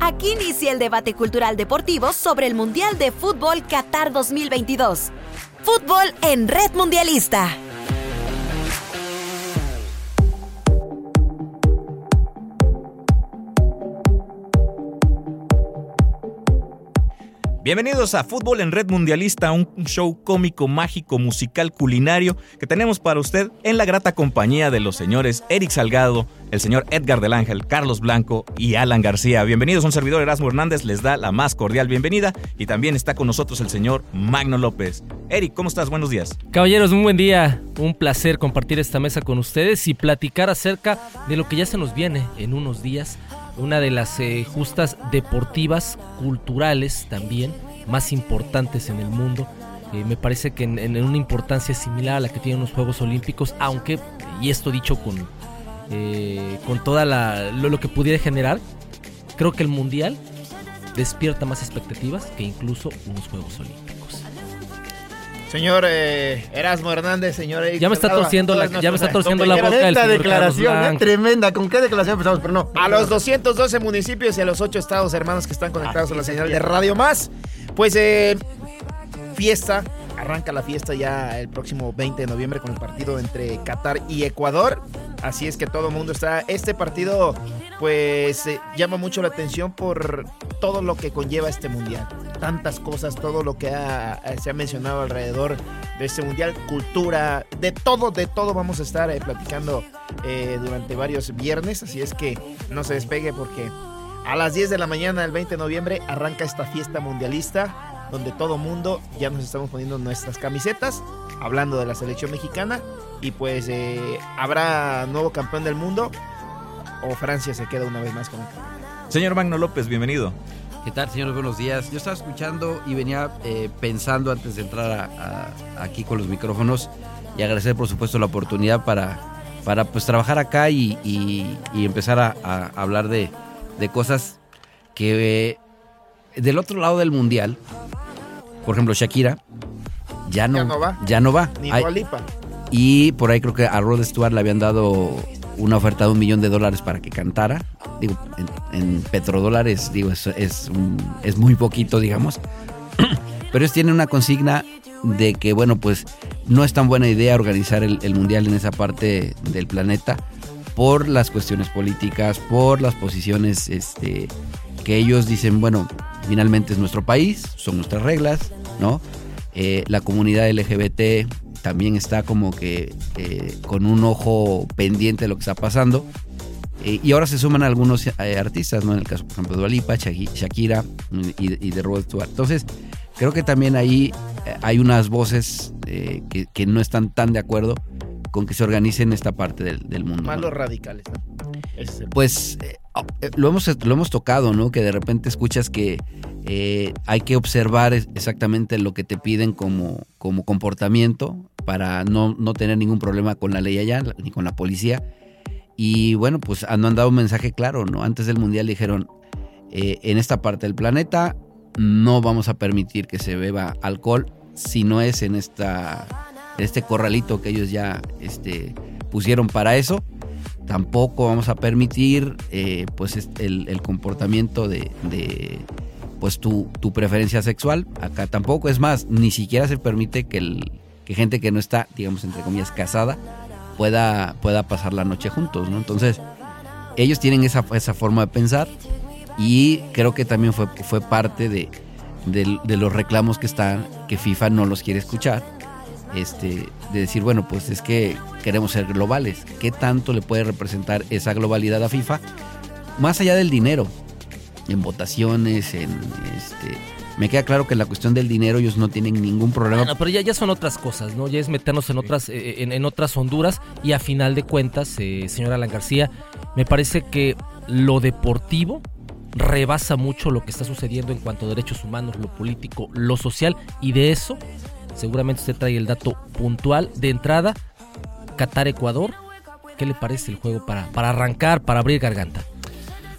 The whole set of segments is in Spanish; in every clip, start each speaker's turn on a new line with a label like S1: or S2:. S1: Aquí inicia el debate cultural deportivo sobre el Mundial de Fútbol Qatar 2022. Fútbol en Red Mundialista.
S2: Bienvenidos a Fútbol en Red Mundialista, un show cómico, mágico, musical, culinario que tenemos para usted en la grata compañía de los señores Eric Salgado, el señor Edgar del Ángel, Carlos Blanco y Alan García. Bienvenidos, un servidor Erasmo Hernández les da la más cordial bienvenida y también está con nosotros el señor Magno López. Eric, ¿cómo estás? Buenos días.
S3: Caballeros, un buen día, un placer compartir esta mesa con ustedes y platicar acerca de lo que ya se nos viene en unos días una de las eh, justas deportivas, culturales también, más importantes en el mundo. Eh, me parece que en, en, una importancia similar a la que tienen los Juegos Olímpicos, aunque, y esto dicho con, eh, con toda la, lo, lo, que pudiera generar, creo que el Mundial despierta más expectativas que incluso unos Juegos Olímpicos.
S4: Señor
S5: eh,
S4: Erasmo Hernández, señor
S3: Ya me está torciendo la, ya me está torciendo la boca
S4: el declaración, tremenda, ¿con qué declaración empezamos? Pero no.
S5: A los 212 municipios y a los 8 estados hermanos que están conectados a la señal de Radio Más, pues fiesta, arranca la fiesta ya el próximo 20 de noviembre con el partido entre Qatar y Ecuador. Así es que todo el mundo está. Este partido, pues, eh, llama mucho la atención por todo lo que conlleva este mundial. Tantas cosas, todo lo que ha, eh, se ha mencionado alrededor de este mundial, cultura, de todo, de todo vamos a estar eh, platicando eh, durante varios viernes. Así es que no se despegue porque a las 10 de la mañana del 20 de noviembre arranca esta fiesta mundialista donde todo mundo ya nos estamos poniendo nuestras camisetas, hablando de la selección mexicana, y pues eh, habrá nuevo campeón del mundo o Francia se queda una vez más con el campeón.
S2: Señor Magno López, bienvenido.
S6: ¿Qué tal, señor? Buenos días. Yo estaba escuchando y venía eh, pensando antes de entrar a, a, aquí con los micrófonos y agradecer, por supuesto, la oportunidad para, para pues, trabajar acá y, y, y empezar a, a, hablar de, de cosas que eh, del otro lado del mundial, por ejemplo, Shakira ya no, ya no va. Ya no va.
S5: Ni Dualipa.
S6: Y por ahí creo que a Rod Stewart le habían dado una oferta de un millón de dólares para que cantara. Digo, en, en petrodólares, digo, es, es, un, es, muy poquito, digamos. Pero ellos tienen una consigna de que, bueno, pues no es tan buena idea organizar el, el mundial en esa parte del planeta por las cuestiones políticas, por las posiciones este, que ellos dicen, bueno, finalmente es nuestro país, son nuestras reglas, ¿no? Eh, la comunidad LGBT también está como que eh, con un ojo pendiente de lo que está pasando. Eh, y ahora se suman algunos eh, artistas, ¿no? En el caso, por ejemplo, de Dualipa, Shakira mm, y, y, de Robert Stewart. Entonces, creo que también ahí eh, hay unas voces eh, que, que, no están tan de acuerdo con que se organice en esta parte del, del mundo.
S5: Más los ¿no? radicales,
S6: ¿no? Ese. Pues lo hemos, lo hemos tocado, ¿no? Que de repente escuchas que eh, hay que observar exactamente lo que te piden como, como comportamiento para no, no, tener ningún problema con la ley allá, ni con la policía. Y bueno, pues no han dado un mensaje claro, ¿no? Antes del Mundial dijeron, eh, en esta parte del planeta no vamos a permitir que se beba alcohol si no es en, esta, en este corralito que ellos ya este, pusieron para eso tampoco vamos a permitir eh, pues el, el comportamiento de, de pues tu, tu, preferencia sexual acá tampoco es más ni siquiera se permite que, el, que gente que no está digamos entre comillas casada pueda, pueda pasar la noche juntos ¿no? entonces ellos tienen esa, esa forma de pensar y creo que también fue, fue parte de, de, de los reclamos que están que FIFA no los quiere escuchar este, de decir, bueno, pues es que queremos ser globales. ¿Qué tanto le puede representar esa globalidad a FIFA? Más allá del dinero, en votaciones, en este. Me queda claro que en la cuestión del dinero ellos no tienen ningún problema.
S3: Bueno, pero ya, ya son otras cosas, ¿no? Ya es meternos en otras, eh, en, en, otras Honduras. Y a final de cuentas, eh, señora Alan García, me parece que lo deportivo rebasa mucho lo que está sucediendo en cuanto a derechos humanos, lo político, lo social. Y de eso seguramente usted trae el dato puntual de entrada. Qatar-Ecuador, ¿qué le parece el juego para, para arrancar, para abrir garganta?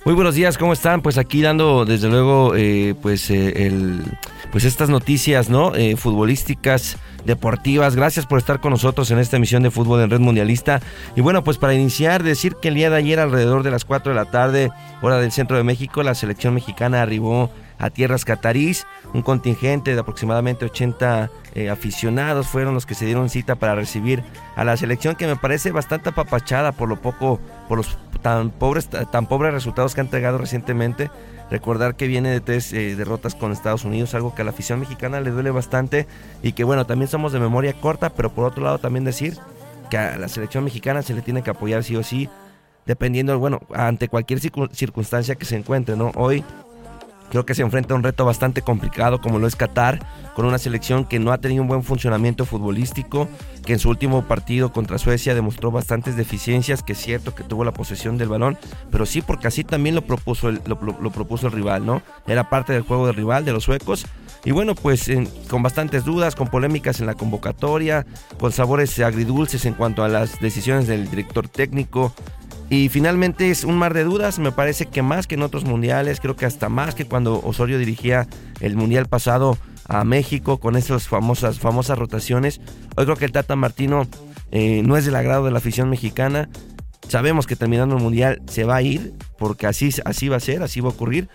S7: Muy buenos días, ¿cómo están? Pues aquí dando desde luego eh, pues, eh, el, pues estas noticias ¿no? Eh, futbolísticas deportivas. Gracias por estar con nosotros en esta emisión de fútbol en Red Mundialista. Y bueno, pues para iniciar, decir que el día de ayer alrededor de las 4 de la tarde, hora del centro de México, la selección mexicana arribó a tierras catarís. Un contingente de aproximadamente 80 eh, aficionados fueron los que se dieron cita para recibir a la selección que me parece bastante apapachada por lo poco, por los tan pobres, tan pobres resultados que ha entregado recientemente. Recordar que viene de tres eh, derrotas con Estados Unidos, algo que a la afición mexicana le duele bastante y que bueno, también somos de memoria corta, pero por otro lado también decir que a la selección mexicana se le tiene que apoyar sí o sí, dependiendo, bueno, ante cualquier circunstancia que se encuentre, ¿no? Hoy creo que se enfrenta a un reto bastante complicado como lo es Qatar, con una selección que no ha tenido un buen funcionamiento futbolístico, que en su último partido contra Suecia demostró bastantes deficiencias, que es cierto que tuvo la posesión del balón, pero sí porque así también lo propuso el, lo, lo, lo propuso el rival, ¿no? Era parte del juego del rival, de los suecos, y bueno, pues en, con bastantes dudas, con polémicas en la convocatoria, con sabores agridulces en cuanto a las decisiones del director técnico, y finalmente es un mar de dudas, me parece que más que en otros mundiales, creo que hasta más que cuando Osorio dirigía el mundial pasado a México con esas famosas, famosas rotaciones. Hoy creo que el Tata Martino eh, no es del agrado de la afición mexicana. Sabemos que terminando el mundial se va a ir, porque así, así va a ser, así va a ocurrir.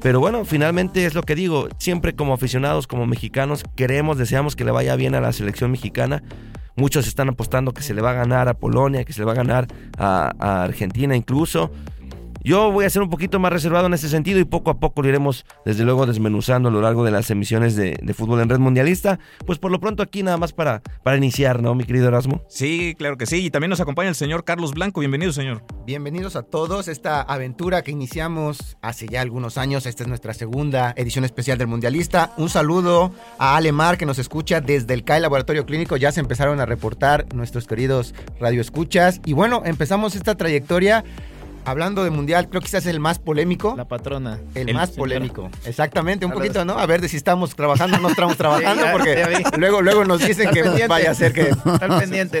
S7: Pero bueno, finalmente es lo que digo, siempre como aficionados, como mexicanos, queremos, deseamos que le vaya bien a la selección mexicana. Muchos están apostando que se le va a ganar a Polonia, que se le va a ganar a, a, Argentina incluso. Yo voy a ser un poquito más reservado en ese sentido y poco a poco lo iremos, desde luego, desmenuzando a lo largo de las emisiones de, de fútbol en Red Mundialista. Pues por lo pronto aquí nada más para, para iniciar, ¿no, mi querido Erasmo?
S2: Sí, claro que sí. Y también nos acompaña el señor Carlos Blanco. Bienvenido, señor.
S8: Bienvenidos a todos. Esta aventura que iniciamos hace ya algunos años. Esta es nuestra segunda edición especial del Mundialista. Un saludo a Alemar que nos escucha desde el CAE Laboratorio Clínico. Ya se empezaron a reportar nuestros queridos radioescuchas. Y bueno, empezamos esta trayectoria hablando de mundial, creo que quizás es el más polémico.
S5: La patrona.
S8: El, el más señor. polémico. Exactamente, un poquito, ¿no? A ver de si estamos trabajando o no estamos trabajando, sí, porque sí, luego, luego nos dicen que pendiente. vaya a ser que.
S5: Están pendiente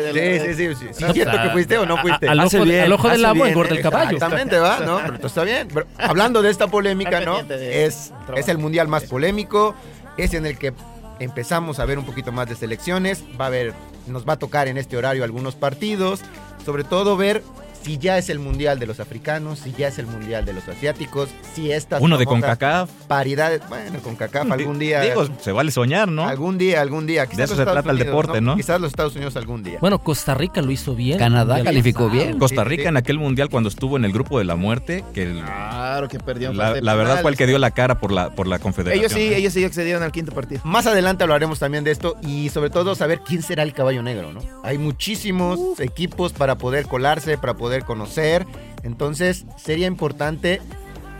S8: Sí,
S5: de
S8: sí, sí. sí. No, ¿Cierto está, que fuiste o no fuiste?
S3: Al ojo, bien, eh, al ojo del agua engorda el caballo.
S8: Exactamente, ¿va? ¿No? Pero está bien. Pero hablando de esta polémica, ¿no? Es, es el mundial más polémico, es en el que empezamos a ver un poquito más de selecciones. Va a haber, nos va a tocar en este horario algunos partidos. Sobre todo ver si ya es el mundial de los africanos, si ya es el mundial de los asiáticos, si estas
S2: uno de Concacaf
S8: paridades, bueno, Concacaf algún día
S2: digo, se vale soñar, ¿no?
S8: Algún día, algún día.
S2: Quizás de eso se Estados trata Unidos, el deporte, ¿no? ¿no?
S8: Quizás los Estados Unidos algún día.
S3: Bueno, Costa Rica lo hizo bien.
S6: Canadá calificó bien.
S2: Costa Rica sí, sí. en aquel mundial cuando estuvo en el grupo de la muerte, que el,
S5: claro que perdió.
S2: La, la verdad fue el que dio la cara por la por la confederación. ¿eh?
S5: Ellos sí, ellos sí accedieron al quinto partido.
S8: Más adelante hablaremos también de esto y sobre todo saber quién será el caballo negro, ¿no? Hay muchísimos Uf. equipos para poder colarse, para poder poder conocer. Entonces sería importante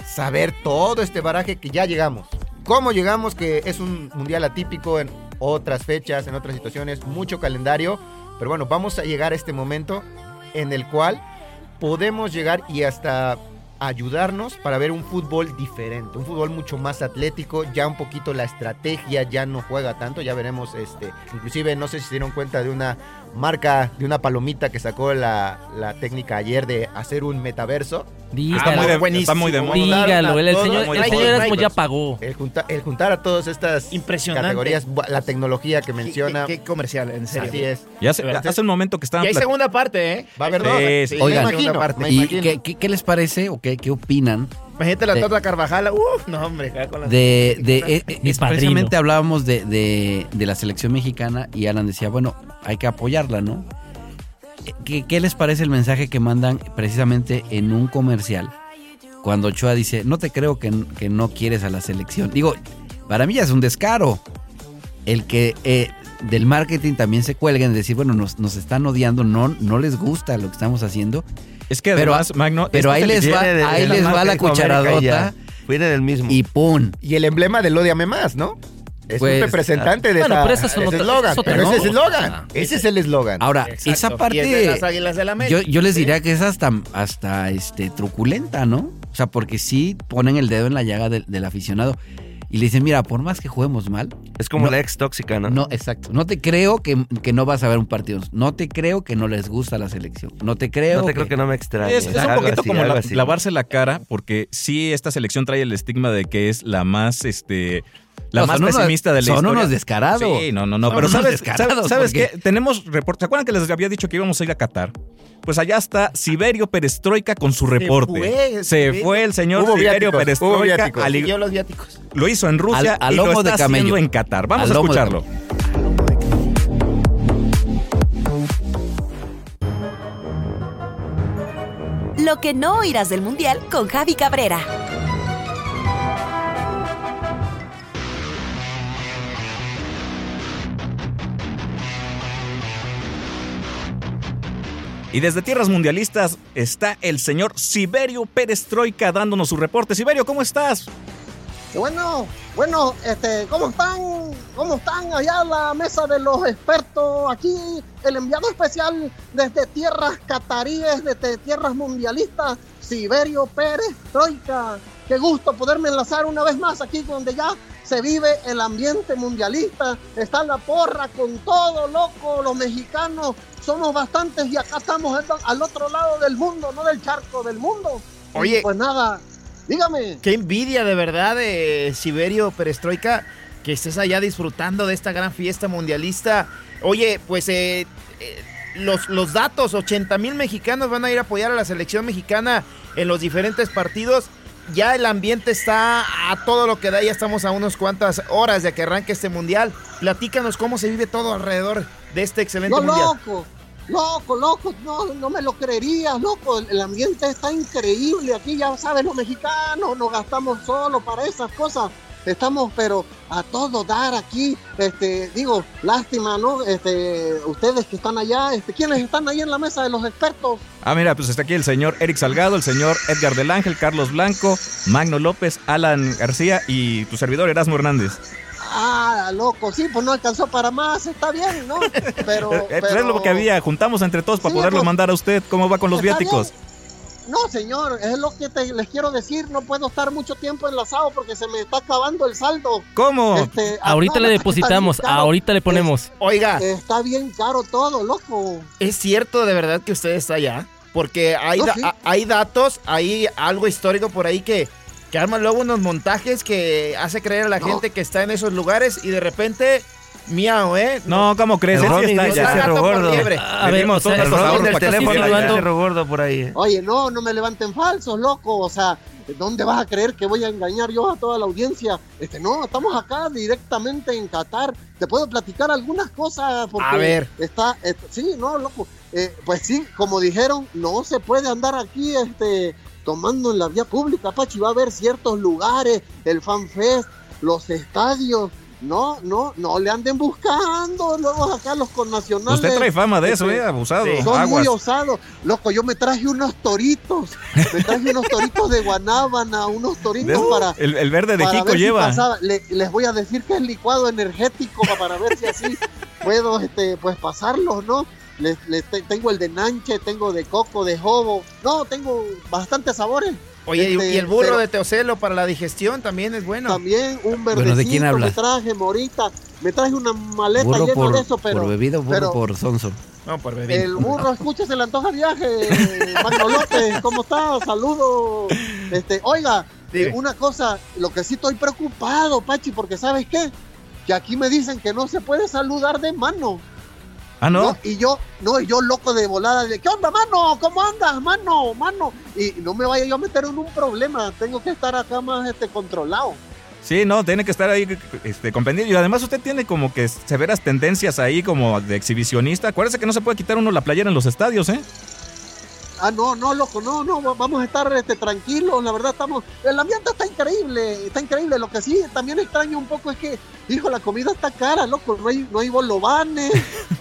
S8: saber todo este baraje que ya llegamos. ¿Cómo llegamos? Que es un mundial atípico en otras fechas, en otras situaciones, mucho calendario. Pero bueno, vamos a llegar a este momento en el cual podemos llegar y hasta ayudarnos para ver un fútbol diferente, un fútbol mucho más atlético, ya un poquito la estrategia ya no juega tanto, ya veremos este, inclusive no sé si se dieron cuenta de una marca, de una palomita que sacó la, la técnica ayer de hacer un metaverso.
S3: Dígalo, está, muy de, buenísimo. está muy de moda. Dígalo, el, el señor, el señor Erasmo ya pagó.
S8: El, junta, el, juntar a todas estas categorías, la tecnología que menciona.
S5: Qué, qué, qué comercial, en serio.
S8: Así es.
S2: Ya hace, Entonces, hace, un momento que estaban...
S5: Y hay segunda parte, ¿eh?
S8: Va a haber dos. Es,
S6: sí, oigan, me imagino, parte, me ¿y qué, qué, qué les parece o qué, qué opinan
S5: Imagínate la Tota Carvajal. Uf, no, hombre.
S6: Con la... De, de, eh,
S5: eh,
S6: de precisamente hablábamos de, de, de, la selección mexicana y Alan decía, bueno, hay que apoyarla, ¿no? ¿Qué, ¿Qué, les parece el mensaje que mandan precisamente en un comercial? Cuando Ochoa dice, no te creo que, que no quieres a la selección. Digo, para mí ya es un descaro. El que eh, del marketing también se cuelguen, decir, bueno, nos, nos están odiando, no, no les gusta lo que estamos haciendo.
S2: Es que además, pero, Magno,
S6: pero ahí les va, de, ahí les va la cucharadota.
S7: Viene del mismo.
S6: Y pum.
S8: Y el emblema del odiame más, ¿no? Es pues, un representante de bueno, esa, pero esas son ese eslogan. Es pero no. ese es el eslogan. Ese es el eslogan.
S6: Ahora, Exacto. esa parte.
S5: Las águilas de la
S6: yo, yo, les diría ¿sí? que es hasta, hasta este, truculenta, ¿no? O sea, porque sí ponen el dedo en la llaga del, del aficionado y le dicen, mira, por más que juguemos mal.
S7: Es como
S6: no,
S7: la ex tóxica, ¿no?
S6: No, exacto. No te creo que, que, no vas a ver un partido. No te creo que no les gusta la selección. No te creo.
S7: No te que... creo que no me extrañes.
S2: Es, es un poquito así, como la, lavarse la cara, porque sí, esta selección trae el estigma de que es la más, este La
S6: No,
S2: más
S6: son unos-
S2: pesimista de la
S6: son
S2: historia.
S6: unos descarados.
S2: Sí, no, no, no.
S6: Son
S2: Pero
S6: unos
S2: ¿sabes,
S6: descarados,
S2: sabes- sabes
S6: porque-
S2: qué? Tenemos reportes. ¿Se acuerdan que les había dicho que íbamos a ir a Qatar? Pues allá está Siberio Perestroika con su reporte.
S5: fue,
S2: Se
S5: Siberio.
S2: fue el señor
S8: Hubo
S2: Siberio
S8: viáticos, hubo
S2: Perestroika.
S8: viáticos.
S2: al-
S5: Y yo los viáticos.
S2: lo hizo en Rusia
S6: Al- al
S2: y lo
S6: lomo de
S2: está
S6: camello.
S2: haciendo en Qatar. Vamos
S6: Al
S2: a
S6: lomo de
S2: escucharlo.
S1: Lo que no oirás del Mundial con Javi Cabrera.
S2: Y desde tierras mundialistas está el señor Siberio Perestroika dándonos su reporte. Siberio, ¿cómo estás?
S9: Que bueno, bueno, este, ¿cómo están? ¿Cómo están allá la mesa de los expertos? Aquí el enviado especial desde tierras cataríes, desde tierras mundialistas, Siberio Pérez Troika. Qué gusto poderme enlazar una vez más aquí donde ya se vive el ambiente mundialista. Está la porra con todo, loco. Los mexicanos somos bastantes y acá estamos al otro lado del mundo, no del charco, del mundo. Y
S5: Oye.
S9: Pues nada, dígame.
S5: Qué envidia de verdad de Siberio Perestroika que estés allá disfrutando de esta gran fiesta mundialista. Oye, pues eh, eh, los, los datos, 80 mil mexicanos van a ir a apoyar a la selección mexicana en los diferentes partidos. Ya el ambiente está a todo lo que da, ya estamos a unas cuantas horas de que arranque este mundial. Platícanos cómo se vive todo alrededor de este excelente
S9: No,
S5: mundial.
S9: loco, loco, loco, no, no me lo creerías, loco. El, el ambiente está increíble aquí, ya sabes, los mexicanos nos gastamos solo para esas cosas. Estamos, pero a todo dar aquí, este, digo, lástima, ¿no? Este, ustedes que están allá, este, ¿quiénes están ahí en la mesa de los expertos?
S2: Ah, mira, pues está aquí el señor Eric Salgado, el señor Edgar del Ángel, Carlos Blanco, Magno López, Alan García y tu servidor Erasmo Hernández.
S9: Ah, loco, sí, pues no alcanzó para más, está bien, ¿no? Pero,
S2: Eh, eh, pues
S9: pero-
S2: Es lo que había, juntamos entre todos para
S9: Sí,
S2: poderlo
S9: pues-
S2: mandar a usted. ¿Cómo va con los
S9: ¿Está bien?
S2: viáticos?
S9: No, señor, es lo que te- les quiero decir. No puedo estar mucho tiempo enlazado porque se me está acabando el saldo.
S2: ¿Cómo?
S9: Este, ah,
S3: Ahorita
S9: no, está
S3: le
S9: bien
S3: depositamos,
S9: caro.
S3: ahorita le ponemos.
S5: Oiga,
S9: Está bien caro todo, loco.
S5: ¿Es cierto de verdad que usted está allá? Porque hay,
S9: No,
S5: da-
S9: Oh, sí.
S5: a- hay datos, hay algo histórico por ahí que, que arman luego unos montajes que hace creer a la
S9: No.
S5: gente que está en esos lugares y de repente, miau, ¿eh?
S2: No, ¿cómo crees?
S7: El
S2: Él sí
S7: Ronnie
S2: está
S7: dice
S2: allá.
S7: que
S5: gato por
S7: gordo.
S5: liebre.
S3: A ver,
S2: Pedimos
S3: o sea,
S2: todos
S7: El
S2: los
S3: estás
S7: robot
S2: ahorros
S7: del
S2: para que
S7: teléfono
S2: siga
S7: hay un
S3: insinuando-
S2: allá.
S7: perro gordo por ahí. eh.
S9: Oye, no, no me levanten falsos, loco. O sea, ¿dónde vas a creer que voy a engañar yo a toda la audiencia? Este, no, estamos acá directamente en Qatar. Te puedo platicar algunas cosas. Porque
S5: A ver.
S9: Está, eh, sí, no, loco. Eh, pues sí, como dijeron, no se puede andar aquí, este, tomando en la vía pública, Pachi. Va a haber ciertos lugares, el FanFest, los estadios. No, no, no le anden buscando. Luego acá los connacionales.
S2: Usted trae fama de eso,
S9: Este,
S2: ¿eh? Abusado.
S5: sí.
S9: Son
S2: Aguas.
S9: muy osados. Loco, yo me traje unos toritos. Me traje unos toritos de guanábana, unos
S2: De-
S9: toritos para.
S2: el, el verde de
S9: para
S2: Kiko
S9: ver si
S2: lleva.
S9: pasaba. Le- les voy a decir que es licuado energético pa- para ver si así puedo este, pues pasarlos, ¿no? Les, les te- tengo el de nanche, tengo de coco, de jobo. No, tengo bastantes sabores.
S5: Oye, y-
S9: Este,
S5: y el burro
S9: pero-
S5: de Teocelo para la digestión también es bueno.
S9: También un
S6: ¿de
S9: verdecito
S6: quién hablas?
S9: me traje, morita. Me traje una maleta
S6: Burro
S9: llena
S6: por,
S9: de eso, pero.
S6: por bebida o burro
S9: pero-
S6: por sonso.
S5: No, por bebé.
S9: El burro, escucha, se le antoja viaje. Magno López, ¿cómo está? Saludos. Este, oiga,
S5: Dime.
S9: eh, una cosa, lo que sí estoy preocupado, Pachi, porque ¿sabes qué? Que aquí me dicen que no se puede saludar de mano.
S2: Ah, ¿no?
S9: Y yo, no, y yo loco de volada, de, ¿qué onda, mano? ¿Cómo andas, mano? Mano. Y no me vaya yo a meter en un problema. Tengo que estar acá más este, controlado.
S2: Sí, no, tiene que estar ahí este, comprendido. Y además usted tiene como que severas tendencias ahí como de exhibicionista. Acuérdese que no se puede quitar uno la playera en los estadios, ¿eh?
S9: Ah, no, no, loco, no, no, va- vamos a estar este, tranquilos, la verdad estamos, el ambiente está increíble, está increíble, lo que sí también extraño un poco es que, hijo, la comida está cara, loco, no hay, no hay bolovanes,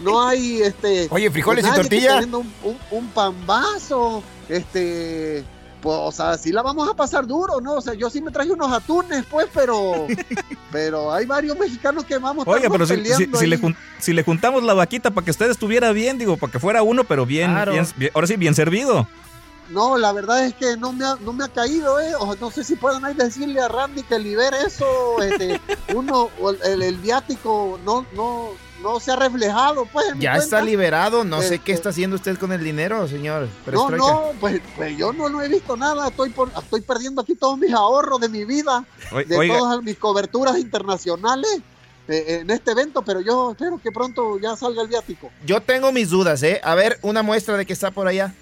S9: no hay, este...
S8: Oye, frijoles y
S9: nadie que te
S8: tortilla.
S9: venda Un, un, un pambazo, este... Pues, o sea, sí la vamos a pasar duro, ¿no? O sea, yo sí me traje unos atunes, pues, pero... Pero hay varios mexicanos que vamos a estar
S2: Oiga, pero si, si-
S9: peleando
S2: si le
S9: ahí.
S2: jun- si le juntamos la vaquita para que usted estuviera bien, digo, para que fuera uno, pero bien,
S5: Claro.
S2: bien- bien- ahora sí, bien servido.
S9: No, la verdad es que no me ha, no me ha caído, ¿eh? O no sé si pueden ahí decirle a Randy que libere eso. Este, uno, o el, el, el viático no, no, no se ha reflejado, pues. En
S5: ya
S9: mi
S5: está
S9: cuenta.
S5: liberado, no sé
S9: Este-
S5: qué está haciendo usted con el dinero, señor.
S9: No,
S5: Perestroika.
S9: no, pues, pues yo no, no he visto nada. Estoy, por- estoy perdiendo aquí todos mis ahorros de mi vida,
S2: Oi-
S9: de
S2: Oiga,
S9: todas mis coberturas internacionales eh, en este evento, pero yo espero que pronto ya salga el viático.
S5: Yo tengo mis dudas, ¿eh? A ver, una muestra de que está por allá.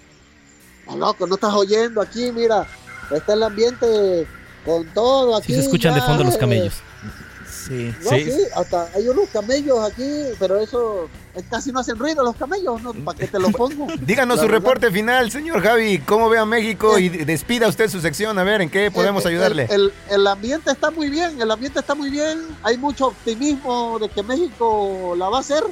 S9: No, Ah, loco, no estás oyendo aquí, mira. Está el ambiente con todo aquí.
S3: Si se escuchan de
S9: ya,
S3: fondo los
S9: eh,
S3: camellos.
S5: Sí.
S9: No,
S2: Sí.
S9: sí. hasta hay unos camellos aquí, pero eso eh, casi no hacen ruido los camellos, ¿no? ¿Para qué te los pongo?
S8: Díganos
S9: La
S8: su
S9: verdad.
S8: reporte final, señor Javi. ¿Cómo ve a
S5: Eh,
S8: México? Y despida usted su sección. A ver, ¿en qué podemos
S9: El- el-
S8: ayudarle?
S9: El, el ambiente está muy bien, el ambiente está muy bien. Hay mucho optimismo de que México la va a hacer.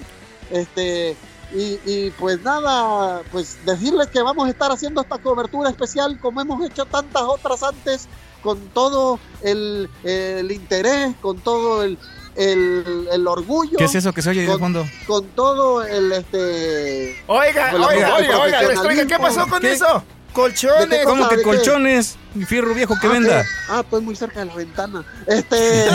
S9: Este, y, y pues nada, pues decirles que vamos a estar haciendo esta cobertura especial como hemos hecho tantas otras antes, con todo el, el interés, con todo el, el- el orgullo,
S2: ¿qué es eso que se oye ahí de
S9: Con-
S2: fondo?
S9: con todo el... Este,
S5: Oiga,
S9: Con la
S5: oiga,
S9: falta de
S5: oiga, oiga, Perestroika, ¿qué pasó con
S2: ¿Qué?
S5: eso?
S9: ¿De
S5: Colchones.
S9: qué
S2: ¿Cómo
S9: cosa?
S2: que
S9: ¿De qué?
S2: colchones? Fierro viejo que
S9: ah,
S2: venda.
S9: eh, Ah, estoy muy cerca de la ventana. Este...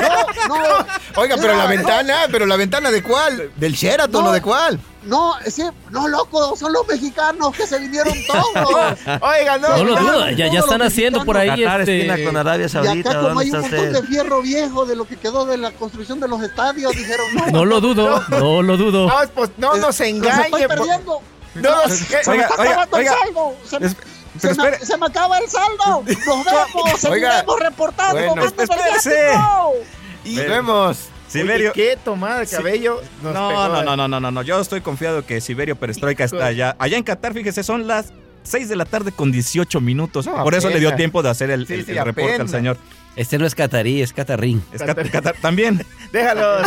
S9: no, no,
S8: Oiga, pero la
S9: no,
S8: ventana, pero la ventana de cuál? ¿Del Sheraton
S9: No.
S8: o de cuál?
S9: No, es que- no, loco, son los mexicanos que se vinieron todos.
S5: Oiga, no.
S3: No lo
S9: claro,
S3: dudo, ya, ya
S9: todos
S3: están
S9: los
S3: haciendo por ahí
S7: Qatar, esquina
S3: este.
S7: con Arabia
S9: y
S7: Saudita,
S9: acá como
S7: ¿dónde
S9: hay un
S7: está
S9: montón
S7: usted?
S9: de fierro viejo de lo que quedó de la construcción de los estadios, dijeron, no, Eh,
S3: No lo dudo, no lo dudo.
S5: No, pues, no nos
S9: los estoy
S5: engañe. por-
S9: perdiendo.
S5: No nos
S9: Se me
S2: Oiga,
S9: está
S2: oiga,
S9: acabando
S2: oiga.
S9: el saldo. Se,
S2: Es-
S9: se
S2: pero
S9: me,
S2: espere,
S9: se me acaba el saldo. Nos vemos, seguiremos reportando.
S8: Bueno,
S9: Mándenme el
S2: espérese.
S9: viático.
S8: Y
S2: Ven.
S8: vemos.
S2: Siberio.
S5: Oye, ¿Qué tomada de cabello?
S2: No,
S5: nos pegó,
S2: no,
S5: eh?
S2: no, no, no, no, no. Yo estoy confiado que Siberio Perestroika está allá. Allá en Qatar, fíjese, son las 6 de la tarde con 18 minutos.
S8: No,
S2: Por eso le dio
S8: apenas.
S2: tiempo de hacer el,
S8: Sí,
S2: el-
S8: sí,
S2: el reporte al
S8: apenas.
S2: señor.
S6: Este no es catarí, es catarrín.
S2: Es Qatar- Qatar- también.
S5: Déjalo.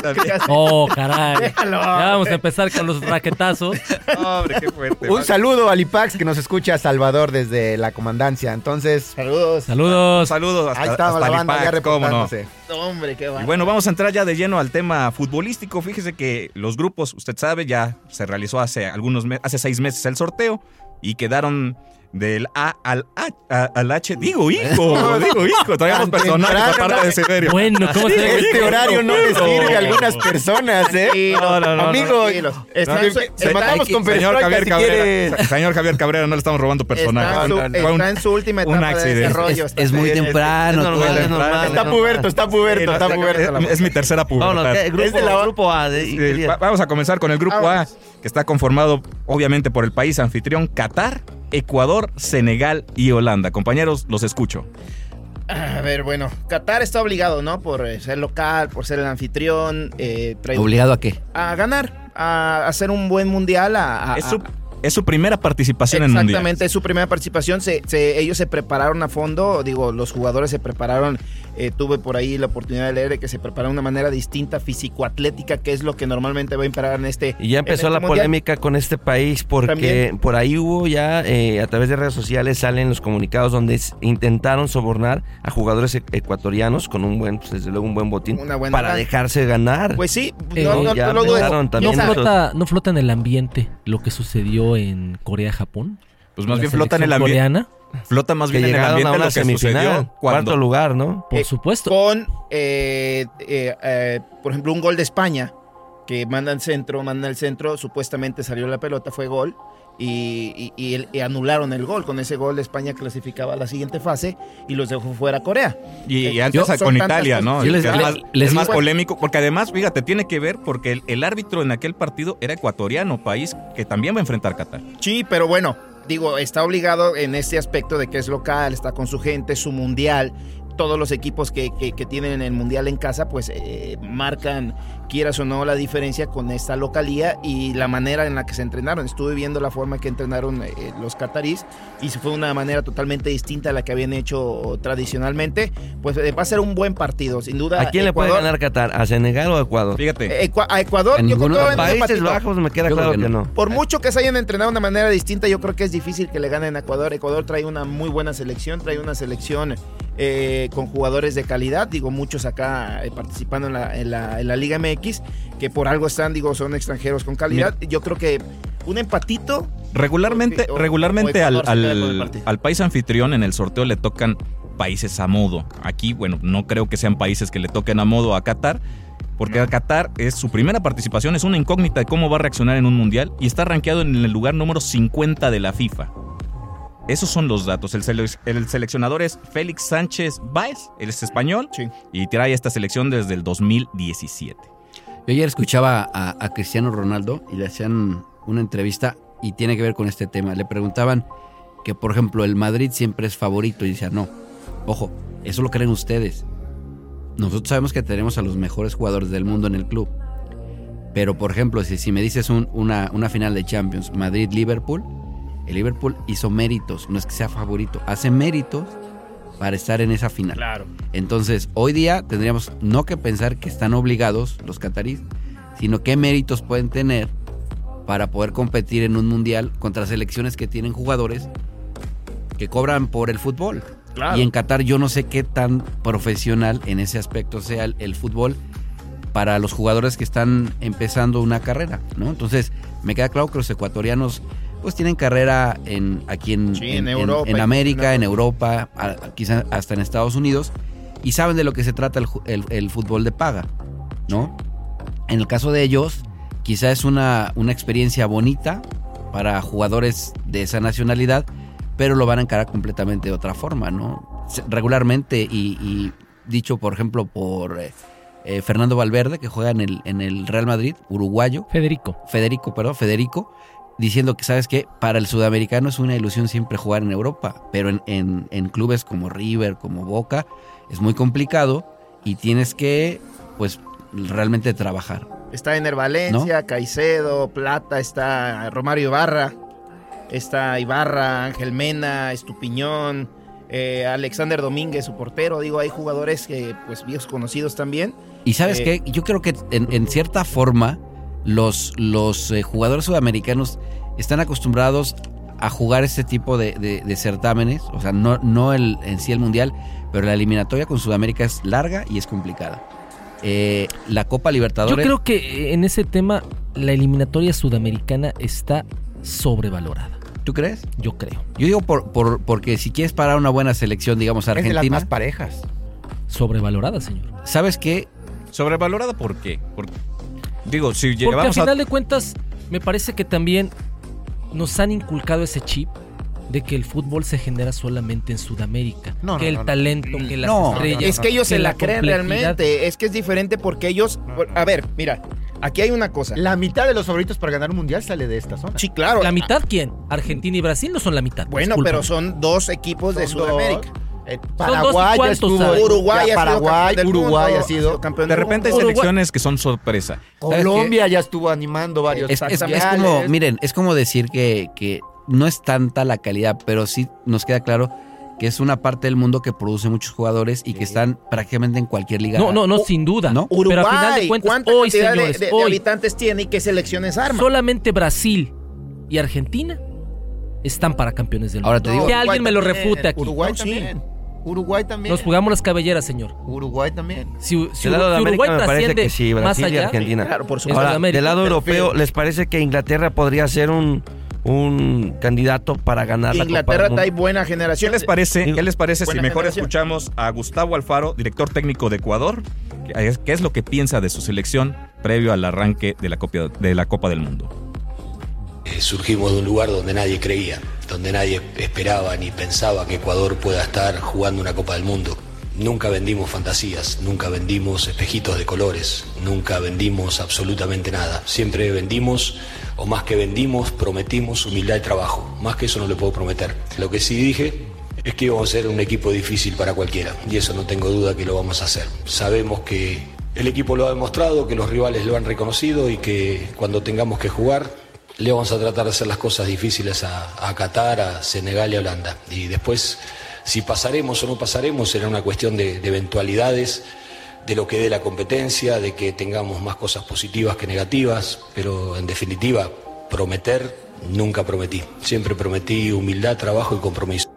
S3: Oh, caray.
S5: Déjalo.
S3: Ya vamos a empezar con los raquetazos.
S2: Hombre, qué fuerte.
S8: Un saludo al IPAX que nos escucha Salvador desde la comandancia. Entonces,
S5: Saludos.
S3: Saludos.
S2: Saludos hasta,
S8: ahí estaba
S2: hasta
S8: la banda
S2: Lipax,
S8: ya
S2: cómo no.
S8: reportándose.
S5: Hombre, qué
S2: Y
S5: bueno.
S2: bueno, vamos a entrar ya de lleno al tema futbolístico. Fíjese que los grupos, usted sabe, ya se realizó hace algunos meses, hace seis meses el sorteo y quedaron del A al, H- a- al H. Digo,
S8: Eh.
S2: hijo, digo, hijo. Traíamos
S8: Tan
S2: personajes
S8: temprano,
S2: aparte de Severio.
S3: Bueno, ¿cómo se ve?
S8: Este horario no les sirve a algunas personas, ¿eh?
S5: No, no,
S8: no, Amigo,
S5: no,
S8: no,
S5: Están, su-
S8: se- se
S5: están-
S8: matamos
S2: Señor
S8: con Perestroika,
S2: Javier
S8: si
S2: Cabrera,
S8: quiere.
S2: se- señor Javier Cabrera, no le estamos robando
S5: están
S2: personajes.
S5: su-
S2: Fue un-
S5: está en su última
S2: un
S5: etapa de
S2: accidente.
S5: desarrollo.
S6: Es,
S5: está
S6: es muy
S5: bien,
S6: temprano.
S7: normal,
S6: todavía.
S7: es normal.
S8: Está puberto, está puberto, está puberto.
S2: es, es mi tercera
S7: Vámonos,
S2: pubertad.
S7: ¿qué? grupo,
S8: Es de la-
S7: grupo A. de-
S2: Sí, va- vamos a comenzar con el grupo A, que está conformado obviamente por el país anfitrión Qatar, Ecuador, Senegal y Holanda. Compañeros, los escucho.
S5: Ah, A ver, bueno, Qatar está obligado, ¿no? Por eh, ser local, por ser el anfitrión, eh, trae-
S6: ¿Obligado a qué?
S5: a ganar, a hacer un buen mundial, a, a-
S2: Es su, es su primera participación en el Mundial.
S5: Exactamente, es su primera participación. Se, se- ellos se prepararon a fondo, digo, los jugadores se prepararon. eh, tuve por ahí la oportunidad de leer de que se prepararon de una manera distinta, físico-atlética, que es lo que normalmente va a imperar en este.
S7: Y ya empezó
S5: en
S7: la
S5: este mundial.
S7: polémica con este país porque
S5: También.
S7: por ahí hubo ya, eh, a través de redes sociales salen los comunicados donde s- intentaron sobornar a jugadores e- ecuatorianos con un buen, pues, desde luego un buen botín
S5: Una buena
S7: para
S5: lana.
S7: dejarse ganar.
S5: Pues sí,
S3: Eh,
S5: no, no,
S7: ya
S5: no lo dudes.
S7: empezaron
S3: No
S7: también esos-
S3: flota, no flota en el ambiente lo que sucedió en Corea-Japón.
S2: Pues más
S3: La
S2: bien flota en el
S3: selección
S2: ambiente.
S3: coreana,
S2: Flota más
S7: que
S2: bien en el
S7: llegaron a
S2: ambiente
S7: una
S2: lo que
S7: semifinal,
S2: sucedió
S7: cuarto
S2: cuando
S7: lugar, ¿no?
S3: Por
S5: Eh,
S3: supuesto.
S5: Con, eh, eh, eh, por ejemplo, un gol de España, que manda al centro, manda al centro, supuestamente salió la pelota, fue gol, y, y- y el- y anularon el gol. Con ese gol España clasificaba a la siguiente fase y los dejó fuera a Corea.
S2: y, y
S5: Yo-
S2: antes
S5: son
S2: con
S5: tantas
S2: Italia,
S5: cosas.
S2: ¿no?
S6: Yo les-
S2: Que es
S6: le-
S2: más,
S6: les
S2: es más
S6: digo-
S2: polémico, porque además, fíjate, tiene que ver porque el, el árbitro en aquel partido era ecuatoriano, país que también va a enfrentar Qatar.
S5: Sí, pero bueno, digo, está obligado en este aspecto de que es local, está con su gente, su mundial. Todos los equipos que, que- que tienen el mundial en casa, pues eh, marcan, quieras o no, la diferencia con esta localía y la manera en la que se entrenaron. Estuve viendo la forma que entrenaron eh, los catarís y se fue una manera totalmente distinta a la que habían hecho tradicionalmente. Pues eh, va a ser un buen partido, sin duda.
S7: ¿A quién le puede
S5: Ecuador-
S7: ganar Qatar? ¿A Senegal o a Ecuador?
S2: Fíjate.
S5: Ecua- a Ecuador,
S6: A
S5: yo creo
S6: ninguno
S5: que va
S6: de
S5: a
S6: los
S5: venir un
S7: Países
S5: empatito.
S7: Bajos me queda
S6: Yo creo
S7: claro que
S6: que
S7: no.
S6: no.
S5: Por mucho que se hayan entrenado de una manera distinta, yo creo que es difícil que le ganen a Ecuador. Ecuador trae una muy buena selección, trae una selección eh, con jugadores de calidad. Digo, muchos acá eh, participando en la, en la- en la Liga MX, que por algo están, digo, son extranjeros con calidad. Yo creo que un empatito.
S2: Regularmente,
S5: Porque- o-
S2: regularmente
S5: o
S2: al,
S5: Ecuador se queda con el
S2: al-
S5: partido.
S2: al país anfitrión en el sorteo le tocan países a modo. Aquí, bueno, no creo que sean países que le toquen a modo a Qatar, porque a Qatar es su primera participación, es una incógnita de cómo va a reaccionar en un mundial y está rankeado en el lugar número 50 de la FIFA. Esos son los datos. El, sele- el seleccionador es Félix Sánchez Báez, él es español
S5: Sí.
S2: y trae esta selección desde el 2017.
S6: Yo ayer escuchaba a, a Cristiano Ronaldo y le hacían una entrevista y tiene que ver con este tema. Le preguntaban que, por ejemplo, el Madrid siempre es favorito y decía, no, ojo, eso lo creen ustedes. Nosotros sabemos que tenemos a los mejores jugadores del mundo en el club. Pero, por ejemplo, si, si me dices un- una, una final de Champions, Madrid-Liverpool, el Liverpool hizo méritos, no es que sea favorito, hace méritos para estar en esa final.
S5: Claro.
S6: Entonces, hoy día tendríamos no que pensar que están obligados los catarís, sino qué méritos pueden tener para poder competir en un mundial contra selecciones que tienen jugadores que cobran por el fútbol.
S5: Claro.
S6: Y en Qatar yo no sé qué tan profesional en ese aspecto sea el, el fútbol para los jugadores que están empezando una carrera, ¿no? Entonces, me queda claro que los ecuatorianos pues tienen carrera en aquí en,
S5: Sí, en Europa
S6: en
S5: y-
S6: América, en Europa, a- quizá hasta en Estados Unidos y saben de lo que se trata el, ju- el- el fútbol de paga, ¿no? En el caso de ellos, quizá es una, una experiencia bonita para jugadores de esa nacionalidad, pero lo van a encarar completamente de otra forma, ¿no? Se- Regularmente, y, y dicho por ejemplo por eh, eh, Fernando Valverde, que juega en el, en el Real Madrid, uruguayo,
S3: Federico.
S6: Federico, perdón, Federico, diciendo que, ¿sabes qué? Para el sudamericano es una ilusión siempre jugar en Europa, pero en, en- en clubes como River, como Boca, es muy complicado y tienes que, pues, realmente trabajar.
S5: Está Ener Valencia, Caicedo, Plata, está Romario Ibarra, está Ibarra, Ángel Mena, Estupiñón, eh, Alexander Domínguez, su portero. Digo, hay jugadores que, pues, viejos conocidos también.
S6: Y ¿sabes
S5: Eh.
S6: qué? Yo creo que en, en cierta forma los, los eh, jugadores sudamericanos están acostumbrados a jugar este tipo de, de- de certámenes, o sea, no, no el, en sí el mundial, pero la eliminatoria con Sudamérica es larga y es complicada. Eh, la Copa
S3: Yo
S6: Libertadores...
S3: creo que eh, en ese tema la eliminatoria sudamericana está sobrevalorada.
S6: ¿Tú crees?
S3: Yo creo.
S6: Yo digo por, por- porque si quieres parar una buena selección, digamos
S8: Es de las
S6: Argentina,
S8: más parejas.
S3: Sobrevalorada, señor.
S6: ¿sabes qué?
S2: ¿Sobrevalorada por qué? Por- digo, si
S3: Porque al
S2: llegamos a
S3: final de cuentas, me parece que también nos han inculcado ese chip de que el fútbol se genera solamente en Sudamérica.
S8: No, no,
S3: que el
S8: no, no.
S3: talento, que las
S6: No,
S3: estrellas.
S5: es que ellos
S3: que
S5: se
S3: la
S5: la, creen
S3: complejidad-
S5: realmente. Es que es diferente porque ellos. A ver, mira, aquí hay una cosa.
S8: La mitad de los favoritos para ganar un mundial sale de esta zona.
S5: Sí, claro.
S3: ¿La mitad quién? Argentina y Brasil no son la mitad.
S5: Bueno,
S3: disculpa.
S5: pero son dos equipos de
S8: Son dos.
S5: Sudamérica.
S8: El
S3: dos y
S8: Paraguay ya
S3: cuántos
S8: estuvo.
S3: hay.
S5: Uruguay,
S8: ya
S5: ha sido
S8: Paraguay,
S5: campeón del
S8: Uruguay
S5: mundo,
S8: ha sido.
S5: campeón
S2: De
S5: del
S2: repente hay
S5: mundo.
S2: selecciones que son sorpresa.
S8: Colombia ya estuvo animando varios.
S6: Es, es- es
S8: Exactamente.
S6: como, miren, es como decir que, que no es tanta la calidad, pero sí nos queda claro que es una parte del mundo que produce muchos jugadores y que están prácticamente en cualquier liga.
S3: No, no, no, sin duda.
S6: ¿No?
S3: pero
S5: Uruguay,
S3: al final de cuentas,
S5: ¿cuánta
S3: hoy,
S5: cantidad de-
S3: señores,
S5: de, de
S3: hoy,
S5: habitantes tiene y qué selecciones arma?
S3: solamente Brasil y Argentina están para campeones del
S6: Ahora
S3: mundo.
S6: te digo,
S3: que alguien me lo refute aquí.
S8: Uruguay
S5: No, sí.
S8: también. Uruguay también.
S3: Nos jugamos las cabelleras, señor.
S8: Uruguay también.
S3: Si, si-
S7: Del
S3: si
S7: lado de
S3: Uruguay
S7: América me parece
S3: trasciende
S7: que sí,
S3: más
S7: Brasil y
S3: allá,
S7: Argentina.
S5: Claro, por
S3: Es
S5: supuesto.
S7: Ahora,
S3: Sudamérica.
S7: del lado europeo,
S8: Perfil.
S7: ¿les parece que Inglaterra podría ser un, un candidato para ganar
S5: Inglaterra
S7: la Copa
S5: trae
S7: del Mundo?
S5: buena
S2: ¿Qué
S5: generación.
S2: les parece,
S7: Digo,
S2: ¿qué les parece si
S5: buena
S2: mejor
S5: generación.
S2: escuchamos a Gustavo Alfaro, director técnico de Ecuador? ¿Qué es, qué es lo que piensa de su selección previo al arranque de la, copia- de la Copa del Mundo?
S10: Eh, surgimos de un lugar donde nadie creía, donde nadie esperaba ni pensaba que Ecuador pueda estar jugando una Copa del Mundo. Nunca vendimos fantasías, nunca vendimos espejitos de colores, nunca vendimos absolutamente nada. Siempre vendimos, o más que vendimos, prometimos humildad y trabajo. Más que eso no le puedo prometer. Lo que sí dije es que íbamos a ser un equipo difícil para cualquiera y eso no tengo duda que lo vamos a hacer. Sabemos que el equipo lo ha demostrado, que los rivales lo han reconocido y que cuando tengamos que jugar le vamos a tratar de hacer las cosas difíciles a, a Qatar, a Senegal y a Holanda. Y después, si pasaremos o no pasaremos, será una cuestión de- de eventualidades de lo que dé la competencia, de que tengamos más cosas positivas que negativas, pero en definitiva, prometer nunca prometí. Siempre prometí humildad, trabajo y compromiso.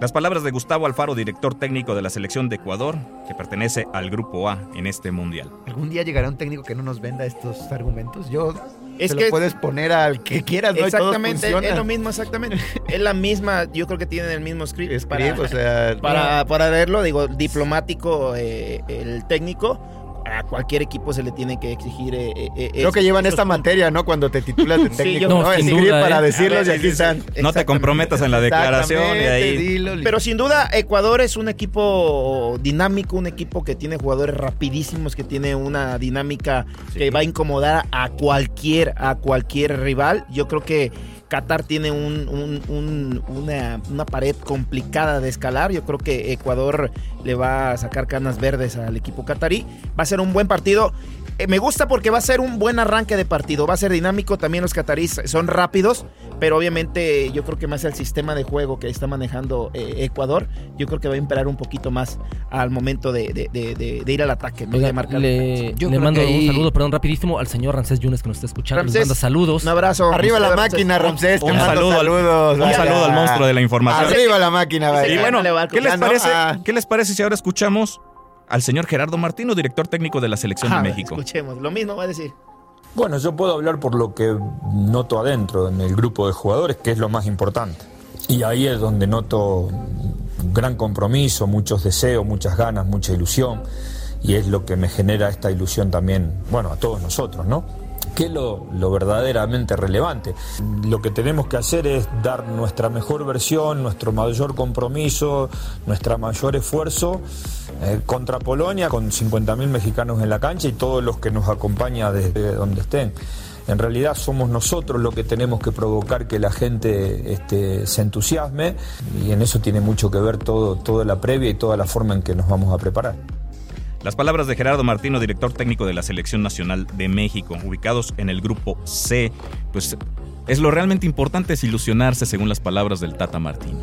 S2: Las palabras de Gustavo Alfaro, director técnico de la selección de Ecuador, que pertenece al Grupo A en este mundial.
S8: ¿Algún día llegará un técnico que no nos venda estos argumentos? Yo Es se que lo puedes poner al que quieras, ¿no?
S5: Exactamente, es lo mismo, exactamente. es la misma, yo creo que tienen el mismo script.
S8: Es
S5: para,
S8: o sea,
S5: para, para verlo, digo, diplomático, eh, el técnico, a cualquier equipo se le tiene que exigir. Eh, eh,
S8: Creo
S5: esos-
S8: que llevan
S5: esos
S8: esta materia, ¿no? Cuando te titulas de técnico,
S5: yo-
S8: ¿no?
S3: No, sin
S8: Escribir
S3: duda,
S8: para
S3: ¿eh?
S8: decirlos y aquí están.
S2: No te comprometas en la declaración y ahí.
S8: Exactamente, dilo, li-
S5: Pero sin duda, Ecuador es un equipo dinámico, un equipo que tiene jugadores rapidísimos, que tiene una dinámica que va a incomodar a cualquier, a cualquier rival. Yo creo que Qatar tiene un- un- un- una, una pared complicada de escalar. Yo creo que Ecuador le va a sacar canas verdes al equipo qatarí. Va a ser un buen partido. Eh, me gusta porque va a ser un buen arranque de partido. Va a ser dinámico. También los catarís son rápidos. Pero obviamente yo creo que más el sistema de juego que está manejando eh, Ecuador, yo creo que va a imperar un poquito más al momento de, de- de- de- de ir al ataque. ¿no?
S3: Oiga,
S5: de marcar.
S3: le,
S6: Yo
S3: le
S6: creo
S3: mando
S6: que ahí-
S3: un saludo, perdón, rapidísimo al señor Rancés Yunes que nos está escuchando. Les
S5: Ramsés,
S3: manda saludos.
S5: Un abrazo.
S8: Arriba la
S5: Ramsés.
S8: máquina, Ramsés. te
S2: Un
S8: mando
S2: saludo, al-
S8: saludos.
S2: un saludo al monstruo de la información.
S8: Arriba la máquina, vaya.
S2: Y bueno, ¿qué les,
S8: Ya no,
S2: parece,
S8: ah.
S2: ¿qué les parece si ahora escuchamos al señor Gerardo Martino, director técnico de la Selección
S5: Ajá,
S2: de México?
S5: Ah, Escuchemos. Lo mismo va a decir.
S11: Bueno, yo puedo hablar por lo que noto adentro, en el grupo de jugadores, que es lo más importante. Y ahí es donde noto gran compromiso, muchos deseos, muchas ganas, mucha ilusión. Y es lo que me genera esta ilusión también, bueno, a todos nosotros, ¿no? ¿Qué es lo, lo verdaderamente relevante? Lo que tenemos que hacer es dar nuestra mejor versión, nuestro mayor compromiso, nuestro mayor esfuerzo eh, contra Polonia con 50.000 mexicanos en la cancha y todos los que nos acompañan desde donde estén. En realidad somos nosotros los que tenemos que provocar que la gente este, se entusiasme y en eso tiene mucho que ver todo, toda la previa y toda la forma en que nos vamos a preparar.
S2: Las palabras de Gerardo Martino, director técnico de la Selección Nacional de México, ubicados en el grupo C, pues es lo realmente importante es ilusionarse según las palabras del Tata Martino.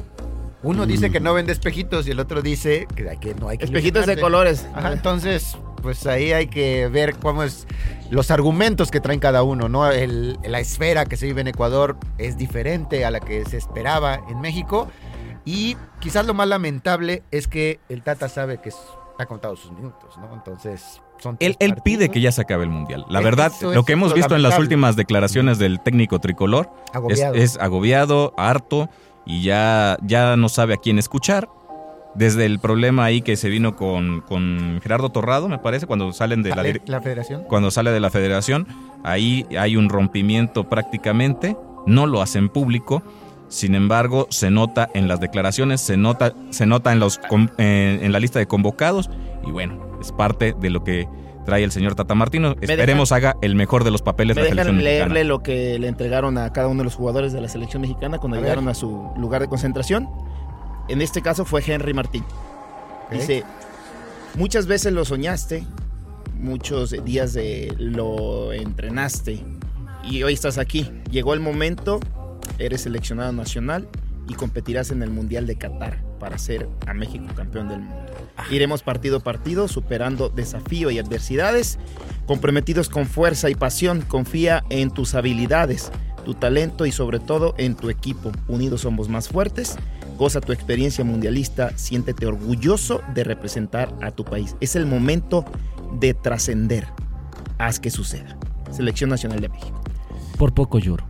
S8: Uno dice que no vende espejitos y el otro dice que, hay que no hay que.
S5: Mm. Espejitos de
S8: ilusionarse.
S5: colores.
S8: Ajá, entonces, pues ahí hay que ver cómo es los argumentos que traen cada uno, ¿no? El- la esfera que se vive en Ecuador es diferente a la que se esperaba en México. Y quizás lo más lamentable es que el Tata sabe que es- ha contado sus minutos, ¿no? Entonces, son
S2: Él,
S8: tres
S2: él
S8: partidos.
S2: pide que ya se acabe el Mundial. La verdad,
S8: Eso es
S2: lo que hemos
S8: lo
S2: visto en las
S8: lamentable.
S2: últimas declaraciones del técnico tricolor es,
S8: Agobiado.
S2: es agobiado, harto y ya, ya no sabe a quién escuchar. Desde el problema ahí que se vino con, con Gerardo Torrado, me parece, cuando salen de la, dir-
S8: la federación.
S2: cuando sale de la federación. Ahí hay un rompimiento prácticamente, no lo hacen público. Sin embargo, se nota en las declaraciones, se nota, se nota en, los, con- eh, en, en la lista de convocados. Y bueno, es parte de lo que trae el señor Tata Martino.
S5: dejan-
S2: Esperemos haga el mejor de los papeles
S5: Me
S2: de la selección
S5: dejan leerle
S2: mexicana.
S5: lo que le entregaron a cada uno de los jugadores de la selección mexicana cuando
S8: A ver.
S5: llegaron a su lugar de concentración. En este caso fue Henry Martín.
S8: Ok.
S5: Dice, muchas veces lo soñaste, muchos días de lo entrenaste y hoy estás aquí. Llegó el momento, eres seleccionado nacional y competirás en el Mundial de Qatar para ser a México campeón del mundo. Iremos partido a partido, superando desafío y adversidades, comprometidos con fuerza y pasión. Confía en tus habilidades, tu talento y sobre todo en tu equipo. Unidos somos más fuertes. Goza tu experiencia mundialista, siéntete orgulloso de representar a tu país. Es el momento de trascender. Haz que suceda. Selección Nacional de México.
S3: Por poco lloro.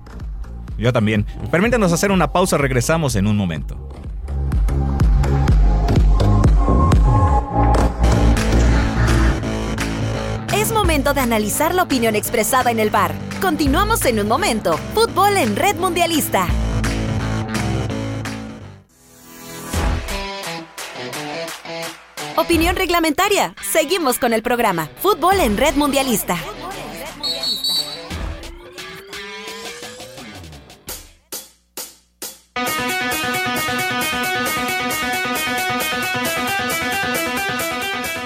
S2: Yo también. Permítanos hacer una pausa, regresamos en un momento.
S1: Es momento de analizar la opinión expresada en el bar. Continuamos en un momento. Fútbol en Red Mundialista. Opinión reglamentaria. Seguimos con el programa. Fútbol en Red Mundialista.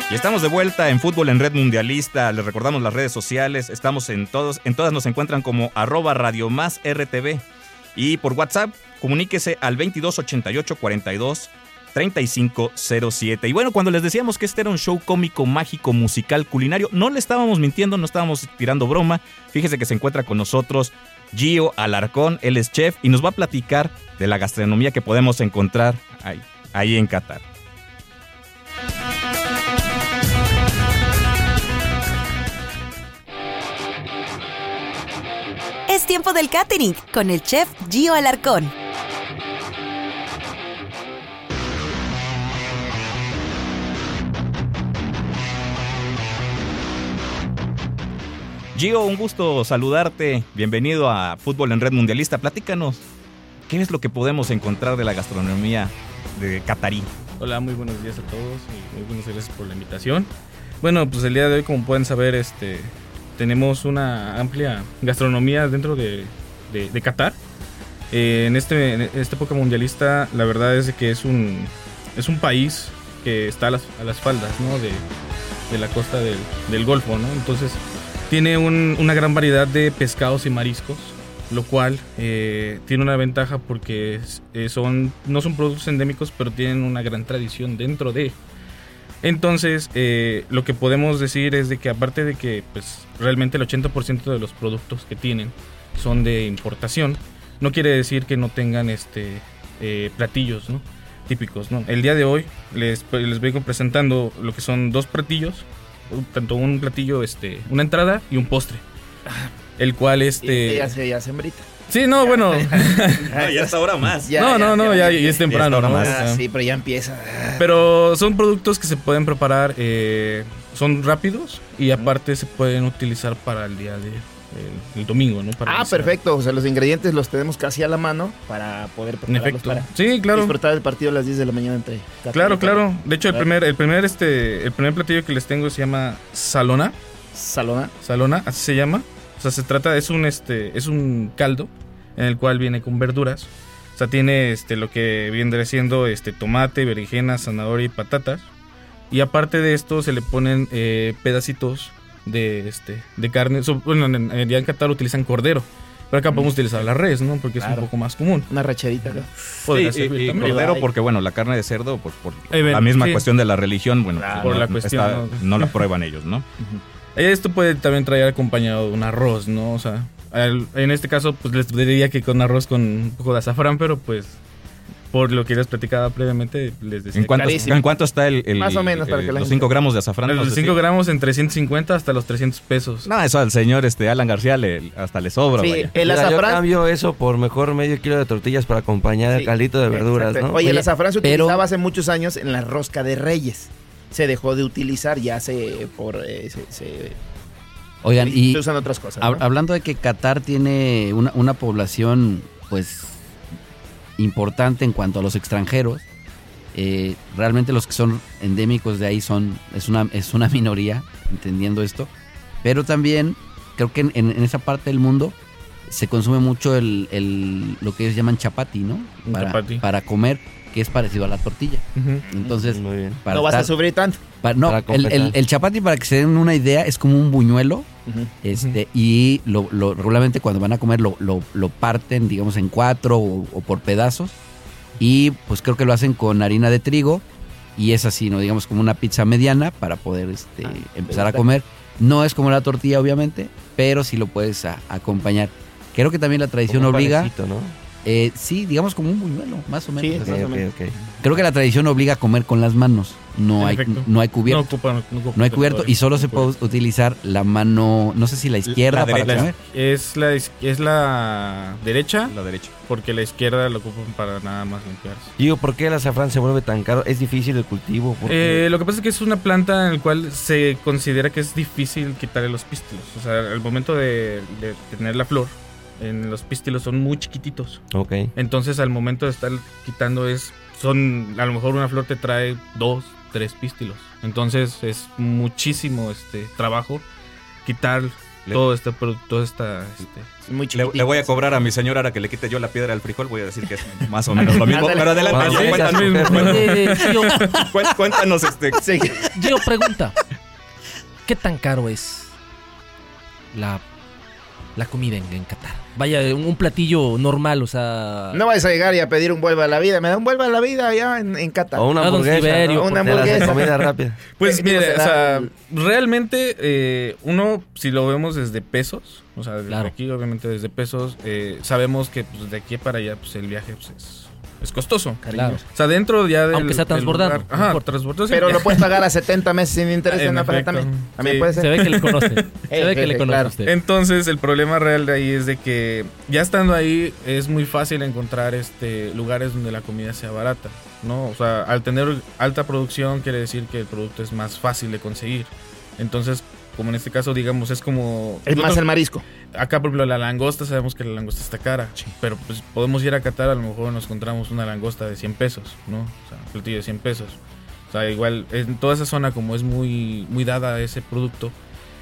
S2: Y estamos de vuelta en Fútbol en Red Mundialista. Les recordamos las redes sociales. Estamos en todos, en todas nos encuentran como arroba Radio Más RTV. Y por WhatsApp, comuníquese al 2288 42 3507. Y bueno, cuando les decíamos que este era un show cómico, mágico, musical, culinario, no le estábamos mintiendo, no estábamos tirando broma. Fíjese que se encuentra con nosotros Gio Alarcón, él es chef y nos va a platicar de la gastronomía que podemos encontrar ahí, ahí en Qatar.
S1: tiempo del catering con el chef Gio Alarcón.
S2: Gio, un gusto saludarte. Bienvenido a Fútbol en Red Mundialista. Platícanos, ¿qué es lo que podemos encontrar de la gastronomía de Catarí?
S12: Hola, muy buenos días a todos y muy buenas gracias por la invitación. Bueno, pues el día de hoy, como pueden saber, este, tenemos una amplia gastronomía dentro de, de- de Qatar. Eh, en, este, en esta época mundialista, la verdad es de que es un, es un país que está a las, a las faldas ¿no? de, de la costa del, del Golfo. ¿no? Entonces, tiene un- una gran variedad de pescados y mariscos, lo cual eh, tiene una ventaja porque es- eh, son, no son productos endémicos, pero tienen una gran tradición dentro de. Entonces, eh, lo que podemos decir es de que aparte de que pues, realmente el 80% de los productos que tienen son de importación, no quiere decir que no tengan este, eh, platillos ¿no? típicos. ¿no? El día de hoy les, pues, les vengo presentando lo que son dos platillos, un- tanto un platillo, este, una entrada y un postre, el cual este...
S5: Ya se, ya sembrita.
S12: Sí, no, bueno.
S2: Ah, ya está ahora más.
S5: Ya,
S12: no,
S5: ya,
S12: no, no, ya, ya es temprano,
S5: está
S12: ¿no?
S5: más.
S12: O sea.
S5: Ah, sí, pero ya empieza.
S12: Pero son productos que se pueden preparar, eh, son rápidos y aparte se pueden utilizar para el día de eh, el, el domingo, ¿no? Para
S5: Ah,
S12: realizar.
S5: perfecto. O sea, los ingredientes los tenemos casi a la mano para poder
S12: En
S5: prepararlos
S12: efecto.
S5: para
S12: Sí, claro.
S5: disfrutar del partido a las 10 de la mañana entre Qatar y
S12: Claro,
S5: Perú.
S12: claro. De hecho, el
S5: ¿Verdad?
S12: primer, el primer, este, el primer platillo que les tengo se llama salona.
S5: Salona.
S12: Salona, así se llama. O sea, se trata, es un, este, es un caldo en el cual viene con verduras. O sea, tiene, este, lo que viene siendo, este, tomate, berenjena, zanahoria y patatas. Y aparte de esto, se le ponen eh, pedacitos de, este, de carne. So- bueno, en, en- ya en Qatar utilizan cordero. Pero acá podemos utilizar la res, ¿no? Porque es un poco más común.
S5: Mm. Una racherita acá.
S12: Podría
S2: Sí,
S12: servir
S2: y, y
S12: también.
S2: cordero, porque bueno, la carne de cerdo, por, por
S12: Eh, ven,
S2: la misma
S12: sí.
S2: cuestión de la religión, bueno,
S12: Claro,
S2: pues,
S12: por
S2: no,
S12: la cuestión,
S2: está-
S12: ¿no?
S2: no la prueban ellos, ¿no?
S12: Esto puede también traer acompañado de un arroz, ¿no? O sea, al- en este caso, pues les diría que con arroz con un poco de azafrán, pero pues por lo que les platicaba previamente, les decía.
S2: ¿En cuánto,
S12: Carísimo.
S2: ¿En cuánto está el, el-
S12: Más o menos, para
S2: el-
S12: que la
S2: los
S12: gente-
S2: 5 gramos de azafrán?
S12: Los
S2: No sé
S12: 5
S2: si-
S12: gramos en 350 hasta los 300 pesos.
S2: No, eso al señor este Alan García le, hasta le sobra.
S5: Sí,
S2: vaya.
S5: el
S7: Mira,
S5: azafrán-
S7: Yo cambio eso por mejor medio kilo de tortillas para acompañar el
S5: Sí,
S7: caldito de verduras,
S5: Exacto.
S7: ¿no?
S5: Oye, el azafrán se
S7: pero-
S5: utilizaba hace muchos años en la rosca de reyes. Se dejó de utilizar ya se por eh, se, se-
S6: Oigan,
S5: se-
S6: y
S5: se usan otras cosas.
S6: hab-
S5: ¿no?
S6: hablando de que Qatar tiene una, una población, pues, importante en cuanto a los extranjeros, eh, realmente los que son endémicos de ahí son, es una, es una minoría, entendiendo esto, pero también creo que en, en- en esa parte del mundo se consume mucho el, el- lo que ellos llaman chapati, ¿no?
S12: Un
S6: Para,
S12: chapati.
S6: para comer, que es parecido a la tortilla.
S12: Ujú.
S6: Entonces, para
S5: no vas a
S6: estar-
S5: sufrir tanto.
S6: Pa- no,
S7: Para
S6: el,
S7: completar.
S6: el- el chapati, para que se den una idea, es como un buñuelo. este, Y lo, lo- regularmente cuando van a comer lo, lo- lo parten, digamos, en cuatro o, o por pedazos. Y pues creo que lo hacen con harina de trigo. Y es así, ¿no? Digamos, como una pizza mediana para poder
S7: Ah,
S6: este, empezar a
S5: perfecto.
S6: comer. No es como la tortilla, obviamente, pero sí lo puedes a- acompañar. Creo que también la tradición
S7: Como un
S6: obliga.
S7: panecito, ¿no?
S6: eh, sí, digamos como un buñuelo, más o menos.
S5: Sí,
S7: Ok,
S5: más o
S7: ok,
S5: menos.
S7: ok.
S6: Creo que la tradición obliga a comer con las manos. No,
S12: En
S6: hay,
S12: efecto.
S6: no hay cubierto.
S12: No ocupa- ocupa
S6: No hay cubierto y solo se puede
S12: cubierto.
S6: utilizar la mano, no sé si la izquierda
S2: La
S6: para
S2: derecha.
S6: comer.
S12: Es la, is- es la derecha,
S2: La derecha.
S12: porque la izquierda la ocupan para nada más limpiarse.
S7: Digo, ¿por qué el azafrán se vuelve tan caro? ¿Es difícil el cultivo? ¿Por qué?
S12: Eh, lo que pasa es que es una planta en la cual se considera que es difícil quitarle los pístilos. O sea, al momento de, de tener la flor, en los pístilos son muy chiquititos.
S7: ok.
S12: Entonces, al momento de estar quitando es, son, a lo mejor una flor te trae dos, tres pístilos. Entonces, es muchísimo este trabajo quitar
S2: Le-
S12: todo este producto, toda esta, este-
S5: Muy
S2: Le,
S5: chiquitito.
S2: le voy a cobrar a mi señora ahora que le quite yo la piedra al frijol, voy a decir que es más o menos lo mismo.
S5: Ándale.
S2: Pero adelante,
S7: Bueno,
S2: Gio,
S7: sí,
S2: cuéntanos,
S7: sí,
S2: cuéntanos,
S3: Eh, eh, Gio,
S2: cuéntanos, este,
S5: Sí.
S3: Gio, pregunta. ¿Qué tan caro es la, la comida en, en Qatar? Vaya, un, un platillo normal, o sea...
S5: No vas a llegar y a pedir un vuelva a la vida. Me da un vuelva a la vida allá en, en Qatar.
S7: O una
S3: Ah, don
S7: hamburguesa,
S3: Silverio,
S7: ¿no?
S5: Una
S7: De las de
S5: hamburguesa.
S7: comida rápida.
S12: Pues
S5: Digo,
S12: mire,
S5: se
S12: o
S5: da
S12: sea,
S5: el-
S12: realmente eh, uno, si lo vemos desde pesos, o sea, desde
S3: Claro.
S12: aquí obviamente desde pesos, eh, sabemos que pues, de aquí para allá pues, el viaje pues, es es costoso.
S3: Claro.
S12: O sea, dentro ya del,
S3: Aunque sea
S12: del
S3: transbordando,
S12: lugar-
S3: no
S12: Ajá,
S3: importa.
S12: transbordando, sí.
S5: Pero lo puedes pagar a 70 meses sin interés
S12: En
S5: en una
S12: efecto.
S5: también. También
S12: Sí.
S5: puede ser.
S3: Se ve que le conoce. Se ve
S5: Eh,
S3: que le
S5: eh,
S3: conoce a
S5: claro.
S3: usted.
S12: Entonces, el problema real de ahí es de que ya estando ahí es muy fácil encontrar este lugares donde la comida sea barata, ¿no? O sea, al tener alta producción quiere decir que el producto es más fácil de conseguir. Entonces, como en este caso, digamos, es como...
S5: Es más el marisco.
S12: Acá, por ejemplo, la langosta, sabemos que la langosta está cara. Pero pues podemos ir a Qatar, a lo mejor nos encontramos una langosta de 100 pesos, ¿no? O sea, un platillo de 100 pesos. O sea, igual, en toda esa zona, como es muy, muy dada a ese producto,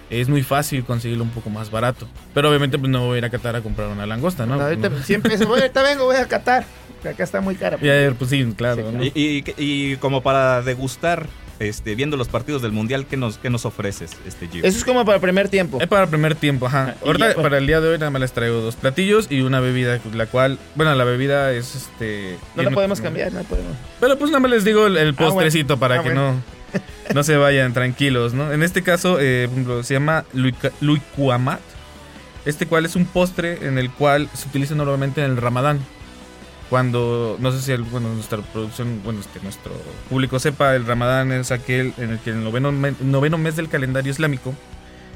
S12: es muy fácil conseguirlo un poco más barato. Pero obviamente, pues no voy a ir a Qatar a comprar una langosta, ¿no?
S5: Ahorita pues, siempre se voy, ahorita vengo, voy a Qatar. que Acá está muy cara.
S12: Y a ver, pues sí, claro. ¿no?
S2: Y, y- y como para degustar, este, viendo los partidos del mundial, ¿qué nos, qué nos ofreces, este Gio?
S5: Eso es como para el primer tiempo.
S12: Es para el primer tiempo, ajá.
S5: y
S12: Ahorita,
S5: ya, pues.
S12: para el día de hoy, nada más les traigo dos platillos y una bebida, la cual, bueno, la bebida es este.
S5: No la
S12: es-
S5: podemos cambiar, no la podemos.
S12: Pero pues nada más les digo el, el
S5: bueno.
S12: postrecito para
S5: Ah,
S12: que
S5: bueno.
S12: no, no se vayan tranquilos, ¿no? En este caso, eh, por ejemplo, se llama luica- Luikuamat. Este cual es un postre en el cual se utiliza normalmente en el Ramadán. Cuando, no sé si el- bueno, nuestra producción, bueno, este, nuestro público sepa, el Ramadán es aquel en el que el noveno, me- noveno mes del calendario islámico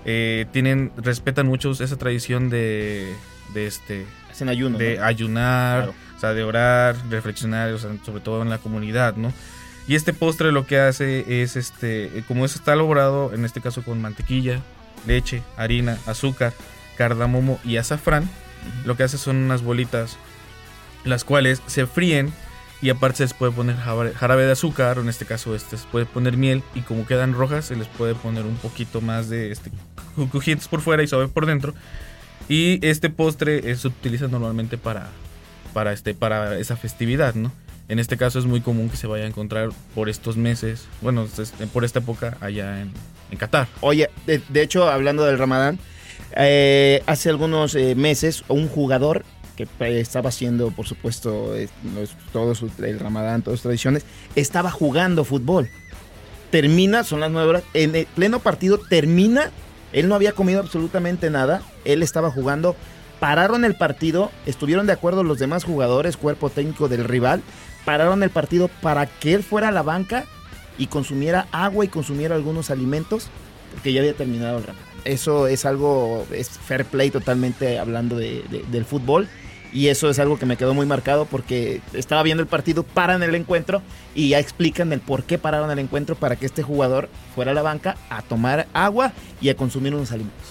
S12: eh, tienen, respetan muchos esa tradición de, de este,
S5: Hacen ayuno.
S12: de
S5: ¿no?
S12: ayunar,
S5: Claro.
S12: o sea, de orar, reflexionar, o sea, sobre todo en la comunidad, ¿no? Y este postre lo que hace es, este, eh, como eso está elaborado, en este caso con mantequilla, leche, harina, azúcar, cardamomo y azafrán, lo que hace son unas bolitas, las cuales se fríen y aparte se les puede poner jabra- jarabe de azúcar, o en este caso este, se puede poner miel y como quedan rojas se les puede poner un poquito más de este, cu- crujientes por fuera y suave por dentro. Y este postre eh, se utiliza normalmente para, para, este, para esa festividad, ¿no? En este caso es muy común que se vaya a encontrar por estos meses, bueno, es- por esta época allá en, en Qatar.
S5: Oye, de, de hecho, hablando del Ramadán, eh, hace algunos eh, meses un jugador que eh, estaba haciendo, por supuesto, eh, los- todo su- el Ramadán, todas sus tradiciones, estaba jugando fútbol. Termina, son las nueve horas, en el pleno partido termina, él no había comido absolutamente nada, él estaba jugando, pararon el partido, estuvieron de acuerdo los demás jugadores, cuerpo técnico del rival, pararon el partido para que él fuera a la banca y consumiera agua y consumiera algunos alimentos porque ya había terminado el Ramadán. Eso es algo, es fair play totalmente hablando de- de- del fútbol. Y eso es algo que me quedó muy marcado porque estaba viendo el partido, paran el encuentro y ya explican el por qué pararon el encuentro para que este jugador fuera a la banca a tomar agua y a consumir unos alimentos.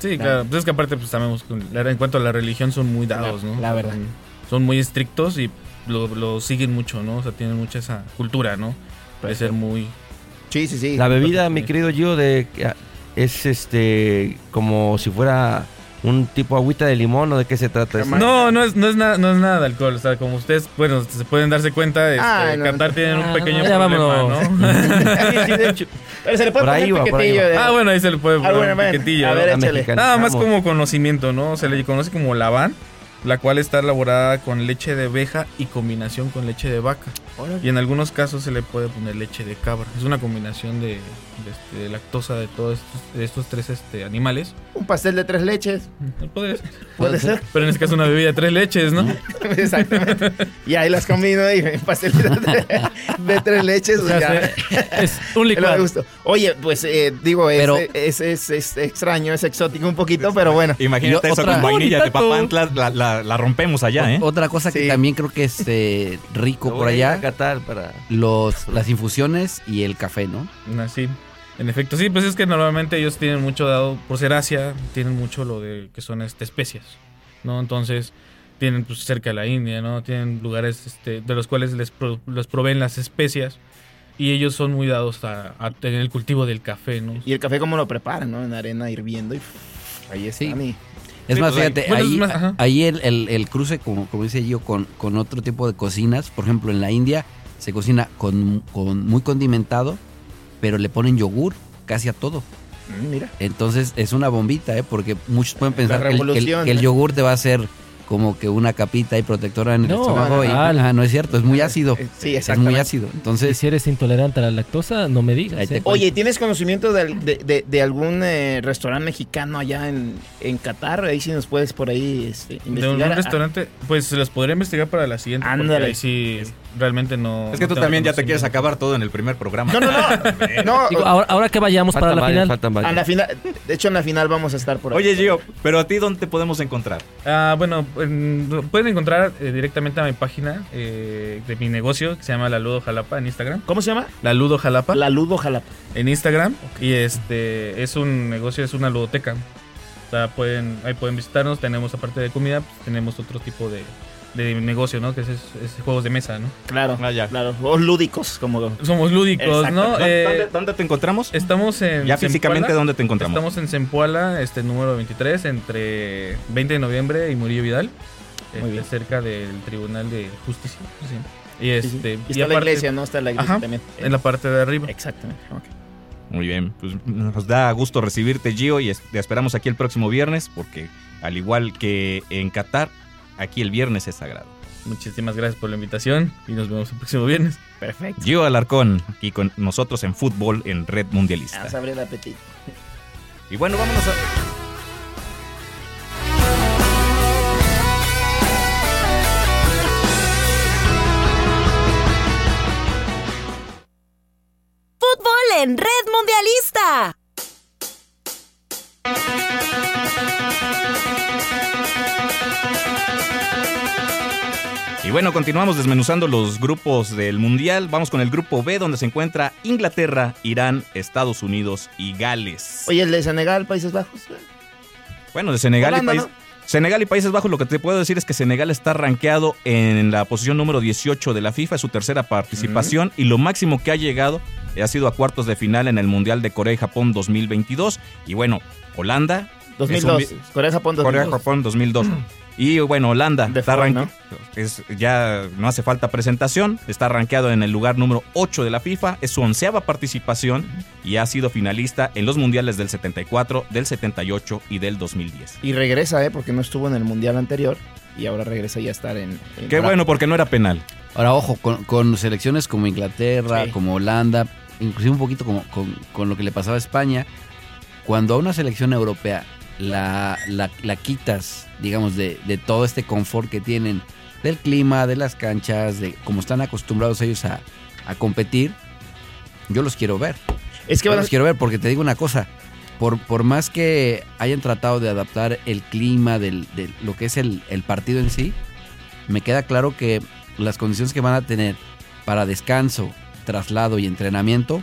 S12: Sí,
S5: Claro.
S12: claro. Pues es que aparte, pues sabemos, que la- en cuanto a la religión, son muy dados,
S5: La-
S12: ¿no?
S5: la verdad.
S12: Son, son muy estrictos y lo, lo siguen mucho, ¿no? O sea, tienen mucha esa cultura, ¿no? Puede ser muy...
S5: Sí, sí,
S12: Eh,
S5: sí.
S7: La bebida, mi querido Gio, de, es este como si fuera un tipo agüita de limón o de qué se trata. esto?
S12: No, no es, no, es nada, no es nada de alcohol. O sea, como ustedes, bueno, se pueden darse cuenta, este,
S5: Ay, no.
S12: Qatar tienen
S3: Ah,
S12: un pequeño
S3: no, ya
S12: problema,
S3: vámonos.
S12: ¿no?
S5: Sí, sí, de hecho. Pero se le puede
S7: Por ahí
S5: poner
S7: va, por ahí
S5: piquetillo.
S7: va.
S5: de-
S12: ah, bueno, ahí se le puede poner
S5: bueno,
S12: un
S5: bueno.
S12: piquetillo,
S5: A
S12: ¿no?
S5: ver,
S7: La
S5: échale.
S7: mexicana.
S12: Nada más
S7: Vamos.
S12: como conocimiento, ¿no? Se le conoce como laban, la cual está elaborada con leche de oveja y combinación con leche de vaca. Y en algunos casos se le puede poner leche de cabra. Es una combinación de, de este, de lactosa de todos estos, de estos tres este, animales.
S5: Un pastel de tres leches.
S12: No puede ser.
S5: Puede ser.
S12: Pero en este caso una bebida de tres leches, ¿no?
S7: Mm.
S5: Exactamente. Y ahí las combino y me pasé el de, de tres leches.
S3: O sea,
S5: ya.
S3: se- es un
S5: Es lo de
S3: licuado.
S5: gusto. Oye, pues eh, digo, es,
S6: Pero-
S5: es, es- es extraño, es exótico un poquito, pero bueno.
S2: Imagínate
S6: Yo-
S2: eso
S6: otra-
S2: con vainilla de
S3: Bonitato.
S2: Papantla, la, la- la rompemos allá, ¿eh?
S6: O- Otra cosa que
S5: Sí.
S6: también creo que es eh, rico
S7: Lo
S6: por
S7: voy a ir a
S6: allá,
S7: Qatar para...
S6: los, las infusiones y el café, ¿no?
S12: Así. En efecto, sí, pues es que normalmente ellos tienen mucho dado, por ser Asia, tienen mucho lo de que son este, especias, ¿no? Entonces, tienen pues cerca de la India, ¿no? Tienen lugares este, de los cuales les, pro- les proveen las especias y ellos son muy dados a, a tener el cultivo del café, ¿no?
S5: Y el café como lo preparan, ¿no? En arena hirviendo y ahí está.
S6: Sí.
S5: mi-
S6: Es
S12: Sí,
S6: más,
S12: pues,
S6: fíjate,
S12: bueno, es
S6: ahí,
S12: más, ajá.
S6: ahí el, el- el cruce, como, como dice yo, con, con otro tipo de cocinas. Por ejemplo, en la India se cocina con, con muy condimentado, pero le ponen yogur casi a todo.
S5: Mm, Mira.
S6: Entonces es una bombita, ¿eh? porque muchos pueden pensar que el- que el,
S5: revolución,
S6: que el
S5: ¿eh?
S6: yogur te va a hacer como que una capita y protectora en el
S3: No,
S6: estómago. y-
S3: ah,
S6: ajá, no es cierto, es muy ácido.
S5: sí,
S6: es muy ácido.
S3: Y
S6: Entonces,
S3: si eres intolerante a la lactosa, no me digas. ¿eh?
S5: Oye, ¿tienes conocimiento de, de- de- de algún eh, restaurante mexicano allá en, en Qatar? Ahí sí nos puedes por ahí este,
S12: De un
S5: investigar. Ah,
S12: restaurante, pues se los podría investigar para la siguiente. porque
S5: Ándale.
S12: ahí sí, realmente no.
S2: Es que
S12: no
S2: tú
S12: tengo
S2: también ya te
S12: conocimiento.
S2: quieres acabar todo en el primer programa.
S5: No,
S3: Digo, ahora, ahora que vayamos para la final.
S5: a la final, de hecho en la final vamos a estar por ahí.
S2: Oye, Gio, pero a ti, ¿dónde te podemos encontrar?
S12: Ah, bueno, en- lo pueden encontrar eh, directamente a mi página eh, de mi negocio que se llama La Ludo Jalapa en Instagram.
S5: ¿Cómo se llama?
S12: La Ludo Jalapa
S5: La Ludo Jalapa.
S12: en Instagram. Y este es un negocio, es una ludoteca. O sea, pueden, ahí pueden visitarnos. Tenemos, aparte de comida, pues, tenemos otro tipo de, de negocio, ¿no? Que es, es- es juegos de mesa, ¿no?
S5: Claro,
S2: Ah, ya.
S5: claro. Los lúdicos, como
S12: Somos lúdicos,
S5: Exacto.
S12: ¿no?
S2: ¿Dónde,
S12: Eh,
S2: dónde- dónde te encontramos?
S12: Estamos en. Zempoala.
S2: Ya físicamente, ¿dónde te encontramos?
S12: Estamos en Zempoala, este número 23, entre 20 de noviembre y Murillo Vidal, este,
S5: bien.
S12: cerca del Tribunal de Justicia. sí. Y
S5: Sí, sí.
S12: este.
S5: Y está la
S12: aparte-
S5: iglesia, ¿no? Está la iglesia
S12: Ajá,
S5: también. Eh,
S12: En la parte de arriba.
S5: Exactamente. ok.
S2: Muy bien, pues nos da gusto recibirte Gio y es- te esperamos aquí el próximo viernes porque al igual que en Qatar, aquí el viernes es sagrado.
S12: Muchísimas gracias por la invitación y nos vemos el próximo viernes.
S5: Perfecto.
S2: Gio Alarcón y con nosotros en fútbol en Red Mundialista.
S5: Vamos a abrir el apetito.
S2: Y bueno, vámonos a...
S1: Fútbol en Red Mundialista.
S2: Y bueno, continuamos desmenuzando los grupos del Mundial. Vamos con el grupo B donde se encuentra Inglaterra, Irán, Estados Unidos y Gales.
S5: Oye, el de Senegal, Países Bajos.
S2: Bueno, de Senegal
S5: Holanda,
S2: y País- Senegal y Países Bajos, lo que te puedo decir es que Senegal está rankeado en la posición número 18 de la FIFA, es su tercera participación y lo máximo que ha llegado eh, ha sido a cuartos de final en el Mundial de Corea y Japón 2022. Y bueno, Holanda, Es
S5: 2002.
S2: un
S5: Corea-Japón 2002.
S2: Corea y Japón 2002. Y bueno, Holanda
S5: De
S2: está
S5: Ford,
S2: ranke- es- ya no hace falta presentación, está rankeado en el lugar número 8 de la FIFA, es su onceava participación y ha sido finalista en los mundiales del 74, del 78 y del 2010.
S5: Y regresa, ¿eh? Porque no estuvo en el mundial anterior. Y ahora regresa ya a estar en. en-
S2: Qué bueno, porque no era penal.
S6: Eh, ahora ojo, con, con selecciones como Inglaterra,
S5: Sí.
S6: como Holanda, inclusive un poquito como, con, con lo que le pasaba a España, cuando a una selección europea la, la, la quitas, digamos, de, de todo este confort que tienen, del clima, de las canchas, de cómo están acostumbrados ellos a, a competir, yo los quiero ver.
S5: Es que
S6: Yo
S5: van a-
S6: los quiero ver porque te digo una cosa. Por, por más que hayan tratado de adaptar el clima del- de lo que es el, el partido en sí, me queda claro que las condiciones que van a tener para descanso, traslado y entrenamiento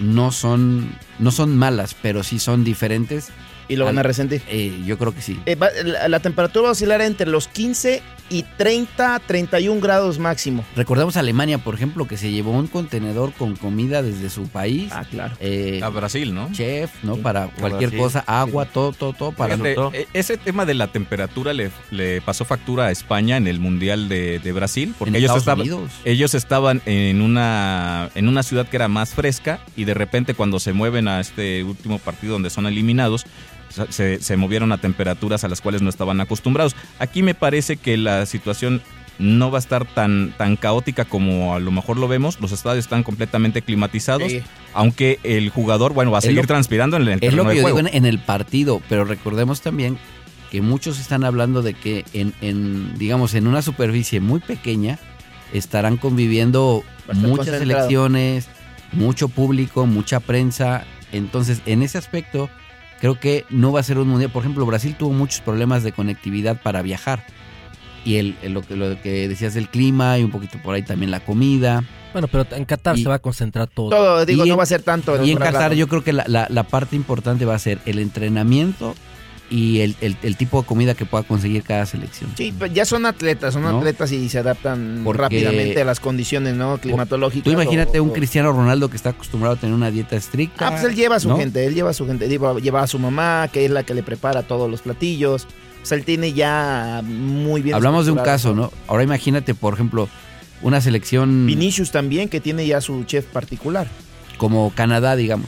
S6: no son, no son malas, pero sí son diferentes.
S5: y lo van a resentir.
S6: Eh, yo creo que sí.
S5: Eh, va- la, la temperatura va a oscilar entre los 15 y 30, 31 grados máximo.
S6: Recordamos a Alemania, por ejemplo, que se llevó un contenedor con comida desde su país.
S5: Ah, claro.
S6: eh,
S2: A Brasil, ¿no?
S6: chef, ¿no?
S5: Sí.
S6: Para cualquier
S7: Brasil.
S6: cosa, agua, todo, todo, todo. Para
S2: Fíjate,
S7: Anotó.
S2: e- ese tema de la temperatura le, le pasó factura a España en el Mundial de, de Brasil, porque
S6: en
S2: ellos
S6: Estados
S2: estaban,
S6: Unidos.
S2: ellos estaban en una, en una ciudad que era más fresca y de repente cuando se mueven a este último partido donde son eliminados, sa- se, se movieron a temperaturas a las cuales no estaban acostumbrados. Aquí me parece que la situación no va a estar tan, tan caótica como a lo mejor lo vemos. Los estadios están completamente climatizados,
S5: Sí.
S2: aunque el jugador, bueno, va a
S6: Es
S2: seguir
S6: lo-
S2: transpirando en el
S6: Es
S2: terreno
S6: lo que
S2: de
S6: yo
S2: juego.
S6: digo en, en el partido, pero recordemos también que muchos están hablando de que en, en, digamos en una superficie muy pequeña estarán conviviendo
S5: Va a estar
S6: muchas
S5: concentrado.
S6: elecciones, mucho público, mucha prensa. Entonces, en ese aspecto, creo que no va a ser un mundial. Por ejemplo, Brasil tuvo muchos problemas de conectividad para viajar. Y el, el- lo, que, lo que decías del clima y un poquito por ahí también la comida.
S3: Bueno, pero en Qatar
S6: Y-
S3: se va a concentrar todo.
S5: Todo, digo,
S6: Y
S5: no
S6: en-
S5: va a ser tanto.
S6: Y en
S5: traslado.
S6: Qatar yo creo que la, la- la parte importante va a ser el entrenamiento y el, el- el tipo de comida que pueda conseguir cada selección.
S5: Sí, pero ya son atletas, son
S6: Mm. ¿No?
S5: atletas y se adaptan
S6: Porque-
S5: rápidamente a las condiciones, ¿no? Climatológicas.
S6: Tú imagínate
S5: o-
S6: un
S5: o-
S6: Cristiano Ronaldo que está acostumbrado a tener una dieta estricta.
S5: Ah, pues él lleva a su
S6: ¿no?
S5: gente, él lleva a su gente, lleva, lleva a su mamá, que es la que le prepara todos los platillos. O sea, él tiene ya muy bien.
S6: Hablamos de un
S5: estructurado.
S6: caso, ¿no? Ahora imagínate, por ejemplo, una selección
S5: Vinicius también, que tiene ya su chef particular.
S6: como Canadá, digamos.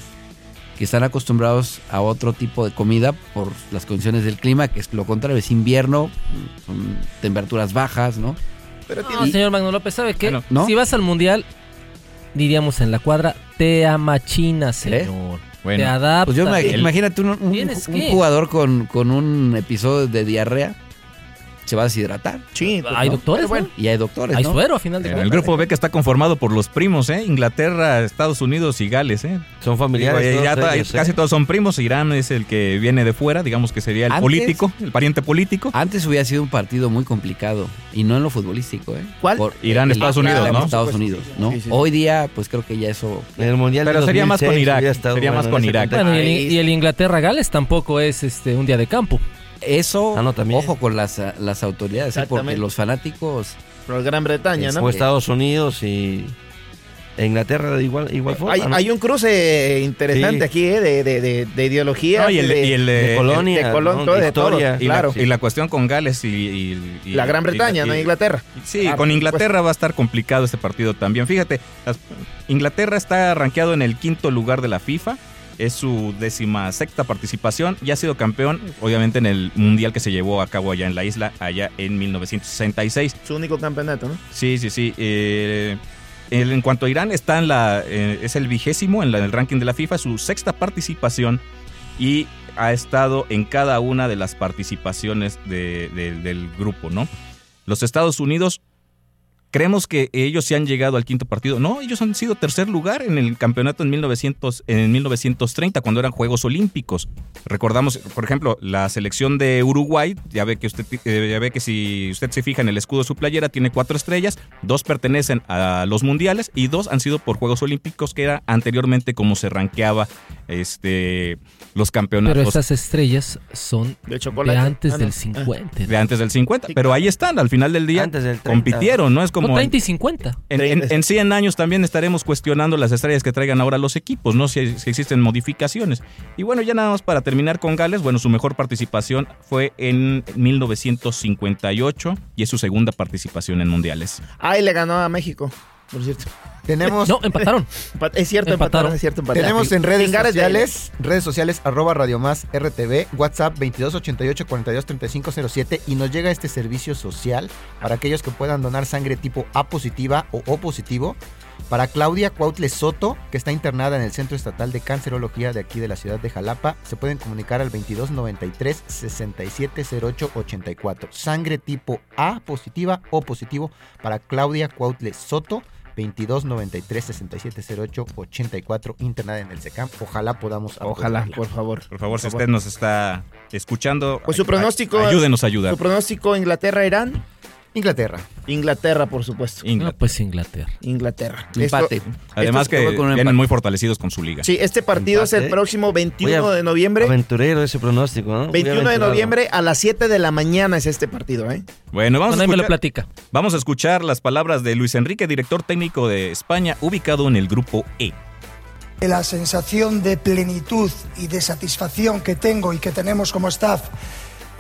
S6: que están acostumbrados a otro tipo de comida por las condiciones del clima, que es lo contrario, es invierno, son temperaturas bajas, ¿no?
S3: Pero no, tiene... señor Magno López, ¿sabe qué? ¿No? Si vas al mundial, diríamos en la cuadra, te amachinas, señor. ¿Eh? Bueno, te adaptas. Pues
S6: yo el... imagínate un, un, un jugador con, con un episodio de diarrea se va a deshidratar.
S3: Sí, pues hay no. doctores. ¿no?
S6: Bueno, y hay doctores.
S3: Hay
S6: ¿no?
S3: suero a final de cuentas.
S2: El grupo B que está conformado por los primos, ¿eh? Inglaterra, Estados Unidos y Gales, ¿eh?
S7: Son familiares.
S2: Digo, ya todos ellos, casi eh. todos son primos. Irán es el que viene de fuera, digamos que sería el antes, político, el pariente político.
S6: Antes hubiera sido un partido muy complicado y no en lo futbolístico, ¿eh?
S2: ¿Cuál? Por Irán, Estados Unidos, Irán, ¿no?
S6: Estados Unidos, ¿no? Sí, sí, sí. Hoy día, pues creo que ya eso.
S7: En el mundial
S2: Pero sería más con Irak. Sería bueno, más con Irak.
S3: Bueno, y, el, y el Inglaterra-Gales tampoco es este un día de campo.
S6: Eso, ah, no, también. ojo con las, las autoridades, ¿sí? porque los fanáticos.
S5: Pero Gran Bretaña, ¿no?
S7: O Estados Unidos y. Inglaterra de igual, igual forma.
S5: Hay,
S7: ¿no?
S5: hay un cruce interesante sí. aquí ¿eh? de, de, de, de, ideología.
S2: No, y el, y el,
S7: de, colonia.
S5: De Colón, todo, historia,
S2: todo, claro. y, la, y la cuestión con Gales y. y, y
S5: la Gran Bretaña, ¿no? Inglaterra.
S2: Sí, claro, con Inglaterra pues. va a estar complicado este partido también. Fíjate, las, Inglaterra está rankeado en el quinto lugar de la FIFA es su décima sexta participación y ha sido campeón, obviamente, en el mundial que se llevó a cabo allá en la isla, allá en 1966.
S5: Su único campeonato, ¿no?
S2: Sí, sí, sí. Eh, en cuanto a Irán, está en la, eh, es el vigésimo en, la, en, el ranking de la FIFA, su sexta participación y ha estado en cada una de las participaciones de, de, del grupo, ¿no? Los Estados Unidos creemos que ellos se han llegado al quinto partido. No, ellos han sido tercer lugar en el campeonato en, 1900, en 1930, cuando eran Juegos Olímpicos. Recordamos, por ejemplo, la selección de Uruguay, ya ve que usted eh, ya ve que si usted se fija en el escudo de su playera, tiene cuatro estrellas, dos pertenecen a los mundiales y dos han sido por Juegos Olímpicos, que era anteriormente como se ranqueaba este, los campeonatos.
S3: Pero esas estrellas son de, de antes ah, del 50.
S2: ¿no? De antes del 50, pero ahí están, al final del día antes del 30. compitieron, ¿no? Es como...
S3: No, 30 y 50.
S2: En, en, en, 100 años también estaremos cuestionando las estrellas que traigan ahora los equipos, ¿no? Si, si, existen modificaciones. Y bueno, ya nada más para terminar con Gales, bueno, su mejor participación fue en 1958 y es su segunda participación en mundiales.
S5: Ahí le ganó a México, por cierto.
S8: Tenemos.
S3: No, empataron.
S5: es cierto, empataron. empataron es cierto, empataron.
S8: Tenemos en redes sociales, sociales, redes sociales, arroba Radio Más RTV, WhatsApp 2288-423507 y nos llega este servicio social para aquellos que puedan donar sangre tipo A positiva o O positivo para Claudia Cuautle Soto, que está internada en el Centro Estatal de Cancerología de aquí de la ciudad de Jalapa. Se pueden comunicar al 2293-670884. Sangre tipo A positiva o positivo para Claudia Cuautle Soto. 22 93 67 08 84 internada en el SECAM. Ojalá podamos
S5: Ojalá, apoderarla. por favor.
S2: Por favor, por si favor. usted nos está escuchando,
S5: pues su pronóstico
S2: ayúdenos a ayudar.
S5: Su pronóstico Inglaterra Irán.
S8: Inglaterra.
S5: Inglaterra, por supuesto.
S3: Inglaterra. No, pues Inglaterra.
S5: Inglaterra.
S2: Empate. Esto, Además esto que vienen empate. muy fortalecidos con su liga.
S5: Sí, este partido empate. es el próximo 21 a, de noviembre.
S7: Aventurero ese pronóstico, ¿no?
S5: 21 de noviembre a las 7 de la mañana es este partido, ¿eh?
S2: Bueno, vamos
S3: no, a escuchar, me lo platica.
S2: Vamos a escuchar las palabras de Luis Enrique, director técnico de España, ubicado en el grupo E.
S13: La sensación de plenitud y de satisfacción que tengo y que tenemos como staff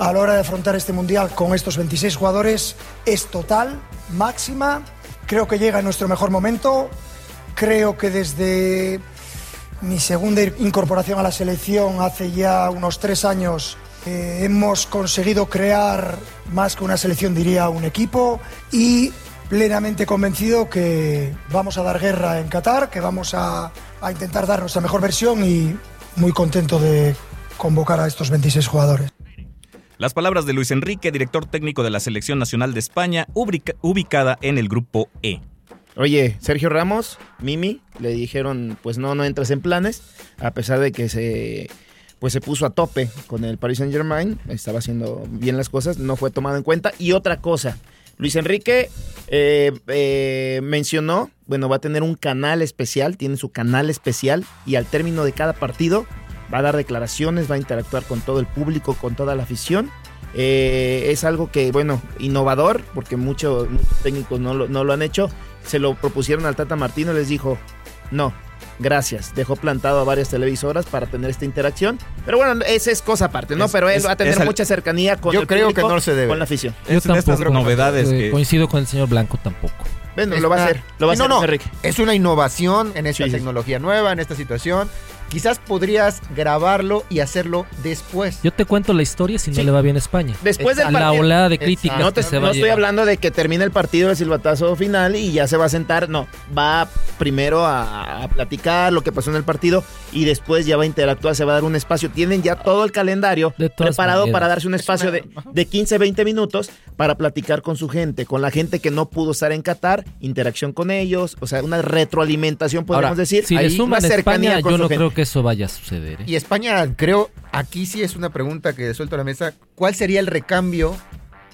S13: a la hora de afrontar este mundial con estos 26 jugadores es total, máxima. Creo que llega en nuestro mejor momento. Creo que desde mi segunda incorporación a la selección hace ya unos tres años eh, hemos conseguido crear más que una selección, diría, un equipo y plenamente convencido que vamos a dar guerra en Qatar, que vamos a, a intentar dar nuestra mejor versión y muy contento de convocar a estos 26 jugadores.
S2: Las palabras de Luis Enrique, director técnico de la Selección Nacional de España, ubica, ubicada en el grupo E.
S5: Oye, Sergio Ramos, Mimi, le dijeron, pues no, no entras en planes, a pesar de que se, pues se puso a tope con el Paris Saint Germain, estaba haciendo bien las cosas, no fue tomado en cuenta. Y otra cosa, Luis Enrique eh, eh, mencionó, bueno, va a tener un canal especial, tiene su canal especial y al término de cada partido va a dar declaraciones, va a interactuar con todo el público, con toda la afición. Eh, es algo que, bueno, innovador, porque muchos, muchos técnicos no lo, no lo, han hecho. Se lo propusieron al Tata Martino, les dijo, no, gracias. Dejó plantado a varias televisoras para tener esta interacción. Pero bueno, esa es cosa aparte, ¿no? Es, Pero él es, va a tener al, mucha cercanía con
S8: yo
S5: el
S8: creo
S5: público,
S8: que no se debe.
S5: con la afición.
S2: Yo es tampoco, estas novedades que...
S3: Eh, Coincido con el señor Blanco tampoco.
S5: Bueno, lo va a hacer, lo va a
S8: Eh, no,
S5: hacer,
S8: no, Es una innovación en esta sí. tecnología nueva, en esta situación Quizás podrías grabarlo y hacerlo después.
S3: Yo te cuento la historia si no le va bien a España.
S5: Después
S3: de
S5: del
S3: la
S5: partido-
S3: ola de
S5: Exacto.
S3: críticas
S5: No, te-
S3: que se
S5: no
S3: va a
S5: estoy
S3: llevar.
S5: hablando de que termine el partido, el silbatazo final y ya se va a sentar. No, va primero a, a platicar lo que pasó en el partido y después ya va a interactuar, se va a dar un espacio. Tienen ya todo el calendario
S3: todas
S5: preparado
S3: maneras.
S5: para darse un espacio de, de 15, 20 minutos para platicar con su gente, con la gente que no pudo estar en Qatar, interacción con ellos, o sea, una retroalimentación, podríamos decir.
S3: si le
S5: Ahí, una
S3: suman
S5: cercanía
S3: España,
S5: con
S3: yo
S5: su
S3: no
S5: gente.
S3: creo que eso vaya a suceder. ¿eh?
S8: Y España, creo, aquí sí es una pregunta que suelto a la mesa. ¿Cuál sería el recambio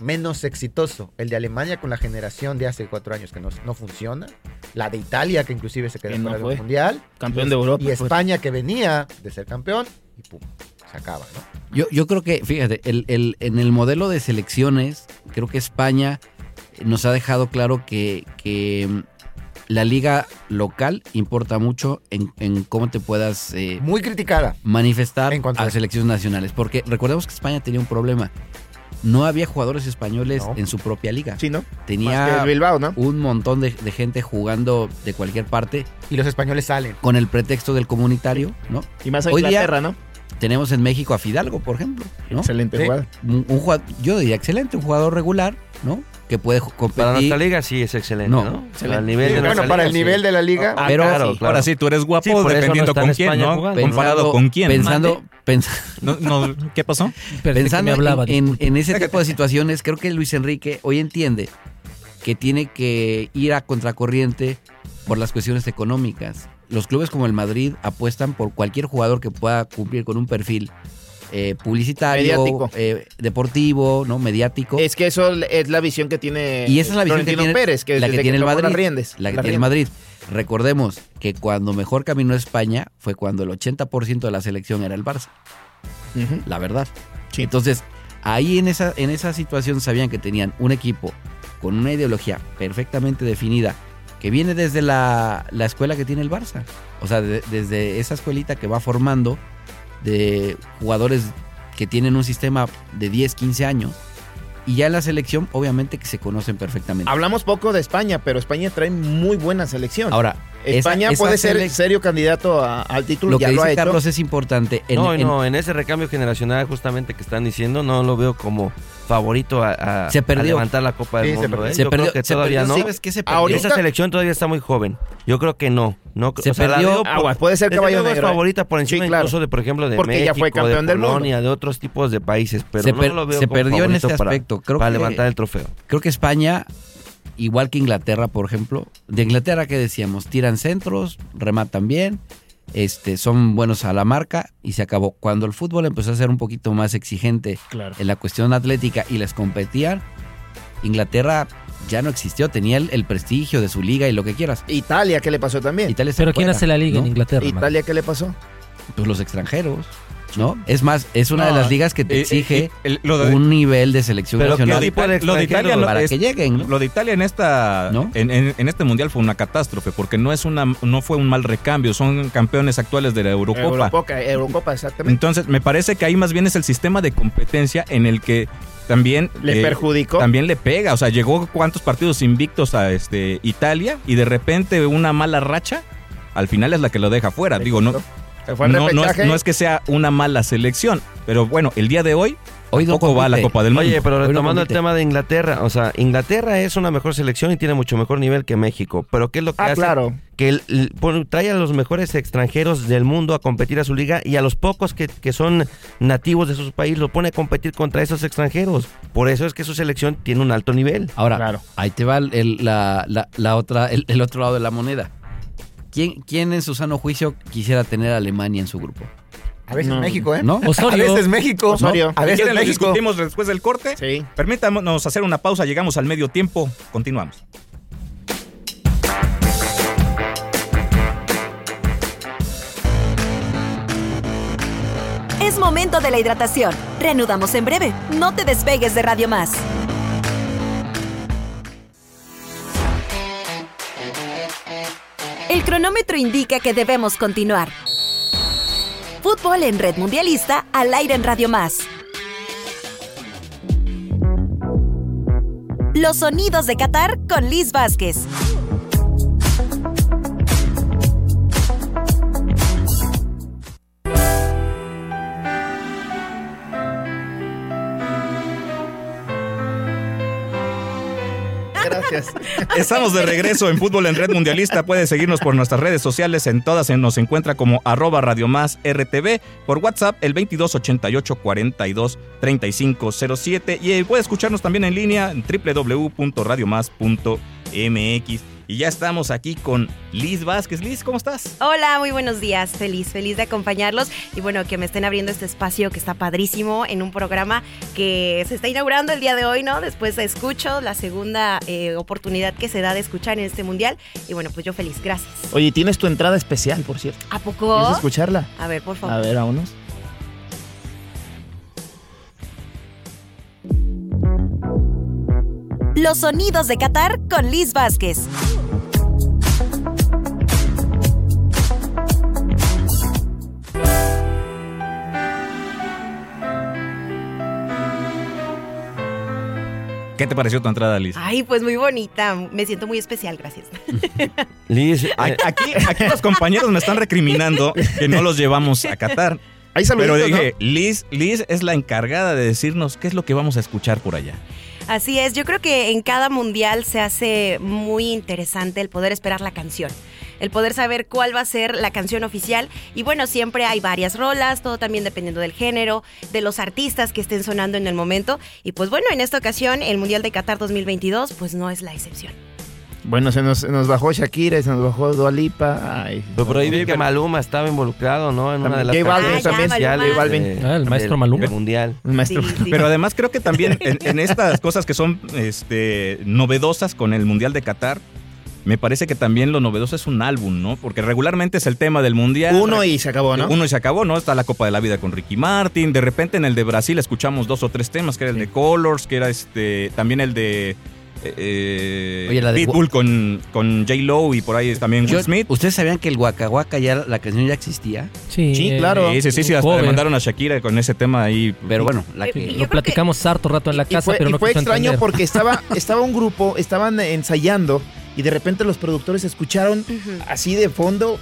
S8: menos exitoso? ¿El de Alemania con la generación de hace cuatro años que no, no funciona? ¿La de Italia que inclusive se quedó
S5: Que no
S8: fuera
S5: fue.
S8: del Mundial?
S5: Campeón de Europa
S8: Y
S5: fue.
S8: España que venía de ser campeón y pum, se acaba, ¿no?
S6: Yo, yo creo que, fíjate, el- el- en el modelo de selecciones, creo que España eh, nos ha dejado claro que, que, mm, la liga local importa mucho en, en cómo te puedas eh,
S8: Muy criticada.
S6: manifestar
S8: En cuanto
S6: a
S8: a-
S6: selecciones nacionales. Porque recordemos que España tenía un problema. No había jugadores españoles
S5: No.
S6: en su propia liga.
S5: Sí, ¿no? Más que
S6: Tenía
S5: el Bilbao, ¿no?
S6: un montón de, de gente jugando de cualquier parte
S8: Y los españoles salen.
S6: con el pretexto del comunitario, ¿no?
S5: Y más a
S6: Hoy día-
S5: Inglaterra, ¿no?
S6: Tenemos en México a Fidalgo, por ejemplo. ¿no?
S5: Excelente jugador.
S6: Un, un jugador- Yo diría excelente, un jugador regular, ¿no? Que puede ju- competir.
S7: Para nuestra liga sí es excelente,
S6: No.
S7: ¿no?
S6: Excelente.
S7: Para el nivel
S8: Sí,
S7: de
S8: bueno,
S7: nuestra
S8: para
S7: liga,
S8: el nivel
S7: sí.
S8: de la liga.
S7: Ah,
S6: Pero-
S7: claro,
S6: sí,
S7: claro.
S2: Ahora sí, tú eres guapo
S7: Sí, por eso no
S2: dependiendo
S7: está en
S2: con quién,
S7: España
S2: ¿no?
S7: jugando, ¿no?
S2: Comparado con quién.
S6: Pensando, pens-
S2: No, no, ¿Qué pasó?
S3: Pensé que
S6: pensando
S3: me hablaba,
S6: en- en,
S3: disculpe.
S6: en ese tipo de situaciones, creo que Luis Enrique hoy entiende que tiene que ir a contracorriente por las cuestiones económicas. Los clubes como el Madrid apuestan por cualquier jugador que pueda cumplir con un perfil eh, publicitario,
S5: Mediático.
S6: eh, deportivo, no mediático.
S5: Es que eso es la visión que tiene
S6: Y esa es la visión que
S5: Florentino
S6: tiene,
S5: Pérez, que
S6: la
S5: desde
S6: que tiene el
S5: tomó las
S6: Madrid.
S5: riendas,
S6: la que
S5: las
S6: tiene el Madrid.
S5: riendas.
S6: Recordemos que cuando mejor caminó España fue cuando el 80% de la selección era el Barça,
S5: Ujú.
S6: la verdad.
S5: Sí.
S6: Entonces, ahí en esa, en esa situación sabían que tenían un equipo con una ideología perfectamente definida que viene desde la, la escuela que tiene el Barça. O sea, de- desde esa escuelita que va formando de jugadores que tienen un sistema de 10, 15 años. Y ya en la selección, obviamente que se conocen perfectamente.
S5: Hablamos poco de España, pero España trae muy buena selección.
S6: Ahora, esa-
S5: España
S6: esa
S5: puede ser
S6: selec-
S5: serio candidato a- al título,
S6: Lo que
S5: ya lo ha
S6: dice
S5: hecho.
S6: Carlos es importante. En-
S7: no,
S6: en-
S7: no, en ese recambio generacional justamente que están diciendo, no lo veo como favorito a, a-
S6: Se perdió.
S7: a levantar la Copa del
S8: Sí, se
S7: Mundo.
S8: perdió.
S7: ¿eh?
S6: Se
S7: Yo
S6: perdió-
S7: creo que
S6: se
S7: todavía
S6: perdió,
S7: no.
S6: ¿sabes qué se perdió?
S5: Ahorita-
S7: Esa selección todavía está muy joven. Yo creo que no. no
S6: Se
S7: la
S6: perdió-
S7: veo por-
S5: Aguas, puede ser
S7: yo
S5: caballo
S7: la veo
S5: negro, ¿eh?
S7: favorita por encima
S5: Sí, claro.
S7: incluso de, por ejemplo, de
S5: Porque
S7: México,
S5: ya fue campeón
S7: de
S5: del mundo.
S7: Polonia, de otros tipos de países. Pero
S6: Se
S7: no
S6: per-
S7: lo veo
S6: se
S7: como
S6: perdió en
S7: favorito
S6: este
S7: para-
S6: aspecto. Creo
S7: para
S6: que-
S7: levantar el trofeo.
S6: Creo que España, igual que Inglaterra, por ejemplo, de Inglaterra que decíamos, tiran centros, rematan bien, este, son buenos a la marca y se acabó. Cuando el fútbol empezó a ser un poquito más exigente
S12: Claro.
S6: en la cuestión atlética y les competían, Inglaterra ya no existió, tenía el, el prestigio de su liga y lo que quieras.
S5: Italia, ¿qué le pasó también?
S6: Italia está
S3: Pero ¿quién
S6: fuera,
S3: hace la liga
S6: ¿no?
S3: en Inglaterra? man?
S5: Italia, ¿qué le pasó?
S6: Pues los extranjeros, ¿no? Es más, es una de
S2: No,
S6: las ligas que
S2: eh,
S6: te
S2: eh,
S6: exige
S2: eh, el- lo de-
S6: un nivel de selección
S7: Pero ¿qué
S6: nacional
S7: tipo de
S2: lo de Italia
S7: extranjeros?
S2: lo-
S6: para
S2: es-
S6: que lleguen, ¿no?
S2: Lo de Italia en esta
S6: ¿No?
S2: en, en- en este mundial fue una catástrofe porque no es una no fue un mal recambio, son campeones actuales de la Eurocopa.
S5: Eurocopa, Eurocopa, exactamente.
S2: Entonces, me parece que ahí más bien es el sistema de competencia en el que también
S5: Le
S2: eh,
S5: perjudicó.
S2: También le pega, o sea, llegó cuántos partidos invictos a este Italia y de repente una mala racha al final es la que lo deja fuera. Digo, no
S5: Se fue al
S2: no, no es,
S5: repechaje.
S2: no es que sea una mala selección, pero bueno, el día de hoy
S6: Hoy no
S2: tampoco va a la
S6: compite.
S2: Copa del Mundo.
S7: Oye, pero
S6: Hoy no
S7: retomando el
S6: compite.
S7: tema de Inglaterra, o sea, Inglaterra es una mejor selección y tiene mucho mejor nivel que México. Pero ¿qué es lo que
S5: Ah,
S7: hace?
S5: claro.
S7: Que el- el- pon- trae a los mejores extranjeros del mundo a competir a su liga y a los pocos que, que son nativos de sus países lo pone a competir contra esos extranjeros. Por eso es que su selección tiene un alto nivel.
S6: Ahora,
S5: Claro.
S6: ahí te va el, la, la- la otra, el, el otro lado de la moneda. ¿Quién, ¿Quién en su sano juicio quisiera tener a Alemania en su grupo?
S8: A veces
S5: No.
S8: México, ¿eh?
S6: ¿No?
S3: Osorio.
S8: A veces México.
S5: Osorio.
S8: A
S2: Si
S8: veces
S2: quieren, lo
S8: México.
S2: discutimos después del corte.
S5: Sí.
S2: Permítanos hacer una pausa, llegamos al medio tiempo, continuamos.
S1: Es momento de la hidratación. Reanudamos en breve. No te despegues de Radio Más. El cronómetro indica que debemos continuar. Fútbol en Red Mundialista al aire en Radio Más. Los sonidos de Qatar con Liz Vázquez.
S5: Gracias.
S2: Estamos de regreso en Fútbol en Red Mundialista. Puedes seguirnos por nuestras redes sociales. En todas nos encuentra como arroba Radio Más RTV. Por WhatsApp el 2288 42 3507. Y eh, puede escucharnos también en línea en www.radiomás.mx. Y ya estamos aquí con Liz Vázquez. Liz, ¿cómo estás?
S14: Hola, muy buenos días. Feliz, feliz de acompañarlos. Y bueno, que me estén abriendo este espacio que está padrísimo en un programa que se está inaugurando el día de hoy, ¿no? Después escucho la segunda eh, oportunidad que se da de escuchar en este mundial. Y bueno, pues yo feliz. Gracias.
S5: Oye, tienes tu entrada especial, por cierto.
S14: ¿A poco?
S5: ¿Quieres escucharla?
S14: A ver, por favor.
S5: A ver, a unos.
S1: Los sonidos de Qatar con Liz Vázquez.
S2: ¿Qué te pareció tu entrada, Liz?
S14: Ay, pues muy bonita. Me siento muy especial, gracias.
S7: Liz,
S2: eh, Aquí, aquí los compañeros me están recriminando que no los llevamos a Qatar.
S5: Ahí
S2: Pero
S5: saluditos,
S2: dije, Liz, Liz es la encargada de decirnos qué es lo que vamos a escuchar por allá.
S14: Así es, yo creo que en cada mundial se hace muy interesante el poder esperar la canción, el poder saber cuál va a ser la canción oficial y bueno, siempre hay varias rolas, todo también dependiendo del género, de los artistas que estén sonando en el momento y pues bueno, en esta ocasión el Mundial de Qatar 2022 pues no es la excepción.
S5: Bueno, se nos, se nos bajó Shakira, se nos bajó Dualipa. Ay,
S7: Pero por ahí vi que Maluma estaba involucrado, ¿no? En una de las
S5: J Balvin también.
S7: canciones
S5: Ah, ya, Maluma.
S7: de-
S5: Ah, el maestro
S7: del-
S5: Maluma.
S7: del mundial.
S5: El maestro
S14: Sí, sí.
S2: Pero además creo que también en, en estas cosas que son este, novedosas con el Mundial de Qatar, me parece que también lo novedoso es un álbum, ¿no? Porque regularmente es el tema del Mundial.
S5: Uno y se acabó, ¿no?
S2: Uno y se acabó, ¿no? Está la Copa de la Vida con Ricky Martin. De repente en el de Brasil escuchamos dos o tres temas, que era el de Colors, que era este también el de... eh,
S6: Oye, la de-
S2: Pitbull con, con J. Lo y por ahí es también Will
S6: Yo-
S2: Smith.
S6: ¿Ustedes sabían que el Waka Waka ya la canción ya existía?
S3: Sí, eh,
S2: Sí, sí, sí, sí, hasta le
S3: cover.
S2: mandaron a Shakira con ese tema ahí.
S6: Pero bueno, la
S14: Y- y yo
S3: Lo
S14: creo que-
S3: platicamos harto rato en la
S5: Y
S3: casa,
S5: fue,
S3: pero
S5: y
S3: no
S5: fue
S3: quiso
S5: extraño
S3: entender.
S5: porque estaba, estaba un grupo, estaban ensayando y de repente los productores escucharon así de fondo,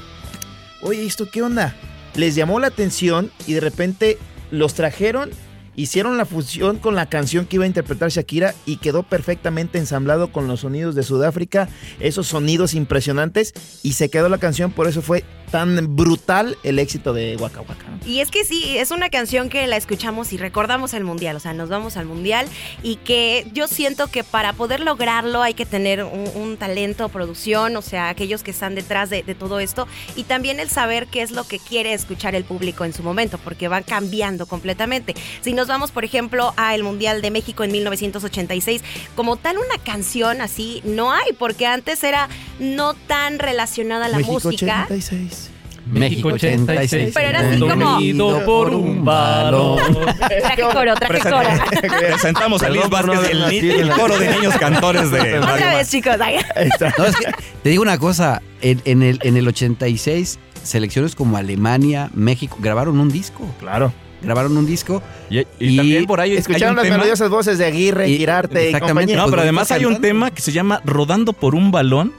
S5: oye, ¿esto qué onda? Les llamó la atención y de repente los trajeron, hicieron la fusión con la canción que iba a interpretar Shakira y quedó perfectamente ensamblado con los sonidos de Sudáfrica, esos sonidos impresionantes y se quedó la canción, por eso fue tan brutal el éxito de Waka Waka.
S14: Y es que sí, es una canción que la escuchamos y recordamos el mundial, o sea, nos vamos al mundial y que yo siento que para poder lograrlo hay que tener un, un talento, producción, o sea, aquellos que están detrás de, de todo esto y también el saber qué es lo que quiere escuchar el público en su momento, porque van cambiando completamente. Si nos vamos, por ejemplo, al Mundial de México en 1986, como tal una canción así no hay, porque antes era no tan relacionada a la
S5: México
S14: música.
S5: 86.
S6: México 86.
S14: Pero era así como-
S3: Unido por un balón.
S14: Traje coro, traje coro.
S2: Presentamos a Liz
S7: Perdón por no
S2: Vázquez, el,
S7: haber
S2: ni-
S7: nacido en
S2: el
S7: la-
S2: coro de niños cantores de
S7: Otra
S2: Radio
S14: Otra
S2: Más.
S14: vez, chicos. ay.
S6: No, es que te digo una cosa, en, en el, en el 86 selecciones como Alemania, México, grabaron un disco.
S5: Claro.
S6: Grabaron un disco.
S2: Y, y también por ahí hay
S5: Escucharon
S2: un
S5: las
S2: tema-
S5: melodiosas voces de Aguirre,
S6: Y-
S5: Girarte y
S6: exactamente.
S5: compañía.
S2: No, pero
S6: Pues,
S2: además hay un
S6: cantando.
S2: tema que se llama Rodando por un balón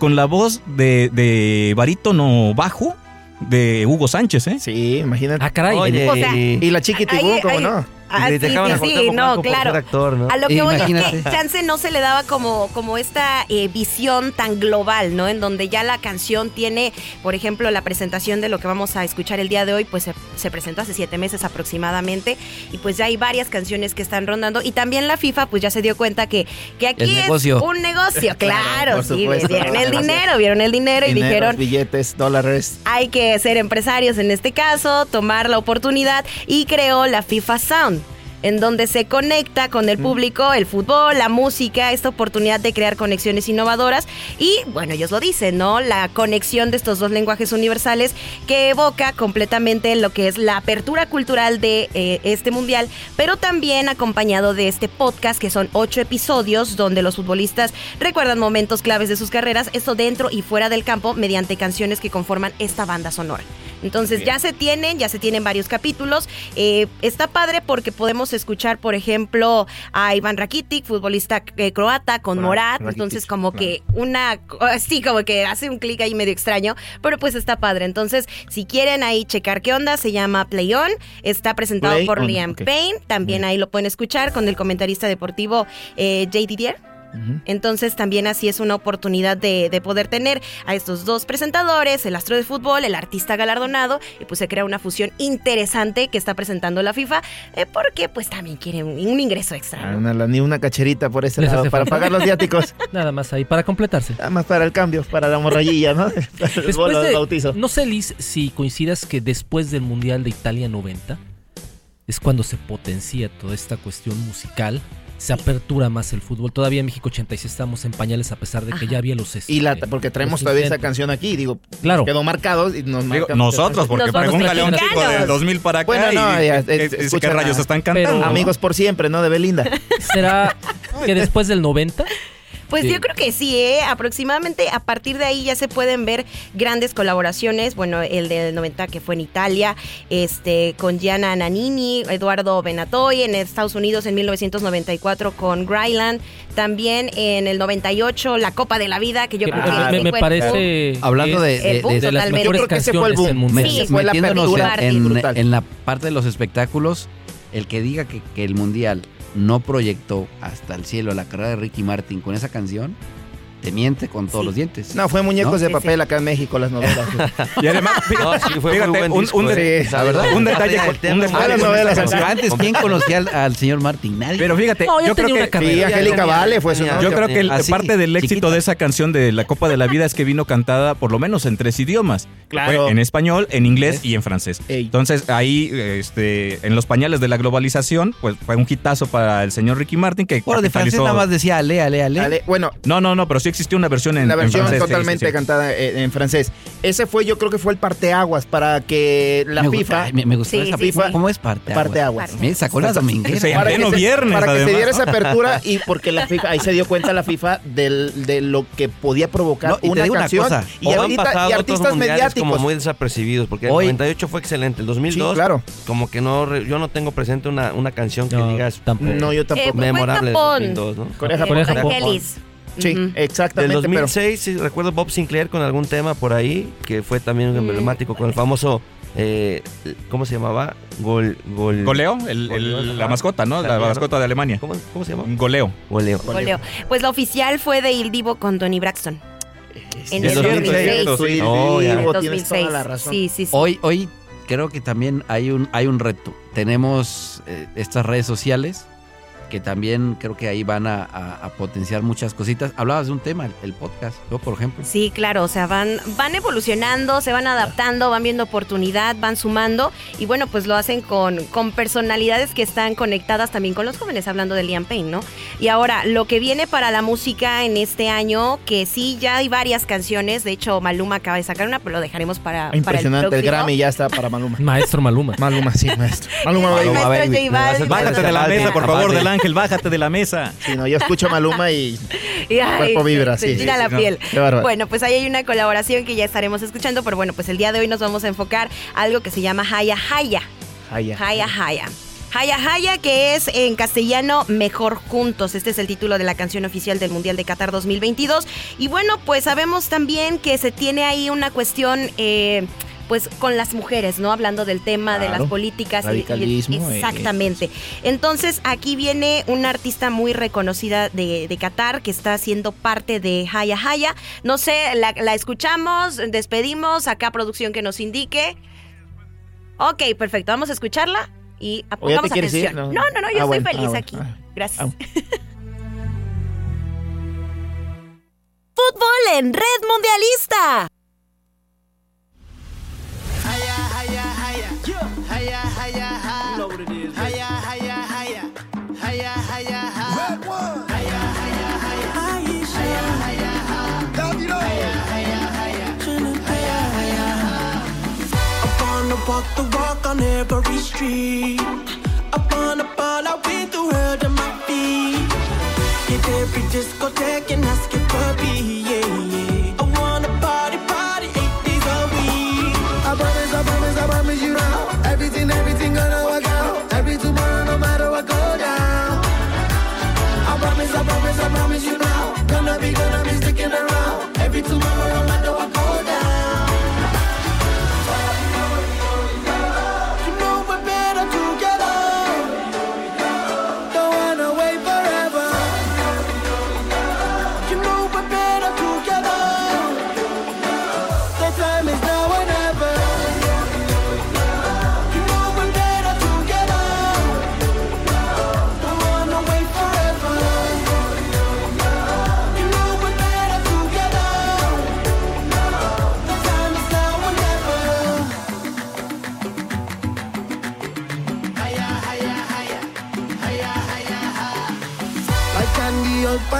S2: con la voz de, de barítono bajo de Hugo Sánchez, ¿eh?
S5: Sí, imagínate.
S3: Ah, caray.
S7: Oye,
S14: O sea,
S7: y
S5: Y la chiquitibú,
S14: Ahí-
S5: ¿cómo
S14: ahí-
S5: no?
S14: Ah,
S7: les
S14: sí,
S7: dejaban
S14: sí,
S7: a Cuauhtémoc
S14: sí, no,
S7: Blanco por ser
S14: claro.
S7: actor, ¿no?
S14: A lo que voy es que
S6: Imagínate.
S14: Chance no se le daba como, como esta eh, visión tan global, ¿no? En donde ya la canción tiene, por ejemplo, la presentación de lo que vamos a escuchar el día de hoy, pues se, se presentó hace siete meses aproximadamente y pues ya hay varias canciones que están rondando y también la FIFA pues ya se dio cuenta que, que aquí
S6: El
S14: es
S6: negocio.
S14: un negocio, claro,
S5: por
S14: sí,
S5: supuesto,
S14: vieron el
S5: negocio.
S14: dinero, vieron el dinero y
S5: Dineros,
S14: dijeron,
S5: billetes, dólares.
S14: hay que ser empresarios en este caso, tomar la oportunidad y creó la FIFA Sound en donde se conecta con el público, el fútbol, la música, esta oportunidad de crear conexiones innovadoras y, bueno, ellos lo dicen, ¿no? La conexión de estos dos lenguajes universales que evoca completamente lo que es la apertura cultural de eh, este mundial, pero también acompañado de este podcast que son ocho episodios donde los futbolistas recuerdan momentos claves de sus carreras, esto dentro y fuera del campo mediante canciones que conforman esta banda sonora. Entonces ya se tienen, ya se tienen varios capítulos. Eh, está padre porque podemos escuchar, por ejemplo, a Iván Rakitic, futbolista eh, croata, con
S5: Hola,
S14: Morat.
S5: Rakitic,
S14: Entonces como
S5: claro.
S14: que una, sí, como que hace un clic ahí medio extraño, pero pues está padre. Entonces si quieren ahí checar qué onda, se llama Play On. Está presentado
S5: Play
S14: por
S5: On,
S14: Liam
S5: ok.
S14: Payne. También ahí lo pueden escuchar con el comentarista deportivo eh, Jay Didier. Entonces también así es una oportunidad de, de poder tener a estos dos presentadores, el astro de fútbol, el artista galardonado, y pues se crea una fusión interesante que está presentando la FIFA, eh, porque pues también quieren un, un ingreso extra. ¿no?
S5: ni una cacherita por ese
S3: Les
S5: lado,
S3: hace
S5: para
S3: falta.
S5: pagar los viáticos.
S3: Nada más ahí, para completarse.
S5: Nada más para el cambio, para la morrayilla, ¿no? Para el
S3: Después
S5: bolo
S3: de-
S5: del bautizo.
S3: No sé, Liz, si coincidas que después del Mundial de Italia 90 es cuando se potencia toda esta cuestión musical. Se apertura más el fútbol. Todavía en México 86 estamos en pañales a pesar de que
S5: Ajá.
S3: ya había los este,
S5: Y la, porque traemos
S3: los
S5: todavía esa
S3: intentos.
S5: canción aquí, digo,
S3: Claro.
S5: quedó marcado y nos
S2: Digo,
S5: marca-
S2: nosotros, porque
S5: Nos marca-
S2: pregúntale a un chico de 2000 para acá
S5: Bueno, no,
S2: y
S5: ya,
S2: dice,
S5: eh,
S2: "¿Qué
S5: escucha,
S2: rayos están cantando?"
S5: pero- Amigos por siempre, ¿no? De Belinda.
S3: ¿Será que después del 90?
S14: Pues
S3: Sí.
S14: yo creo que sí, ¿eh? aproximadamente a partir de ahí ya se pueden ver grandes colaboraciones. Bueno, el del 90 que fue en Italia, este, con Gianna Nannini, Eduardo Benatoy, en Estados Unidos en 1994 con Gryland, también en el 98 la Copa de la Vida, que yo
S3: Que
S14: creo
S3: me-
S14: que
S3: me-
S14: ese
S3: me
S14: fue
S3: parece
S14: el-
S6: Hablando de, de-
S14: el boom
S6: de- de
S14: totalmente.
S6: Me-
S14: Sí, fue la
S6: metiéndonos
S14: apertura.
S6: en,
S14: brutal.
S6: en la parte de los espectáculos, el que diga que, que el mundial no proyectó hasta el cielo la carrera de Ricky Martin con esa canción, te miente con todos los dientes.
S5: No, fue
S6: ¿No?
S5: Muñecos de Papel acá en México, las novelas.
S2: Y además, fíjate, fíjate, un, un de-
S6: eh. La verdad,
S2: un detalle,
S6: Ah,
S2: con- un detalle
S6: las
S2: con
S6: novelas,
S2: esta canción.
S6: Antes, ¿quién conocía al, al señor Martin? Nadie.
S2: Pero fíjate, yo creo que
S6: Sí, Angélica Vale fue su
S2: Yo
S6: novia.
S2: creo que el-
S6: Así,
S2: parte del éxito de esa canción de La Copa de la Vida es que vino cantada por lo menos en tres idiomas.
S5: Claro.
S2: Fue en español, en inglés y en francés. Entonces, ahí este en los pañales de la globalización, pues fue un hitazo para el señor Ricky Martin que
S6: Bueno, de francés
S2: capitalizó-
S6: nada más decía ale, ale, ale.
S5: Ale, bueno,
S2: No, no, no, pero sí existió una versión en
S5: la
S2: en
S5: versión
S2: francés, sí, sí,
S5: totalmente
S2: sí.
S5: cantada eh, en francés. Ese fue, yo creo que fue el parteaguas para que la
S6: Me gusta-
S5: FIFA.
S6: ay, me- me gustó esa- ¿cómo es parteaguas?
S5: Parteaguas.
S6: Me sacó la dominguera. Sí, en
S5: Para que
S6: pleno
S5: se-
S6: viernes,
S5: Para que se
S6: además.
S5: diera esa apertura y porque la FIFA, ahí se dio cuenta la FIFA del- de lo que podía provocar
S7: No, y te
S5: una
S7: digo una
S5: canción.
S7: cosa,
S5: y,
S7: o han
S5: ahorita- y
S7: pasado otros
S5: artistas
S7: mundiales
S5: mediáticos.
S7: como muy desapercibidos porque
S5: Hoy-
S7: el 98 fue excelente el 2002
S5: Sí, claro.
S7: como que no re- yo no tengo presente una, una canción que digas
S5: No, yo tampoco. Eh, fue
S7: memorable del
S5: Japón.
S7: 2002 ¿no?
S5: Corea, Japón. Corea, Japón. Angelis. Sí,
S7: del
S5: exactamente. pero-
S7: 2006 sí, recuerdo Bob Sinclair con algún tema por ahí que fue también emblemático con el famoso eh, ¿cómo se llamaba? Gol, gol
S2: Goleo, el- el- la mascota, ¿no? La mascota de Alemania.
S7: ¿Cómo, se llama?
S2: Goleo.
S7: Goleo.
S14: Goleo. Pues la oficial fue de Il Divo con Tony Braxton. En
S6: De
S14: el
S6: los
S14: 2006.
S6: 2006.
S14: Sí,
S6: No, ya.
S14: en el 2006. Sí, sí, sí.
S6: Hoy, hoy creo que también hay un, hay un reto. Tenemos eh, estas redes sociales que también creo que ahí van a, a- a potenciar muchas cositas. Hablabas de un tema, el, el podcast, ¿no? Por ejemplo.
S14: Sí, claro, o sea, van, van evolucionando, se van adaptando, van viendo oportunidad, van sumando y bueno, pues lo hacen con, con personalidades que están conectadas también con los jóvenes, hablando de Liam Payne, ¿no? Y ahora, lo que viene para la música en este año, que sí, ya hay varias canciones, de hecho Maluma acaba de sacar una, pero lo dejaremos para, para Ah, el
S5: Impresionante, el,
S14: próximo.
S5: Grammy ya está para Maluma.
S3: Maestro Maluma.
S5: Maluma, sí, maestro. Maluma,
S14: El
S5: Maluma,
S14: maestro
S5: baby.
S14: J Balvin.
S2: Bájate de la
S5: Aparte,
S2: mesa, por
S5: aparte.
S2: favor, del ángel, bájate de la mesa.
S5: Sí, no, yo escucho a Maluma y
S14: Y, ay,
S5: cuerpo vibra,
S14: se
S5: sí.
S14: tira la
S5: Sí, no,
S14: piel.
S5: qué bárbaro.
S14: Bueno, pues ahí hay una colaboración que ya estaremos escuchando, pero bueno, pues el día de hoy nos vamos a enfocar a algo que se llama Haya Haya.
S5: Haya.
S14: Haya Haya. Haya Haya, que es en castellano Mejor Juntos. Este es el título de la canción oficial del Mundial de Qatar 2022. Y bueno, pues sabemos también que se tiene ahí una cuestión... eh, pues con las mujeres, ¿no? Hablando del tema de
S15: Claro.
S14: las políticas. y- y-
S15: Radicalismo, eh,
S14: exactamente. Entonces, aquí viene una artista muy reconocida de, de Qatar que está siendo parte de Haya Haya. No sé, la, la escuchamos, despedimos, acá producción que nos indique. Ok, perfecto, vamos a escucharla y
S5: ¿O ya te
S14: a- pongamos
S5: quieres ir?
S14: atención. No, no, no, yo
S5: Ah,
S14: estoy
S5: bueno,
S14: feliz
S5: ah, bueno,
S14: aquí.
S5: ah.
S14: Gracias.
S1: Fútbol en Red Mundialista.
S16: I'm gonna walk the walk on every street. I'm gonna ball out with the world at my feet. Hit every discotheque and ask it for me, yeah, yeah. I wanna party, party eight days a week. I promise, I promise, I promise you now. Everything, everything gonna work out. Every tomorrow, no matter what go down. I promise, I promise, I promise you now. Gonna be, gonna be sticking around. Every tomorrow, no matter what go down. You know we're better together. Don't wanna wait forever.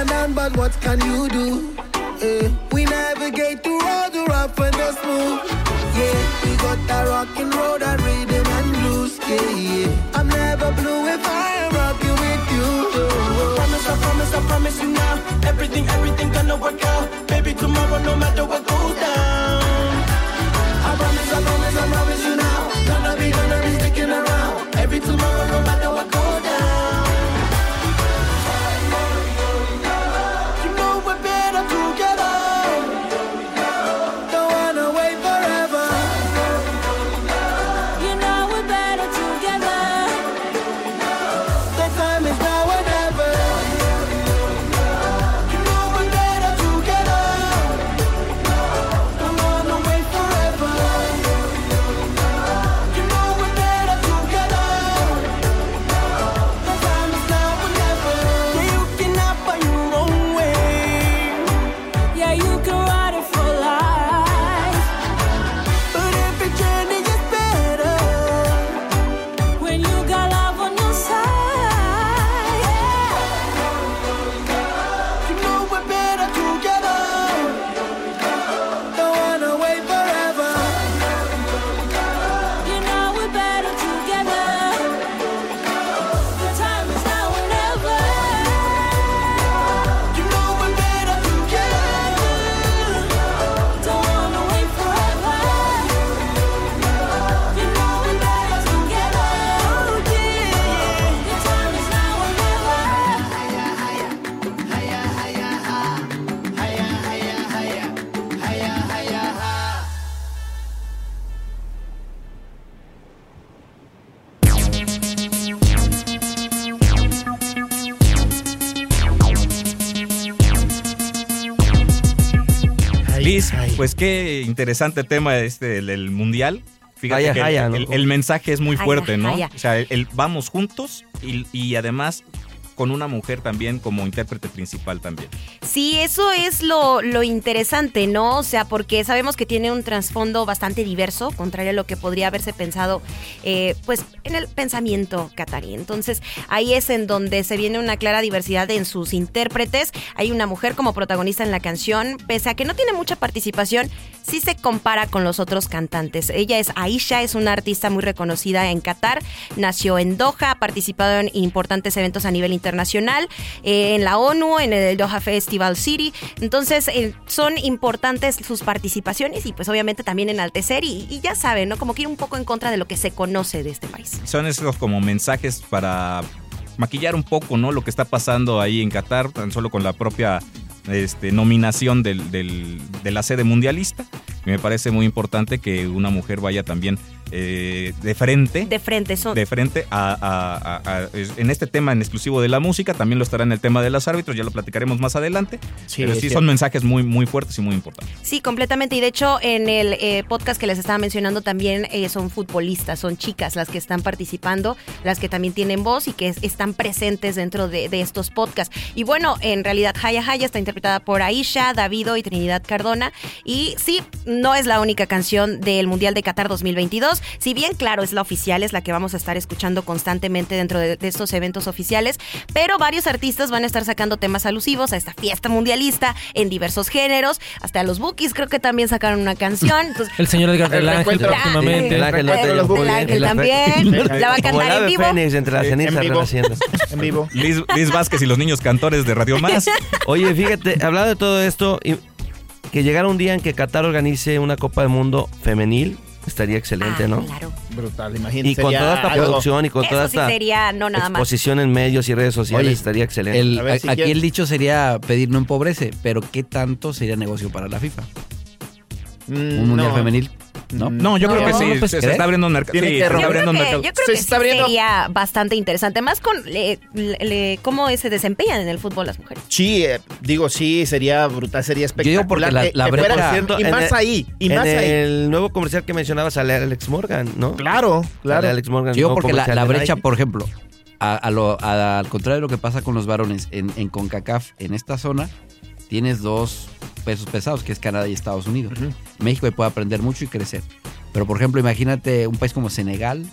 S16: down, but what can you do? Eh, we navigate through all the rough and the smooth. Yeah, we got that rock and roll, that rhythm and blues. Yeah, yeah. I'm never blue if I am rocking with you. Oh. Promise, I promise, I promise you now. Everything, everything gonna work out. Baby, tomorrow, no matter what goes down. I promise, I promise, I promise you now. Gonna be, gonna be sticking around. Every tomorrow, no matter what goes down. You know we're better together. Don't wanna wait forever. You know we're better together. The time is now or never. You know we're better together. Don't wanna wait forever. You know we're better together. The time is now or never. Yeah, you can have your own way. Yeah, you can ride it for life. But every journey is better when you got love on your side. Yeah. You know we're better together. Don't wanna wait forever. You know we're better together. The time is now or never. You know we're better together. Don't wanna wait forever. You know we're better together. Oh yeah. The time is now or never. Higher, higher, higher, higher, higher, higher, higher, higher, higher, higher.
S2: Liz, pues qué interesante tema este el- el mundial. Fíjate
S7: Jaya,
S2: que el-
S7: jaya,
S2: el,
S7: ¿no?
S2: el mensaje es muy
S7: Jaya,
S2: fuerte, ¿no?
S7: jaya.
S2: O sea, el, el vamos juntos y, y además con una mujer también como intérprete principal también.
S14: Sí, eso es lo, lo interesante, ¿no? O sea, porque sabemos que tiene un trasfondo bastante diverso, contrario a lo que podría haberse pensado, eh, pues, en el pensamiento catarí. Entonces, ahí es en donde se viene una clara diversidad en sus intérpretes. Hay una mujer como protagonista en la canción, pese a que no tiene mucha participación, sí se compara con los otros cantantes. Ella es Aisha, es una artista muy reconocida en Qatar, nació en Doha, ha participado en importantes eventos a nivel internacional, eh, en la ONU, en el Doha Festival City. Entonces, eh, son importantes sus participaciones y pues obviamente también enaltecer y, y ya saben, ¿no? Como que ir un poco en contra de lo que se conoce de este país.
S2: Son esos como mensajes para maquillar un poco, ¿no? Lo que está pasando ahí en Qatar, tan solo con la propia este, nominación del- del- de la sede mundialista. Y Me parece muy importante que una mujer vaya también eh, de frente
S14: De frente, son...
S2: de frente a, a- a- a- es- en este tema en exclusivo de la música, también lo estará en el tema de los árbitros, ya lo platicaremos más adelante.
S5: Sí,
S2: pero
S5: es
S2: sí
S5: cierto.
S2: son mensajes muy, muy fuertes y muy importantes.
S14: Sí, completamente. Y de hecho, en el eh, podcast que les estaba mencionando también eh, son futbolistas, son chicas las que están participando, las que también tienen voz y que es- están presentes dentro de, de estos podcasts. Y bueno, en realidad, Haya Haya está interpretada por Aisha, Davido y Trinidad Cardona. Y sí, no es la única canción del Mundial de Qatar 2022. Si bien, claro, es la oficial, es la que vamos a estar escuchando constantemente dentro de, de estos eventos oficiales, pero varios artistas van a estar sacando temas alusivos a esta fiesta mundialista en diversos géneros. Hasta los Bookies creo que también sacaron una canción. Entonces, eh,
S3: El señor Edgar del Ángel próximamente.
S7: El Ángel no te
S14: El
S7: dio muy
S14: Ángel
S7: bien. El
S14: también.
S7: Ángel.
S14: La va a cantar
S7: Como el
S14: en
S7: ave
S14: vivo.
S7: Fénix entre las
S2: Eh, en
S7: cenizas
S2: vivo.
S7: renaciendo.
S5: En vivo.
S2: Liz, Liz Vázquez y los niños cantores de Radio Más.
S7: Oye, fíjate, hablando de todo esto, y- que llegara un día en que Qatar organice una Copa del Mundo femenil, estaría
S14: Ah,
S7: excelente, ¿no?
S5: Brutal, imagínate.
S7: Y con
S5: sería
S7: toda esta
S5: algo.
S7: producción y con toda
S14: eso sí
S7: esta
S14: sería no nada más.
S7: exposición en medios y redes sociales,
S6: Oye,
S7: estaría excelente.
S6: El- a- aquí el dicho sería pedir no empobrece, pero ¿qué tanto sería negocio para la FIFA?
S5: mm,
S6: ¿Un mundial
S2: no.
S6: femenil? No,
S2: No, yo creo que sí, se- se,
S6: ¿crees?
S2: está abriendo un mercado.
S6: Tiene
S2: Sí,
S6: que
S2: se está
S6: romper.
S2: abriendo un
S14: que
S2: mercado.
S14: yo creo que sí sería bastante interesante, más con eh, le- le- cómo se desempeñan en el fútbol las mujeres.
S5: Sí, eh, digo, sí, sería brutal, sería espectacular. que- que fuera- y más ahí, y más
S7: en
S5: ahí.
S7: el nuevo comercial que mencionabas sale Alex Morgan, ¿no?
S5: Claro,
S6: Claro.
S7: Sale Alex Morgan.
S6: Digo,
S7: nuevo
S6: porque la,
S7: comercial
S6: la
S7: de
S6: brecha,
S7: Nike.
S6: por ejemplo, a- a lo- a- al contrario de lo que pasa con los varones en, en CONCACAF, en esta zona, tienes dos pesos pesados, que es Canadá y Estados Unidos. México ahí puede aprender mucho y crecer. Pero, por ejemplo, imagínate un país como Senegal,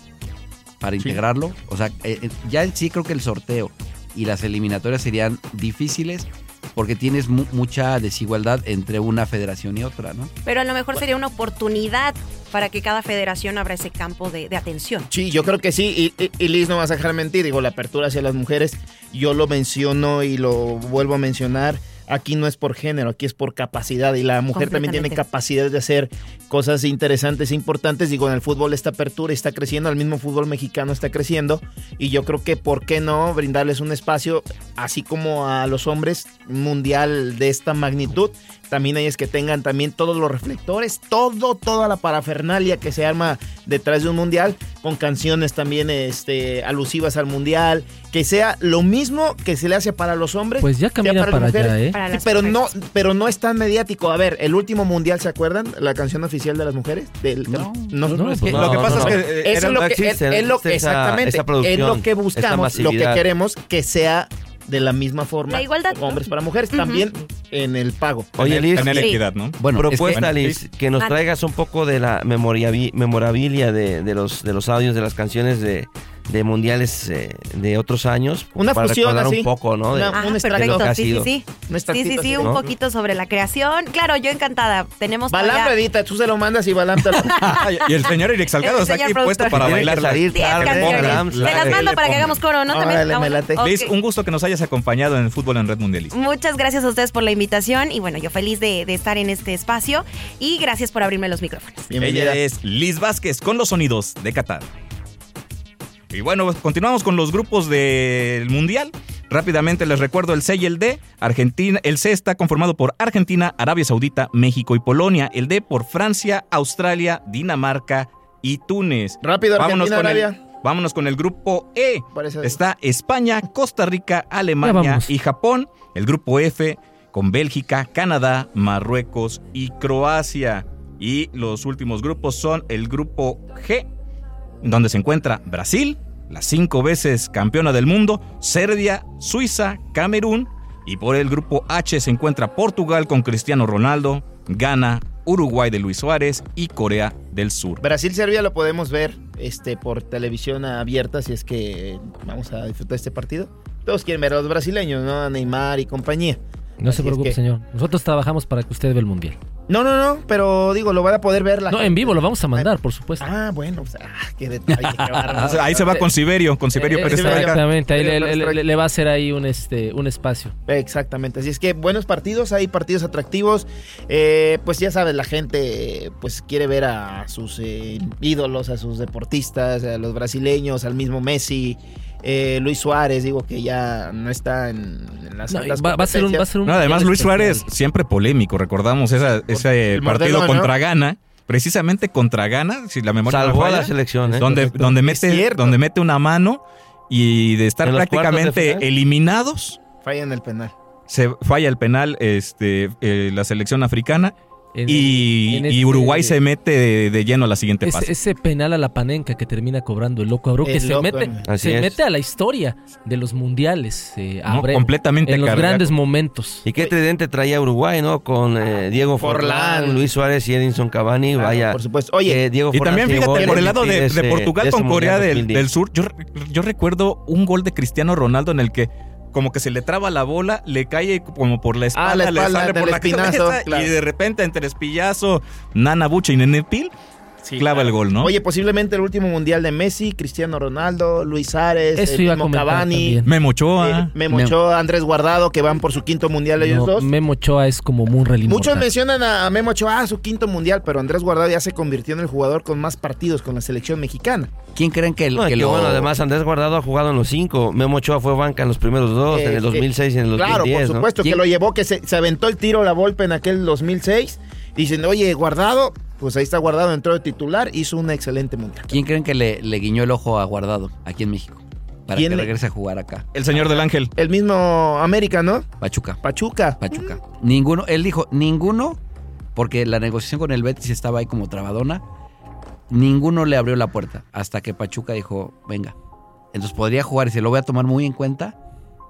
S6: para integrarlo. O sea, eh, eh, ya en sí creo que el sorteo y las eliminatorias serían difíciles, porque tienes mu- mucha desigualdad entre una federación y otra, ¿no?
S14: Pero a lo mejor sería una oportunidad para que cada federación abra ese campo de, de atención.
S5: Sí, yo creo que sí. Y, y- y Liz no vas a dejar mentir. Digo, la apertura hacia las mujeres, yo lo menciono y lo vuelvo a mencionar. Aquí no es por género, aquí es por capacidad. Y la mujer también tiene
S14: Completamente.
S5: capacidad de hacer cosas interesantes e importantes. Digo, en el fútbol esta apertura está creciendo, el mismo fútbol mexicano está creciendo. Y yo creo que, ¿por qué no brindarles un espacio, así como a los hombres, mundial de esta magnitud? También ellas que tengan también todos los reflectores, todo, toda la parafernalia que se arma detrás de un mundial, con canciones también este, alusivas al mundial, que sea lo mismo que se le hace para los hombres.
S3: Pues ya
S5: sea
S3: camina
S5: las
S3: para allá,
S5: mujeres.
S3: ¿eh? Para
S5: Sí,
S3: las
S5: pero, no, pero no es tan mediático. A ver, el último mundial, ¿se acuerdan? La canción oficial de las mujeres. Del, no, no, es
S7: pues
S5: que-
S7: no,
S5: lo que
S7: no,
S5: pasa
S7: no,
S5: es
S7: no.
S5: que eh,
S7: Eso
S5: era-
S7: es lo
S5: no
S7: que-
S5: existe,
S7: es- es lo-
S5: no existe esa-
S7: exactamente,
S5: esa
S7: es lo
S5: producción,
S7: que
S5: esa
S7: buscamos, lo que
S5: masividad.
S7: queremos
S5: que sea de la misma forma
S14: La igualdad, ¿no?
S5: hombres para mujeres
S14: Ujú.
S5: también en el pago
S7: Oye, Liz.
S6: Bueno,
S7: propuesta,
S6: es que-
S7: Liz, que nos
S14: Vale.
S7: traigas un poco de la memoriabi- memorabilia de, de los, de los audios, de las canciones de, de mundiales eh, de otros años. pues,
S5: Una
S7: para
S5: fusión
S7: recordar
S5: así.
S7: un poco, ¿no? De-
S14: Ah,
S7: de lo que
S14: perfecto,
S7: ha
S14: sí, sí,
S7: sido.
S14: sí.
S5: Un
S14: Sí, sí,
S5: extractito
S14: sí,
S5: así,
S14: un
S5: ¿no?
S14: poquito sobre la creación. Claro, yo encantada. Tenemos
S5: Balam,
S14: todavía-
S5: Redita, tú se lo mandas y Balam te lo-
S2: Y el señor Eric Salgado
S14: El
S2: está
S14: señor
S2: aquí puesto
S14: productor.
S2: para
S7: Tiene que
S2: bailar.
S7: salir Diez tarde, canciones. Balam,
S14: ¿eh? Te las mando para que hagamos coro,
S2: Ah,
S14: ¿no? También vamos- Ok.
S2: Liz, un gusto que nos hayas acompañado en el fútbol en Red Mundialista.
S14: Muchas gracias a ustedes por la invitación y bueno, yo feliz de, de estar en este espacio y gracias por abrirme los micrófonos.
S2: Ella es Liz Vázquez con los sonidos de Qatar. Y bueno, pues, continuamos con los grupos del Mundial. Rápidamente les recuerdo el C y el D. Argentina, el C está conformado por Argentina, Arabia Saudita, México y Polonia. El D por Francia, Australia, Dinamarca y Túnez.
S5: Rápido, Argentina,
S2: con el-
S5: Arabia.
S2: vámonos con el grupo E.
S5: Parece-
S2: Está España, Costa Rica,
S5: Ya
S2: Alemania
S5: vamos.
S2: y Japón. El grupo F con Bélgica, Canadá, Marruecos y Croacia. Y los últimos grupos son el grupo G, donde se encuentra Brasil, la cinco veces campeona del mundo, Serbia, Suiza, Camerún. Y por el grupo H se encuentra Portugal con Cristiano Ronaldo, Ghana, Uruguay de Luis Suárez y Corea del Sur.
S5: Brasil Serbia lo podemos ver este por televisión abierta si es que eh, vamos a disfrutar este partido todos quieren ver a los brasileños no a Neymar y compañía
S3: No
S5: Así
S3: se
S5: es
S3: preocupe,
S5: que-
S3: señor. Nosotros trabajamos para que usted vea el mundial.
S5: no no no pero digo lo van a poder ver la
S3: No, en vivo lo vamos a mandar, por supuesto.
S5: ah bueno pues, ah, qué detalle qué bárbaro.
S2: O sea, Ahí se va con Siberio, con Siberio
S3: Eh,
S2: Pérez Tavares.
S3: Exactamente, ahí le,
S5: Pérez
S3: le- le-
S5: Tavares.
S3: le va a hacer ahí un, este, un espacio.
S5: Exactamente, así es que buenos partidos, hay partidos atractivos, eh, pues ya sabes, la gente eh, pues quiere ver a sus eh, ídolos, a sus deportistas, a los brasileños, al mismo Messi, eh, Luis Suárez, digo que ya no está en, en las
S3: No,
S5: altas
S3: va- va a ser un- este, va a ser
S5: competencias.
S2: No, además Luis Suárez siempre polémico, recordamos esa- ese
S5: el
S2: partido
S5: modelo, ¿no?
S2: contra Ghana, precisamente contra Ghana, si la memoria
S7: Salvó
S2: no me
S7: a la
S2: falla,
S7: selección, ¿eh?
S2: donde
S7: Correcto.
S2: donde
S7: Es
S2: mete
S7: cierto.
S2: donde mete una mano y de estar
S7: En los cuartos de
S2: prácticamente
S7: final.
S2: eliminados,
S5: Falla en el penal.
S2: se falla el penal este eh, la selección africana y,
S3: en
S2: y
S3: este-
S2: Uruguay se mete de, de lleno a la siguiente
S3: Ese,
S2: fase.
S3: ese penal a la panenca que termina cobrando el loco Abreu, que
S2: El
S3: se,
S2: Loco,
S3: mete,
S2: eh. Así
S3: se
S2: es.
S3: mete a la historia de los mundiales. eh,
S2: No,
S3: Abreu,
S2: completamente
S3: En los
S2: cardíaco.
S3: grandes momentos.
S7: Y qué tridente traía Uruguay, ¿no? Con eh, Diego
S3: Forlán.
S7: Forlán, Luis Suárez y Edinson Cavani. vaya.
S5: Ah, por supuesto. Oye,
S7: que Diego
S2: y
S7: Forlán
S2: también
S7: llegó
S2: fíjate,
S7: a
S2: por el lado de,
S7: emitir
S2: de
S7: ese-
S2: Portugal
S7: de ese
S2: con Corea
S7: Mundial
S2: del,
S7: 2010.
S2: del Sur, yo, re- yo recuerdo un gol de Cristiano Ronaldo en el que como que se le traba la bola, le cae como por la espalda,
S5: Ah, la
S2: le
S5: espalda,
S2: sale por
S5: del
S2: la
S5: espinazo,
S2: cabeza
S5: claro.
S2: y de repente entre espillazo, Nana Bucha y Nenepil clava el gol, ¿no?
S5: Oye, posiblemente el último mundial de Messi, Cristiano Ronaldo, Luis Suárez,
S3: Eso
S5: el
S3: iba a
S5: mismo
S3: comentar
S5: Cavani,
S3: también.
S2: Memo Ochoa.
S5: eh, Memo Ochoa, Andrés Guardado, que van por su quinto mundial ellos
S3: No,
S5: dos.
S3: Memo Ochoa es como un reloj.
S5: Muchos mencionan a a Memo Ochoa, ah, su quinto mundial, pero Andrés Guardado ya se convirtió en el jugador con más partidos con la selección mexicana.
S6: ¿Quién creen que, el-
S7: No, y
S6: que
S7: que
S6: lo...
S7: bueno, además Andrés Guardado ha jugado en los cinco. Memo Ochoa fue banca en los primeros dos,
S5: Eh,
S7: en
S5: eh,
S7: el 2006 y en el 2010.
S5: Claro, por supuesto, que lo llevó, que se, se aventó el tiro la golpe en aquel 2006. Dicen, oye, Guardado, pues ahí está Guardado, entró de titular, hizo un excelente mundial.
S6: ¿Quién creen que le, le guiñó el ojo a Guardado aquí en México? Para
S5: ¿Quién
S6: que
S5: le-
S6: regrese a jugar acá.
S2: El señor del Ángel.
S5: El mismo América, ¿no?
S6: Pachuca.
S5: Pachuca.
S6: Pachuca. Ninguno, él dijo, ninguno, porque la negociación con el Betis estaba ahí como trabadona, ninguno le abrió la puerta hasta que Pachuca dijo, venga. Entonces podría jugar y se lo voy a tomar muy en cuenta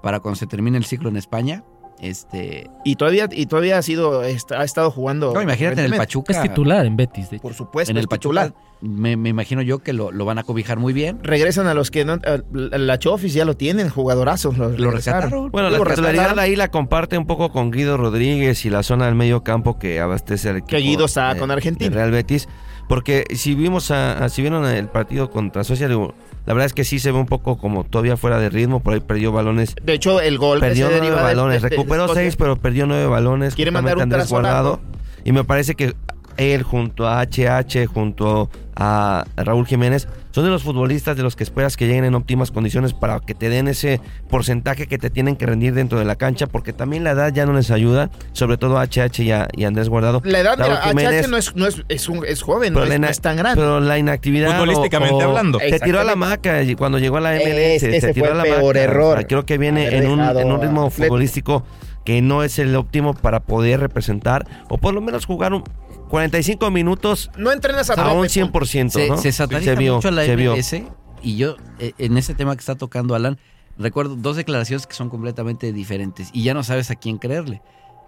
S6: para cuando se termine el ciclo en España, Este,
S5: Y todavía, y todavía ha sido, está- ha estado jugando.
S6: no, imagínate en el
S5: frecuentemente.
S6: Pachuca.
S3: en Betis,
S5: Por supuesto.
S6: en el
S5: es
S6: Pachuca.
S5: titular.
S6: Me, me imagino yo que lo, lo van a cobijar muy bien.
S5: Regresan a los que no. a- La Chofis ya lo tienen, jugadorazos. Lo,
S6: rescataron.
S7: Bueno, la
S5: Digo,
S7: titularidad
S5: rescataron.
S7: ahí la comparte un poco con Guido Rodríguez y la zona del medio campo que abastece al equipo.
S5: Que Guido está
S7: eh,
S5: con Argentina.
S7: del Real Betis. Porque si vimos a, a- si vieron el partido contra Social, digo, la verdad es que sí se ve un poco como todavía fuera de ritmo, por ahí perdió balones.
S5: De hecho, el gol que
S7: Perdió
S5: se
S7: nueve
S5: deriva de- este,
S7: balones,
S5: de- de-
S7: recuperó
S5: de Escocia.
S7: seis, pero perdió nueve balones.
S5: Quiere mandar
S7: justamente
S5: un
S7: Andrés
S5: trazo largo.
S7: Guardado. Y me parece que él junto a HH, junto a Raúl Jiménez, son de los futbolistas de los que esperas que lleguen en óptimas condiciones para que te den ese porcentaje que te tienen que rendir dentro de la cancha, porque también la edad ya no les ayuda, sobre todo a HH y, a, y a Andrés Guardado.
S5: La edad,
S7: Raúl
S5: mira,
S7: Jiménez,
S5: Achache no es, no es, es, un, es joven, no
S7: pero
S5: es,
S7: la
S5: no
S7: ina-
S5: es tan grande.
S7: Pero la inactividad.
S5: Futbolísticamente hablando.
S7: Te tiró a la maca y cuando llegó a la MLS.
S5: Es- ese
S7: se tiró
S5: fue
S7: a la
S5: el peor
S7: maca.
S5: error.
S7: O sea, creo que viene
S5: Haber
S7: en un,
S5: dejado
S7: en un ritmo
S5: a-
S7: futbolístico que no es el óptimo para poder representar o por lo menos jugar un 45 minutos
S5: No entrenas a,
S7: a
S5: tope,
S7: un
S5: punto.
S7: 100%.
S6: se,
S7: ¿no?
S6: se sataniza
S7: vio,
S6: mucho a la
S7: se vio.
S6: MLS y yo eh, en ese tema que está tocando Alan recuerdo dos declaraciones que son completamente diferentes y ya no sabes a quién creerle.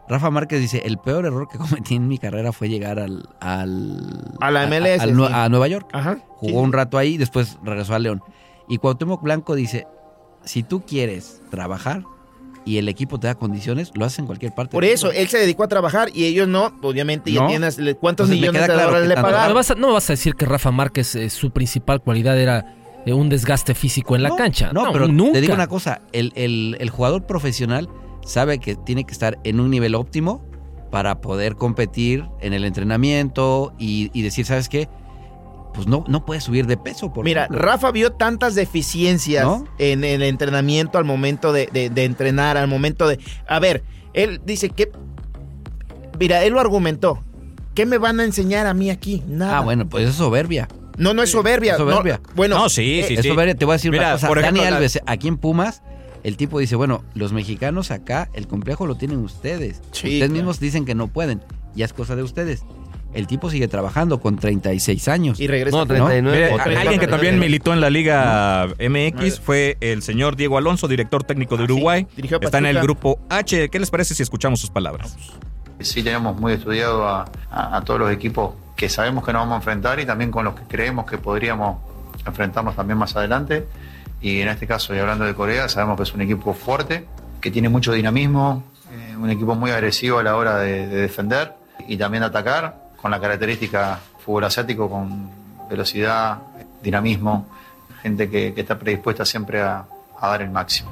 S6: Rafa Márquez dice, el peor error que cometí en mi carrera fue llegar al... al
S5: A la MLS,
S6: al Nue-
S5: sí.
S6: a Nueva York.
S5: Ajá,
S6: Jugó un rato ahí y después regresó a León. Y Cuauhtémoc Blanco dice, si tú quieres trabajar y el equipo te da condiciones, lo haces en cualquier parte.
S5: Por eso, él se dedicó a trabajar y ellos no, obviamente, ya
S6: No.
S5: tienes le- cuántos
S6: Entonces, me
S5: millones de
S6: queda claro
S5: dólares
S6: que
S5: le
S6: tanto-
S5: pagaron.
S3: No vas, a, no vas a decir que Rafa Márquez, eh, su principal cualidad era eh, un desgaste físico en la
S6: No,
S3: cancha.
S6: No, pero
S3: nunca.
S6: te digo una cosa, el, el- el jugador profesional sabe que tiene que estar en un nivel óptimo para poder competir en el entrenamiento y, y decir, ¿sabes qué? Pues no, no puedes subir de peso. Por
S5: Mira,
S6: ejemplo.
S5: Rafa vio tantas deficiencias
S6: ¿No?
S5: en el entrenamiento al momento de, de- de entrenar, al momento de... A ver, él dice que... Mira, él lo argumentó. ¿Qué me van a enseñar a mí aquí? Nada.
S6: Ah, bueno, pues es soberbia.
S5: No, no es soberbia.
S6: Es
S5: no,
S6: soberbia.
S5: bueno, eh,
S6: Es soberbia. Te voy a decir
S5: Mira,
S6: una cosa.
S5: por ejemplo,
S6: Dani
S5: la-
S6: Alves, eh, aquí en Pumas, el tipo dice, bueno, los mexicanos acá, el complejo lo tienen ustedes. ustedes mismos dicen que no pueden. Ya es cosa de ustedes. El tipo sigue trabajando con 36 años.
S5: Y regresa.
S6: ¿no?
S2: Mire, alguien que también militó en la Liga MX fue el señor Diego Alonso, director técnico de
S5: Ah,
S2: Uruguay.
S15: dirigió a
S2: Está en el
S15: Pachuca.
S2: grupo H. ¿Qué les parece si escuchamos sus palabras?
S15: Sí tenemos muy estudiado a, a- a todos los equipos que sabemos que nos vamos a enfrentar y también con los que creemos que podríamos enfrentarnos también más adelante. Y en este caso, y hablando de Corea, sabemos que es un equipo fuerte, que tiene mucho dinamismo, eh, un equipo muy agresivo a la hora de, de defender y también de atacar, con la característica fútbol asiático, con velocidad, dinamismo, gente que, que está predispuesta siempre a- a dar el máximo.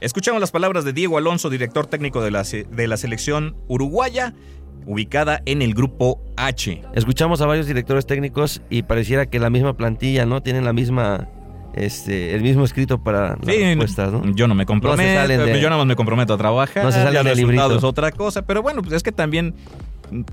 S2: Escuchamos las palabras de Diego Alonso, director técnico de la, se- de la selección uruguaya, ubicada en el grupo H.
S7: Escuchamos a varios directores técnicos y pareciera que la misma plantilla, ¿no? Tienen la misma, este, el mismo escrito para las
S2: Sí,
S7: respuestas, ¿no?
S2: Yo no me comprometo, Eh, yo nada más me comprometo a trabajar.
S7: No se salen
S2: ya el
S7: del
S2: resultado
S7: librito.
S2: es otra cosa, pero bueno, pues es que también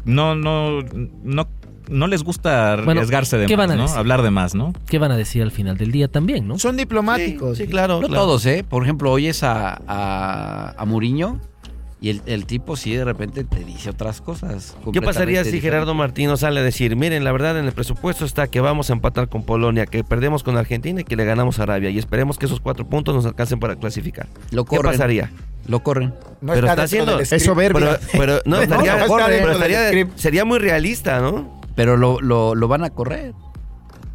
S2: no, no, no, no les gusta
S3: Bueno,
S2: arriesgarse de
S3: ¿qué
S2: más,
S3: van a
S2: ¿no?
S3: decir?
S2: Hablar de más, ¿no?
S3: ¿Qué van a decir al final del día también, no?
S5: Son diplomáticos.
S7: Sí, claro.
S6: No todos, ¿eh? Por ejemplo, oyes a, a, a Muriño y el, el tipo sí de repente te dice otras cosas.
S7: ¿Qué pasaría
S6: completamente
S7: si Gerardo Martino sale a decir, miren, la verdad en el presupuesto está que vamos a empatar con Polonia, que perdemos con Argentina y que le ganamos a Arabia y esperemos que esos cuatro puntos nos alcancen para clasificar?
S6: Lo
S7: ¿Qué
S6: corren.
S7: pasaría?
S6: Lo corren.
S7: No pero está haciendo
S6: Es
S7: Pero,
S6: soberbia.
S7: pero- no,
S6: No,
S7: estaría-
S6: no está
S7: pero
S6: dentro del
S7: estaría-
S6: script.
S7: sería muy realista, ¿no?
S6: Pero lo, lo, lo van a correr.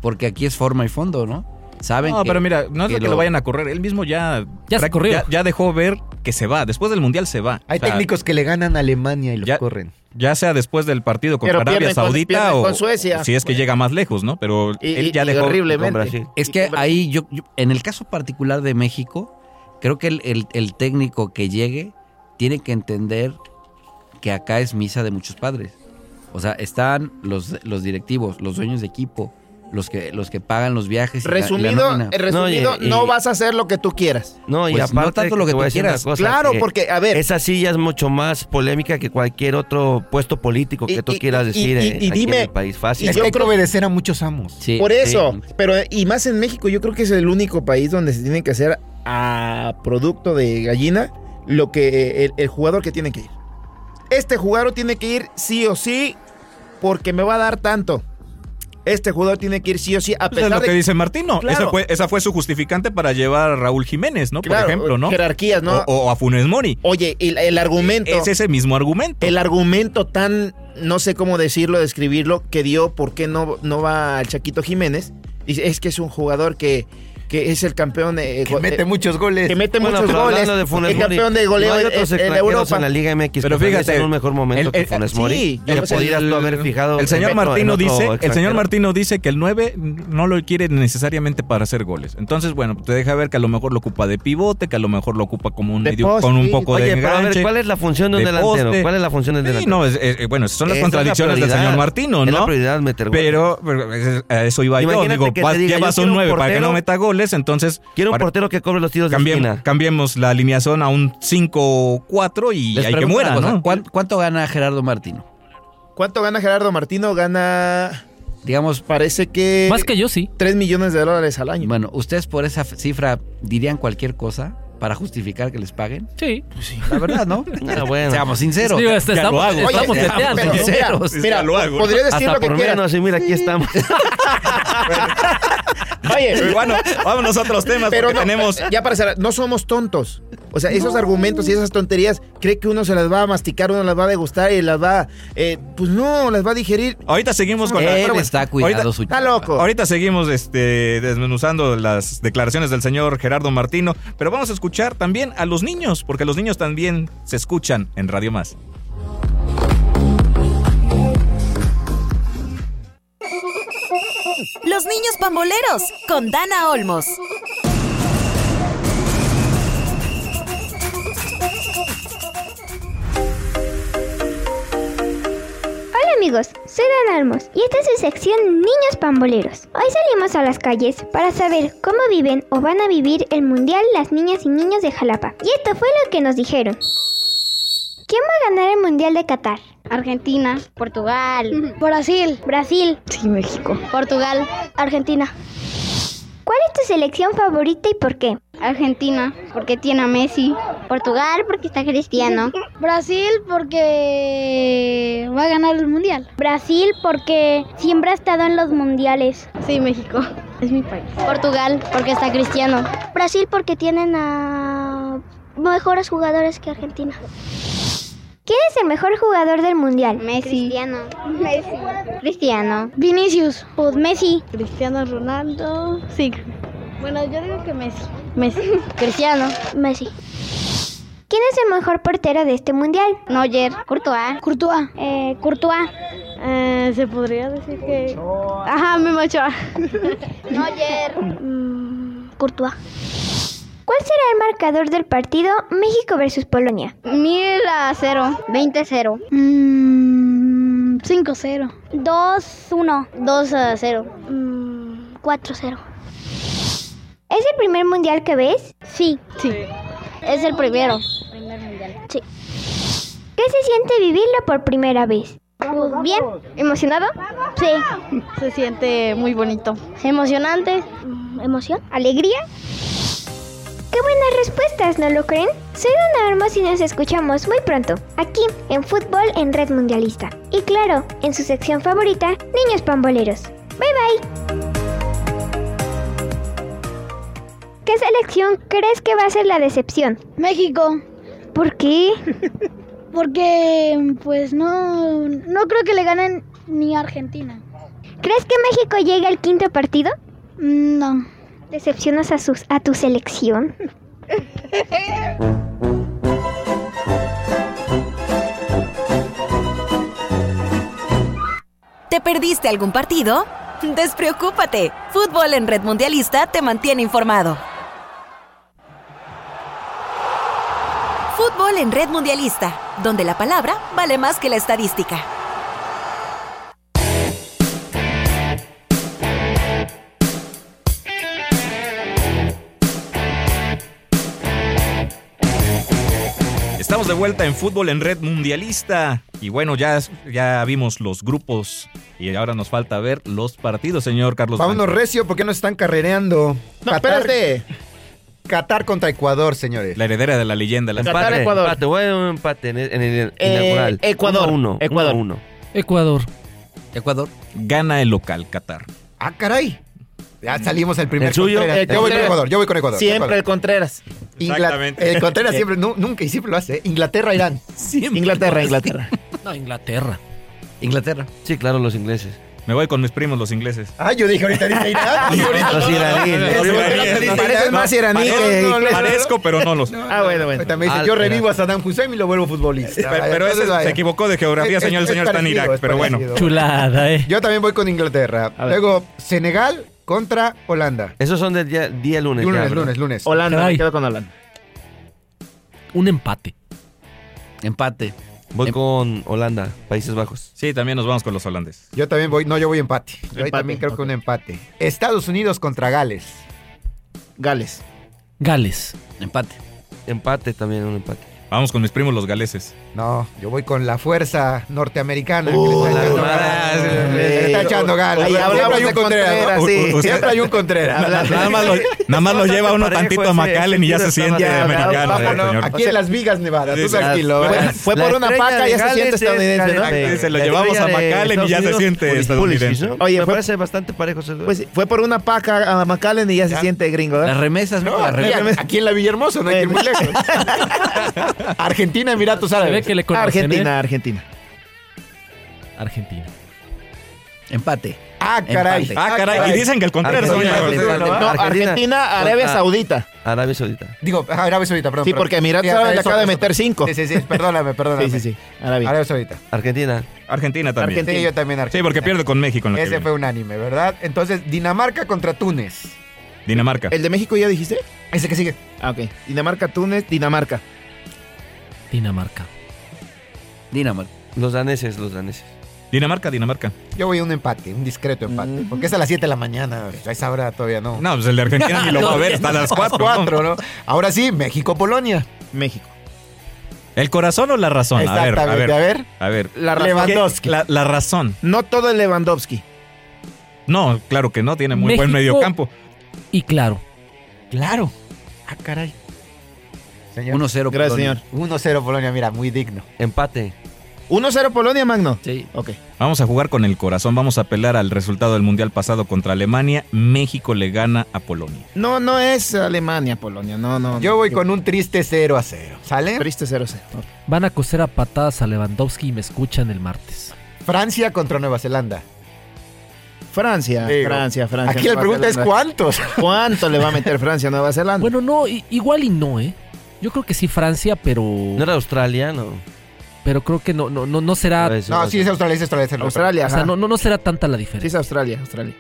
S6: Porque aquí es forma y fondo, ¿no? Saben
S2: No,
S6: que-
S2: pero mira, no es de que lo vayan a correr. Él mismo ya.
S6: Ya se
S2: práct-
S6: corrió.
S2: Ya, ya dejó ver que se va. Después del mundial se va.
S8: Hay
S2: O sea,
S8: técnicos que le ganan a Alemania y los corren.
S2: Ya sea después del partido contra
S8: Pero
S2: Arabia
S8: pierden con-
S2: Saudita
S8: pierden
S2: o,
S8: con Suecia.
S2: o si es que llega más lejos, ¿no? Pero él ya dejó.
S6: Es que ahí yo, yo- en el caso particular de México, creo que el, el- el técnico que llegue tiene que entender que acá es misa de muchos padres. O sea, están los, los directivos, los dueños de equipo, los que, los que pagan los viajes. y la- la
S5: Resumido,
S6: nómina.
S5: eh, resumido, no, vas a hacer lo que tú quieras.
S7: No, y
S6: Pues no
S7: aparte
S6: tanto lo que
S7: te
S6: tú
S7: voy a decir una
S6: quieras.
S7: cosa,
S5: Claro,
S7: que
S5: porque, a ver-
S7: Esa silla es mucho más polémica que cualquier otro puesto político que
S5: Y-
S7: tú
S5: y-
S7: quieras
S5: y-
S7: decir
S5: y-
S7: eh,
S5: y
S7: aquí
S5: dime,
S7: en el país. Fácil.
S5: y yo creo-
S8: obedecer a muchos amos.
S5: Por eso, pero eh, y más en México, yo creo que es el único país donde se tiene que hacer a producto de gallina lo que eh, el, el jugador que tiene que ir. Este jugador tiene que ir sí o sí porque me va a dar tanto. Este jugador tiene que ir sí o sí
S2: Pues
S5: a pesar
S2: es lo
S5: de
S2: que dice Martino.
S5: Claro.
S2: Esa, fue, esa fue su justificante para llevar a Raúl Jiménez, ¿no?
S5: Claro,
S2: Por ejemplo, ¿no?
S5: jerarquías, ¿no?
S2: O, o a Funes Mori.
S5: Oye, el, el argumento.
S2: Es ese mismo argumento.
S5: El argumento tan, no sé cómo decirlo, describirlo, que dio por qué no, no va al Chaquito Jiménez. Dice, es que es un jugador que, que es el campeón. eh,
S8: Que
S5: go-
S8: mete
S5: eh,
S8: muchos goles.
S5: Que mete
S7: Bueno,
S5: muchos
S7: pero
S5: goles.
S7: hablando de Funes
S5: el
S7: Mori,
S5: campeón de goleo
S7: no hay
S5: en-
S7: otros
S5: en, en
S7: extranjeros
S5: Europa.
S7: en la Liga MX pero fíjate, en un mejor momento
S2: el-
S7: que
S2: el-
S7: Funes
S2: sí,
S7: Mori. que
S2: el-
S7: podías tú haber fijado
S2: El señor
S7: en otro- en
S2: Martino
S7: otro
S2: dice, el
S7: extranjero.
S2: señor Martino dice que el 9 no lo quiere necesariamente para hacer goles. Entonces, bueno, te deja ver que a lo mejor lo ocupa de pivote, que a lo mejor lo ocupa como un
S7: De
S2: medio-
S7: poste.
S2: con un poco
S7: Oye,
S2: de
S7: pero a ver,
S2: enganche,
S7: ¿cuál es la función de un delantero?
S2: poste.
S7: ¿Cuál es la función del
S2: Sí,
S7: delantero?
S2: no, es- es- bueno, son las
S7: Esa es la
S2: contradicciones del
S7: prioridad.
S2: señor Martino,
S7: Es la
S2: ¿no?
S7: prioridad meter goles.
S2: Pero, pero es- a eso iba yo.
S7: Imagínate
S2: Digo,
S7: que te
S2: vas-
S7: diga, yo
S2: llevas
S7: quiero
S2: un
S7: un
S2: 9 para que
S7: portero-
S2: no meta goles, entonces...
S7: Quiero un
S2: para-
S7: portero que cobre los tiros de
S2: Cambiem-
S7: esquina.
S2: cambiemos la alineación a un 5-4 y
S6: Les
S2: hay que
S6: pregunto
S2: muera,
S6: una cosa,
S2: ¿no?
S6: ¿cuán- ¿Cuánto gana Gerardo Martino?
S5: ¿Cuánto gana Gerardo Martino? Gana,
S6: Digamos,
S5: parece que...
S6: Más
S3: que yo, sí.
S5: 3 millones de dólares al año.
S6: Bueno, ¿ustedes por esa f- cifra dirían cualquier cosa para justificar que les paguen?
S3: Sí.
S6: La verdad, ¿no?
S7: Ah, bueno.
S6: Seamos sinceros.
S7: Digo, este,
S6: Ya
S7: estamos-
S6: lo hago.
S7: estamos
S6: Oye,
S7: teteando,
S6: seamos
S7: ¿no?
S6: sinceros.
S7: Mira, Ya lo hago. podría decir Hasta lo que por quiera. menos, y mira, aquí Sí. estamos.
S5: Oye,
S2: Y bueno, vámonos a otros temas
S5: eh, Pero
S2: porque
S5: no,
S2: tenemos...
S5: Ya para cerrar, no somos tontos. O sea, esos argumentos y esas tonterías, cree que uno se las va a masticar, uno las va a degustar y las va. eh, pues no, las va a digerir.
S2: Ahorita seguimos con
S5: Él
S2: la-
S5: está cuidado su Está loco.
S2: Ahorita seguimos este, desmenuzando las declaraciones del señor Gerardo Martino, pero vamos a escuchar también a los niños, porque los niños también se escuchan en Radio Más.
S1: Los niños pamboleros con Dana Olmos.
S17: Hola amigos, soy Dan Almos y esta es su sección Niños Pamboleros. Hoy salimos a las calles para saber cómo viven o van a vivir el Mundial las niñas y niños de Jalapa. Y esto fue lo que nos dijeron. ¿Quién va a ganar el Mundial de Qatar? Argentina, Portugal, Brasil, Brasil, sí, México, Portugal, Argentina. ¿Cuál es tu selección favorita y por qué? Argentina, porque tiene a Messi. Portugal, porque está Cristiano. Brasil, porque va a ganar el mundial. Brasil, porque siempre ha estado en los mundiales. Sí, México. Es mi país. Portugal, porque está Cristiano. Brasil, porque tienen a mejores jugadores que Argentina. ¿Quién es el mejor jugador del mundial? Messi. Cristiano. Messi. Cristiano. Vinicius. Pues Messi. Cristiano Ronaldo. Sí. Bueno, yo digo que Messi. Messi. Cristiano. Messi. ¿Quién es el mejor portero de este mundial? Neuer. Courtois. Courtois. Eh, Courtois. Eh, se podría decir que. Ajá, Memo Ochoa. Neuer. Courtois. ¿Cuál será el marcador del partido México versus Polonia? 1000 a 0. 20 a 0. 5 a 0. 2 1. 2 a 0. 4 a 0. ¿Es el primer mundial que ves? Sí. Sí. Es el primero. Sí. ¿Qué se siente vivirlo por primera vez? Pues bien. ¿Emocionado? Sí. Se siente muy bonito. ¿Emocionante? ¿Emoción? ¿Alegría? ¡Qué buenas respuestas! ¿No lo creen? Soy Dana Hermos y nos escuchamos muy pronto, aquí en Fútbol en Red Mundialista. Y claro, en su sección favorita, Niños Pamboleros. Bye bye. ¿Qué selección crees que va a ser la decepción? México. ¿Por qué? Porque, pues no, no creo que le ganen ni a Argentina. ¿Crees que México llegue al quinto partido? No. ¿Decepcionas a, sus, a tu selección?
S1: ¿Te perdiste algún partido? Despreocúpate. Fútbol en Red Mundialista te mantiene informado. Fútbol en Red Mundialista, donde la palabra vale más que la estadística.
S2: Estamos de vuelta en Fútbol en Red Mundialista. Y bueno, ya, ya vimos los grupos y ahora nos falta ver los partidos, señor Carlos.
S8: Vámonos
S2: Blanco.
S8: recio, ¿por qué nos están carrereando?
S5: No, espérate.
S8: Qatar contra Ecuador, señores.
S2: La heredera de la leyenda. La
S7: Empate,
S2: espada.
S7: Empate, voy a dar un empate en el, en el
S8: Eh,
S7: inaugural.
S8: Ecuador,
S7: Uno a uno,
S8: Ecuador.
S7: uno a uno.
S3: Ecuador.
S6: Ecuador.
S2: Gana el local, Qatar.
S8: Ah, caray. Ya salimos el primer
S2: ¿El suyo?
S8: Contreras.
S2: El
S8: yo voy con
S2: Contreras.
S8: Ecuador, yo voy con Ecuador.
S2: Siempre
S8: Ecuador.
S2: el
S5: Contreras.
S8: Ingla-
S5: Exactamente.
S8: El Contreras siempre, nu- nunca y siempre lo hace. ¿eh? Inglaterra, Irán.
S5: Inglaterra, Inglaterra.
S3: No, Inglaterra.
S6: Inglaterra.
S7: Sí, claro, los ingleses.
S2: Me voy con mis primos, los ingleses.
S8: Ah, yo dije ahorita dice Irán.
S2: Los iraníes. Los iraníes.
S8: Parece más iraní
S2: Parezco,
S8: que-
S2: no, no, Parezco, pero no los.
S5: Ah, bueno, bueno.
S8: También dice,
S2: Ah,
S8: yo
S2: mira.
S8: revivo a Saddam Hussein y lo vuelvo futbolista.
S2: Pero- pero ese
S8: Entonces,
S2: se equivocó de geografía,
S8: es-
S2: señor. El
S8: es-
S2: señor
S8: es
S2: está en
S8: parecido,
S2: Irak,
S8: es
S2: pero bueno.
S8: parecido.
S3: Chulada, eh.
S8: Yo también voy con Inglaterra.
S3: ver.
S8: Luego, Senegal contra Holanda.
S7: Esos son del día, día lunes.
S8: Lunes,
S7: ya, ¿verdad?
S8: lunes, lunes.
S5: Holanda,
S7: Caray.
S5: me quedo con Holanda.
S3: Un empate.
S6: Empate.
S7: Voy con Holanda, Países Bajos.
S2: Sí, también nos vamos con los holandeses.
S8: Yo también voy, no, yo voy empate. Yo ahí
S2: Empate,
S8: también creo que un empate. Estados Unidos contra Gales.
S5: Gales.
S3: Gales.
S6: Empate.
S7: Empate también, un empate.
S2: Vamos con mis primos, los galeses.
S8: No, yo voy con la fuerza norteamericana.
S2: Oh,
S8: que le está echando ganas. Le está
S5: Eh,
S8: echando
S5: o-
S8: ganas.
S5: ahí hablamos
S8: Siempre hay un
S5: de
S8: Contreras.
S5: Contreras,
S8: ¿no?
S5: sí.
S8: U- u- Siempre hay un Contreras.
S2: Nada más lo, nada más lo lleva uno tantito a McAllen y ya se siente
S8: Ya,
S2: americano.
S8: vámonos.
S2: eh, señor.
S8: Aquí en Las Vigas, Nevada. Tú
S2: Sí, sí.
S8: tranquilo. ¿eh?
S2: Fue-
S8: ¿verdad?
S2: fue
S8: La
S2: por una
S8: estrella
S2: paca,
S8: de
S2: ya se
S8: Gales
S2: siente
S8: Este es
S2: estadounidense, ¿no?
S8: Gales.
S2: Sí, se lo
S8: La
S2: llevamos
S8: estrella
S2: a
S8: de
S2: McAllen y
S8: Estados
S2: ya se
S8: Unidos,
S2: siente
S8: Pulisic,
S2: estadounidense.
S8: ¿no?
S5: Oye,
S7: Me
S5: fue-
S7: parece bastante parejo. esos dos.
S5: Pues fue por una paca a McAllen y ya se siente gringo, ¿verdad?
S6: Las remesas,
S8: No, aquí, aquí en la Villahermosa, no hay que ir muy lejos. Argentina, Emiratos Árabes.
S3: ve que le conocen,
S5: Argentina,
S3: ¿eh?
S5: Argentina.
S3: Argentina.
S6: Empate.
S8: Ah, caray.
S6: Empate.
S2: Ah, caray. Y dicen que el contrario es
S5: Argentina, Argentina, no, Argentina, Arabia Saudita.
S7: Arabia Saudita.
S8: Digo, ajá, Arabia Saudita, perdón.
S5: Sí,
S8: perdón.
S5: porque Emiratos
S8: Sí,
S5: Árabes le
S8: eso,
S5: acaba de
S8: eso,
S5: meter cinco.
S8: Sí, sí, sí, perdóname, perdóname.
S5: Sí, sí, sí. Arabia.
S8: Arabia Saudita.
S7: Argentina.
S2: Argentina también.
S8: Argentina. Sí, yo también Argentina.
S2: Sí, porque pierde con México en la que
S8: Ese
S2: viene.
S8: fue unánime, ¿verdad? Entonces, Dinamarca contra Túnez.
S2: Dinamarca.
S5: ¿El de México ya dijiste?
S8: Ese que sigue.
S5: Ah, ok. Dinamarca, Túnez, Dinamarca.
S3: Dinamarca.
S6: Dinamarca.
S7: Los daneses, los daneses.
S2: Dinamarca, Dinamarca.
S8: Yo voy a un empate, un discreto empate. Porque es a las 7 de la mañana. A esa hora todavía no.
S2: No, pues el de Argentina ni lo va a ver, hasta las 4.
S8: Cuatro, ¿no? Ahora sí, México-Polonia.
S5: México.
S2: ¿El corazón o la razón? A ver, a ver.
S8: Exactamente, a ver.
S2: A ver.
S5: La razón. Lewandowski.
S2: La, la razón.
S5: No todo es Lewandowski.
S2: No, claro que no, tiene muy buen
S3: México-
S2: mediocampo.
S3: Y claro.
S6: Claro.
S8: Ah, caray. Señor.
S6: 1-0.
S5: Gracias,
S6: Polonia.
S5: señor.
S8: 1-0 Polonia, mira, muy digno.
S7: Empate.
S5: 1-0 Polonia, Magno.
S6: Sí.
S5: Ok.
S2: Vamos a jugar con el corazón, vamos a apelar al resultado del Mundial pasado contra Alemania. México le gana a Polonia.
S5: No, no es Alemania, Polonia. No, no.
S8: Yo voy con un triste 0 a 0. ¿Sale?
S5: Triste 0-0.
S3: Van a coser a patadas a Lewandowski y me escuchan el martes.
S8: Francia contra Nueva Zelanda.
S5: Francia,
S8: Digo,
S5: Francia, Francia.
S8: Aquí la
S5: Nueva
S8: pregunta es
S5: Zelanda.
S8: cuántos.
S5: ¿Cuánto le va a meter Francia a Nueva Zelanda?
S3: Bueno, no, i- igual y no, ¿eh? Yo creo que sí Francia, pero...
S7: ¿No era Australia? No.
S3: Pero creo que no, no, no, no será...
S7: No, eso,
S8: No,
S7: eso.
S8: sí, es Australia, es Australia. es
S5: Australia,
S3: o sea,
S5: ajá.
S3: no, no, no será tanta la
S5: Sí,
S3: diferencia.
S5: es Australia, Australia.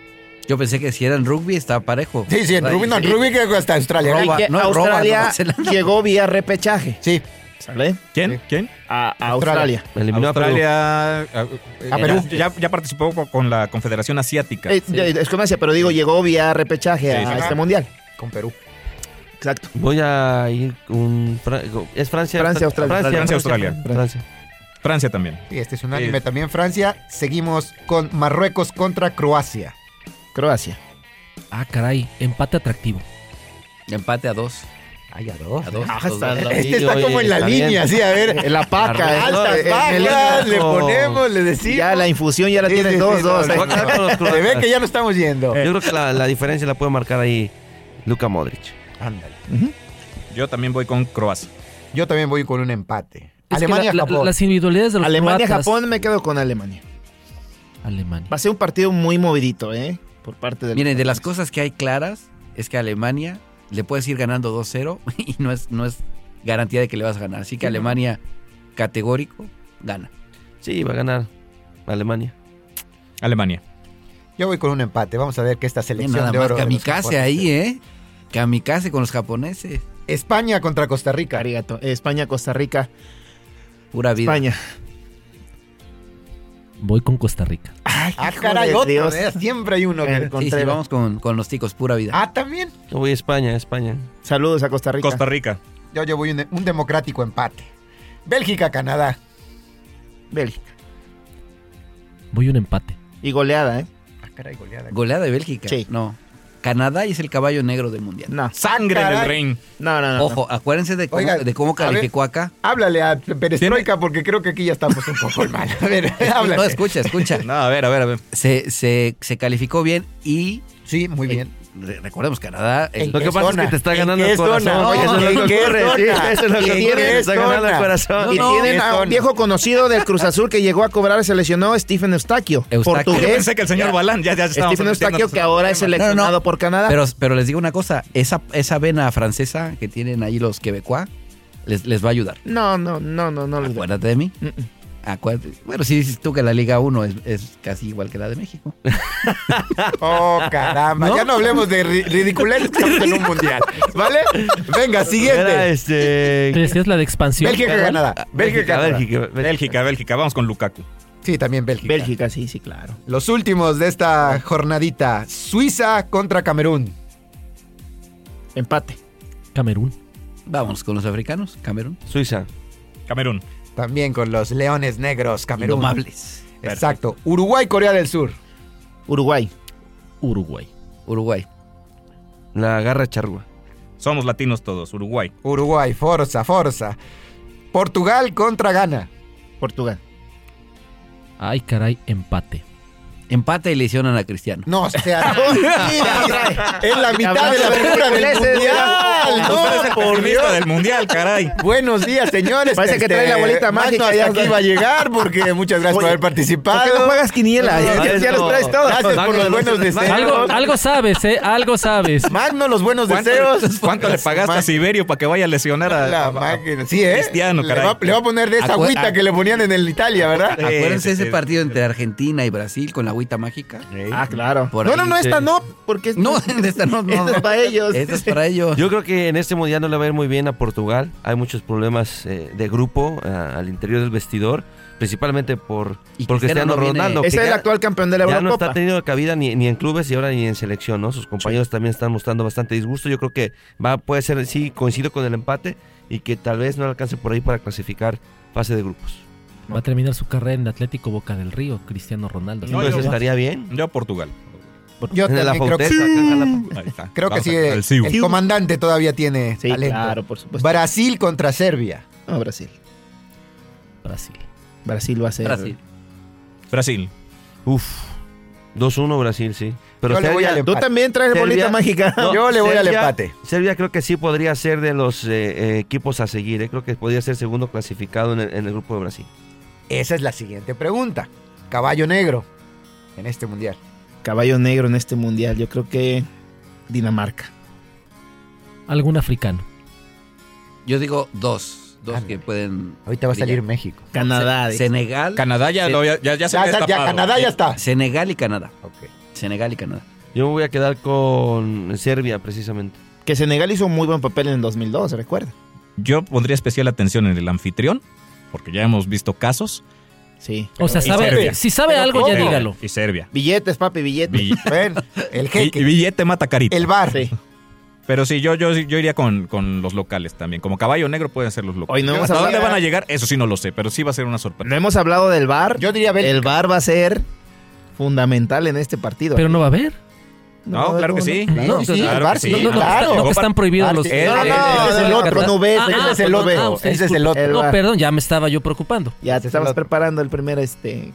S6: Yo pensé que si eran rugby estaba parejo.
S8: Sí, sí, en
S6: Ay,
S8: Rubí, no, en Rubí creo que hasta Australia.
S6: Roba,
S5: Y que
S6: no, roba,
S5: Australia
S6: Nueva Zelanda.
S5: llegó vía repechaje.
S8: Sí,
S5: ¿Sale?
S2: ¿Quién? ¿Quién?
S5: A, a Australia.
S7: Eliminó a Perú.
S2: Australia. ah, eh,
S8: A Perú.
S2: Ya, ya- ya participó con la Confederación Asiática.
S5: Eh, de- Es con Asia, pero digo, llegó vía repechaje
S2: Sí,
S5: a
S2: sí,
S5: este
S2: sí.
S5: mundial.
S8: con Perú.
S5: Exacto.
S7: Voy a ir un... Fra- ¿Es Francia?
S5: Francia, Australia.
S2: Francia, Australia.
S7: Francia.
S2: Francia también.
S8: Sí, este es un anime
S2: Sí.
S8: también. Francia, seguimos con Marruecos contra Croacia.
S5: Croacia.
S3: Ah, caray, empate atractivo.
S6: Empate a dos.
S8: Ay, a dos.
S6: A dos.
S5: Ah,
S6: dos,
S5: está
S6: dos.
S5: la-
S8: Este está
S7: Oye,
S8: como en la
S7: está bien.
S8: línea, sí, a ver.
S5: En La paca.
S7: Arreglo-
S5: eh,
S8: Altas,
S5: eh,
S8: bajas,
S5: en el-
S8: le
S7: con-
S8: ponemos, le decimos.
S5: Ya la infusión ya la
S8: Sí,
S5: tienen
S8: sí, sí,
S5: dos,
S8: no,
S5: dos.
S8: no,
S5: ahí.
S7: Voy a quedar con los
S8: Se ve
S7: croatas.
S8: que ya no estamos yendo.
S2: Eh.
S7: Yo creo que la, la diferencia la puede marcar ahí Luka Modric.
S8: Ándale.
S2: Yo también voy con Croacia.
S8: Yo también voy con un empate.
S3: Es que
S8: Alemania,
S3: la- la-
S8: Japón.
S3: las individualidades de los
S5: Alemania,
S3: croatas-
S5: Japón, me quedo con Alemania.
S3: Alemania.
S5: Va a ser un partido muy movidito, ¿eh? Por parte del.
S6: Miren, de las cosas que hay claras es que a Alemania le puedes ir ganando 2-0 y no es, no es garantía de que le vas a ganar. Así que Alemania, categórico, gana.
S7: Sí, va a ganar Alemania.
S2: Alemania.
S8: Yo voy con un empate. Vamos a ver que esta
S6: Oye,
S8: selección
S6: Nada
S8: de
S6: más
S8: oro. de los
S6: kamikaze
S8: japoneses.
S6: ahí, ¿eh? Kamikaze con los japoneses.
S8: España contra Costa Rica.
S5: Arigato. España, Costa Rica,
S6: Pura vida.
S5: España.
S3: Voy con Costa Rica.
S5: Ay,
S8: Ah,
S5: hijo
S8: caray,
S5: de
S8: otro,
S5: Dios.
S8: ¿verdad? Siempre hay uno
S5: Eh,
S8: que
S6: Sí, sí,
S5: Contreras.
S6: vamos con, con los ticos, pura vida.
S8: Ah, también.
S7: Yo voy a España, España.
S5: Saludos a Costa Rica.
S2: Costa Rica.
S8: Yo, yo voy un, un democrático empate. Bélgica, Canadá.
S5: Bélgica.
S3: Voy un empate.
S5: Y goleada, ¿eh?
S8: Ah, caray, goleada.
S6: Goleada de Bélgica.
S5: Sí.
S6: No. Canadá y es el caballo negro del mundial.
S2: Sangre
S8: Caray.
S2: del reino.
S8: No, no, no.
S6: Ojo, acuérdense de cómo,
S8: Oiga,
S6: de cómo
S8: a ver,
S6: calificó acá.
S8: Háblale a Perestroika porque creo que aquí ya estamos un poco mal. A ver, háblale.
S6: No, escucha, escucha.
S2: No, a ver, a ver, a ver.
S6: Se, se, se calificó bien y. eh,
S8: Sí, muy bien.
S6: recordemos, Canadá.
S8: ¿En
S6: el-
S8: qué zona? ¿En qué
S6: el corazón.
S8: zona?
S6: Oye, eso
S8: No,
S6: es lo que
S8: ¿en qué
S6: ocurre,
S8: zona?
S6: sí, eso es lo que
S8: ¿En
S6: ocurre,
S8: qué
S6: le está ganando el
S8: zona?
S6: corazón.
S5: Y
S6: No,
S5: tienen
S6: no,
S5: a
S6: no.
S5: un viejo conocido del Cruz Azul que llegó a cobrar, se lesionó, Stephen Eustaquio. Portugués.
S2: Yo pensé que el señor Balán, ya- ya estábamos
S5: Stephen Eustaquio,
S2: metiéndonos
S5: que
S2: en
S5: ahora es
S2: temas.
S5: seleccionado por Canadá.
S6: Pero, pero les digo una cosa: esa, esa vena francesa que tienen ahí los quebecuá les, les va a ayudar.
S5: No, no, no, no, no.
S6: Acuérdate de mí. Acuérdate. Bueno, si dices tú que la Liga 1 es, es casi igual que la de México.
S8: Oh, caramba.
S6: ¿No?
S8: Ya no hablemos de ri- ridiculez que estamos en un mundial. ¿Vale? Venga,
S7: Era,
S8: siguiente.
S7: este...
S3: ¿Te decías la de expansión?
S8: Bélgica,
S3: perdón?
S8: Canadá. Bélgica,
S7: Bélgica,
S8: Canadá.
S7: Bélgica.
S2: Bélgica, Bélgica. Vamos con Lukaku.
S8: Sí, también Bélgica.
S5: Bélgica, sí, sí, claro.
S8: Los últimos de esta jornadita. Suiza contra Camerún.
S5: Empate.
S3: Camerún.
S6: Vamos con los africanos. Camerún.
S7: Suiza.
S2: Camerún.
S8: También con los Leones Negros, Camerún.
S6: Indomables.
S8: Exacto. Uruguay, Corea del Sur.
S5: Uruguay.
S3: Uruguay.
S6: Uruguay.
S7: La garra charrua.
S2: Somos latinos todos. Uruguay.
S8: Uruguay, Forza, Forza. Portugal contra Ghana.
S5: Portugal.
S3: Ay, caray, empate.
S6: Empate y lesionan a Cristiano.
S8: No, o sea, es la mitad de la figura del mundial.
S2: Usted es el
S8: No, por
S2: pesimista
S8: Dios.
S2: del mundial, caray.
S8: Buenos días, señores.
S5: Parece que trae la bolita
S8: más
S5: mágica,
S8: Hasta
S5: ya
S8: aquí
S5: está.
S8: va a llegar porque muchas gracias por haber participado.
S5: ¿Por qué no juegas quiniela?
S8: No,
S5: Ya- ya los traes todos.
S8: Gracias por los buenos deseos.
S3: Algo, algo sabes, ¿eh? Algo sabes.
S8: Magno, los buenos
S2: ¿Cuánto,
S8: deseos.
S2: cuánto le pagaste a Siberio para que vaya a lesionar a,
S8: La
S2: a- a-
S8: máquina. Sí, ¿eh?
S2: Cristiano,
S8: le,
S2: caray?
S8: va, le va a poner de esa
S6: Acu-
S8: agüita
S6: a-
S8: que le ponían en el Italia, ¿verdad?
S6: Acuérdense
S2: Sí, sí,
S6: ese
S2: sí.
S6: partido entre Argentina y Brasil con la agüita mágica.
S5: Ah, claro.
S6: Por
S8: no,
S6: ahí.
S8: no, no, esta no, porque
S6: No, de esta no, no.
S5: Esto es para ellos.
S6: Esto es para ellos.
S7: Yo creo que en este mundial no le va a ir muy bien a Portugal. Hay muchos problemas eh, de grupo eh, al interior del vestidor, principalmente por,
S6: Y
S7: por
S6: Cristiano
S7: Cristiano
S6: no viene.
S7: Ronaldo. que
S5: Ese es el
S7: ya-
S5: actual campeón de la
S7: ya no
S5: Eurocopa.
S7: está teniendo cabida ni, ni en clubes y ahora ni en selección, ¿no? Sus compañeros también están mostrando bastante disgusto. Yo creo que va, puede ser, sí, coincido con el empate y que tal vez no le alcance por ahí para clasificar fase de grupos.
S3: Va a terminar su carrera en Atlético Boca del Río, Cristiano Ronaldo.
S2: No,
S7: Entonces
S2: yo-
S7: estaría bien.
S2: Yo a Portugal.
S8: Yo
S7: En la
S8: también creo que
S7: Fauteca, acá en Jalapa.
S2: Ahí está.
S8: Creo que
S2: Vamos
S8: sí,
S2: a- al Siu.
S8: el comandante todavía tiene
S5: Sí,
S8: talento.
S5: claro, por supuesto.
S8: Brasil contra Serbia.
S5: No, Brasil.
S3: Brasil.
S5: Brasil va a ser.
S6: Brasil.
S2: Brasil.
S7: Uf. 2-1 Brasil, sí. Pero
S8: Yo le voy
S7: Serbia-
S8: al
S5: Tú
S8: empate.
S5: también traes bolita
S7: Serbia-
S5: mágica.
S7: No,
S8: Yo le voy al
S7: Serbia-
S8: empate.
S7: Serbia creo que sí podría ser de los eh, eh, equipos a seguir. eh. Creo que podría ser segundo clasificado en el, en el grupo de Brasil.
S8: Esa es la siguiente pregunta. Caballo negro en este mundial.
S5: Caballo negro en este mundial. Yo creo que Dinamarca.
S3: Algún africano.
S6: Yo digo dos. Dos que pueden.
S8: Ah, Ahorita va a salir
S6: brillar.
S8: México.
S5: Canadá.
S6: Se-
S5: dice.
S6: Senegal.
S2: Canadá ya,
S6: Sí.
S2: lo- ya, ya, se
S8: Ya,
S2: había
S8: ya, ya,
S2: destapado.
S8: Canadá ya está.
S6: Senegal y Canadá.
S8: Ok.
S6: Senegal y Canadá.
S7: Yo me voy a quedar con Serbia, precisamente.
S5: Que Senegal hizo un muy buen papel en el 2002, recuerda.
S2: Yo pondría especial atención en el anfitrión, porque ya hemos visto casos.
S5: Sí.
S3: O sea,
S2: Y Serbia.
S3: sabe, si sabe
S8: Pero
S3: algo, ya
S8: ¿cómo?
S3: dígalo.
S2: Y Serbia.
S5: Billetes, papi, billetes.
S2: Bill-
S8: Ven, el
S2: y- y
S8: jeque,
S2: billete mata carita.
S8: el bar.
S5: Sí.
S2: Pero sí, yo, yo, yo iría con, con los locales también. Como caballo negro pueden ser los locales.
S5: Hoy no vamos
S2: ¿Hasta
S5: a hablar-
S2: dónde van a llegar? Eso sí no lo sé, pero sí va a ser una sorpresa.
S5: No hemos hablado del bar.
S8: Yo diría Bélgica.
S5: El bar va a ser fundamental en este partido.
S3: Pero no va a haber.
S2: No, claro que sí.
S8: Claro,
S3: No,
S8: sí,
S3: claro
S8: el bar
S2: que
S8: sí,
S2: sí.
S3: No, no,
S8: claro.
S3: no, que están prohibidos los.
S8: No, no,
S3: eh,
S8: no,
S3: eh,
S8: ese es el otro,
S3: Canadá.
S8: no ves,
S3: Ah,
S8: ese es el
S3: perdón,
S8: otro,
S3: ah, usted
S8: ese es el
S3: disculpe.
S8: otro.
S3: No, perdón, ya me estaba yo preocupando.
S5: Ya te estabas
S8: Claro.
S5: preparando el primer este.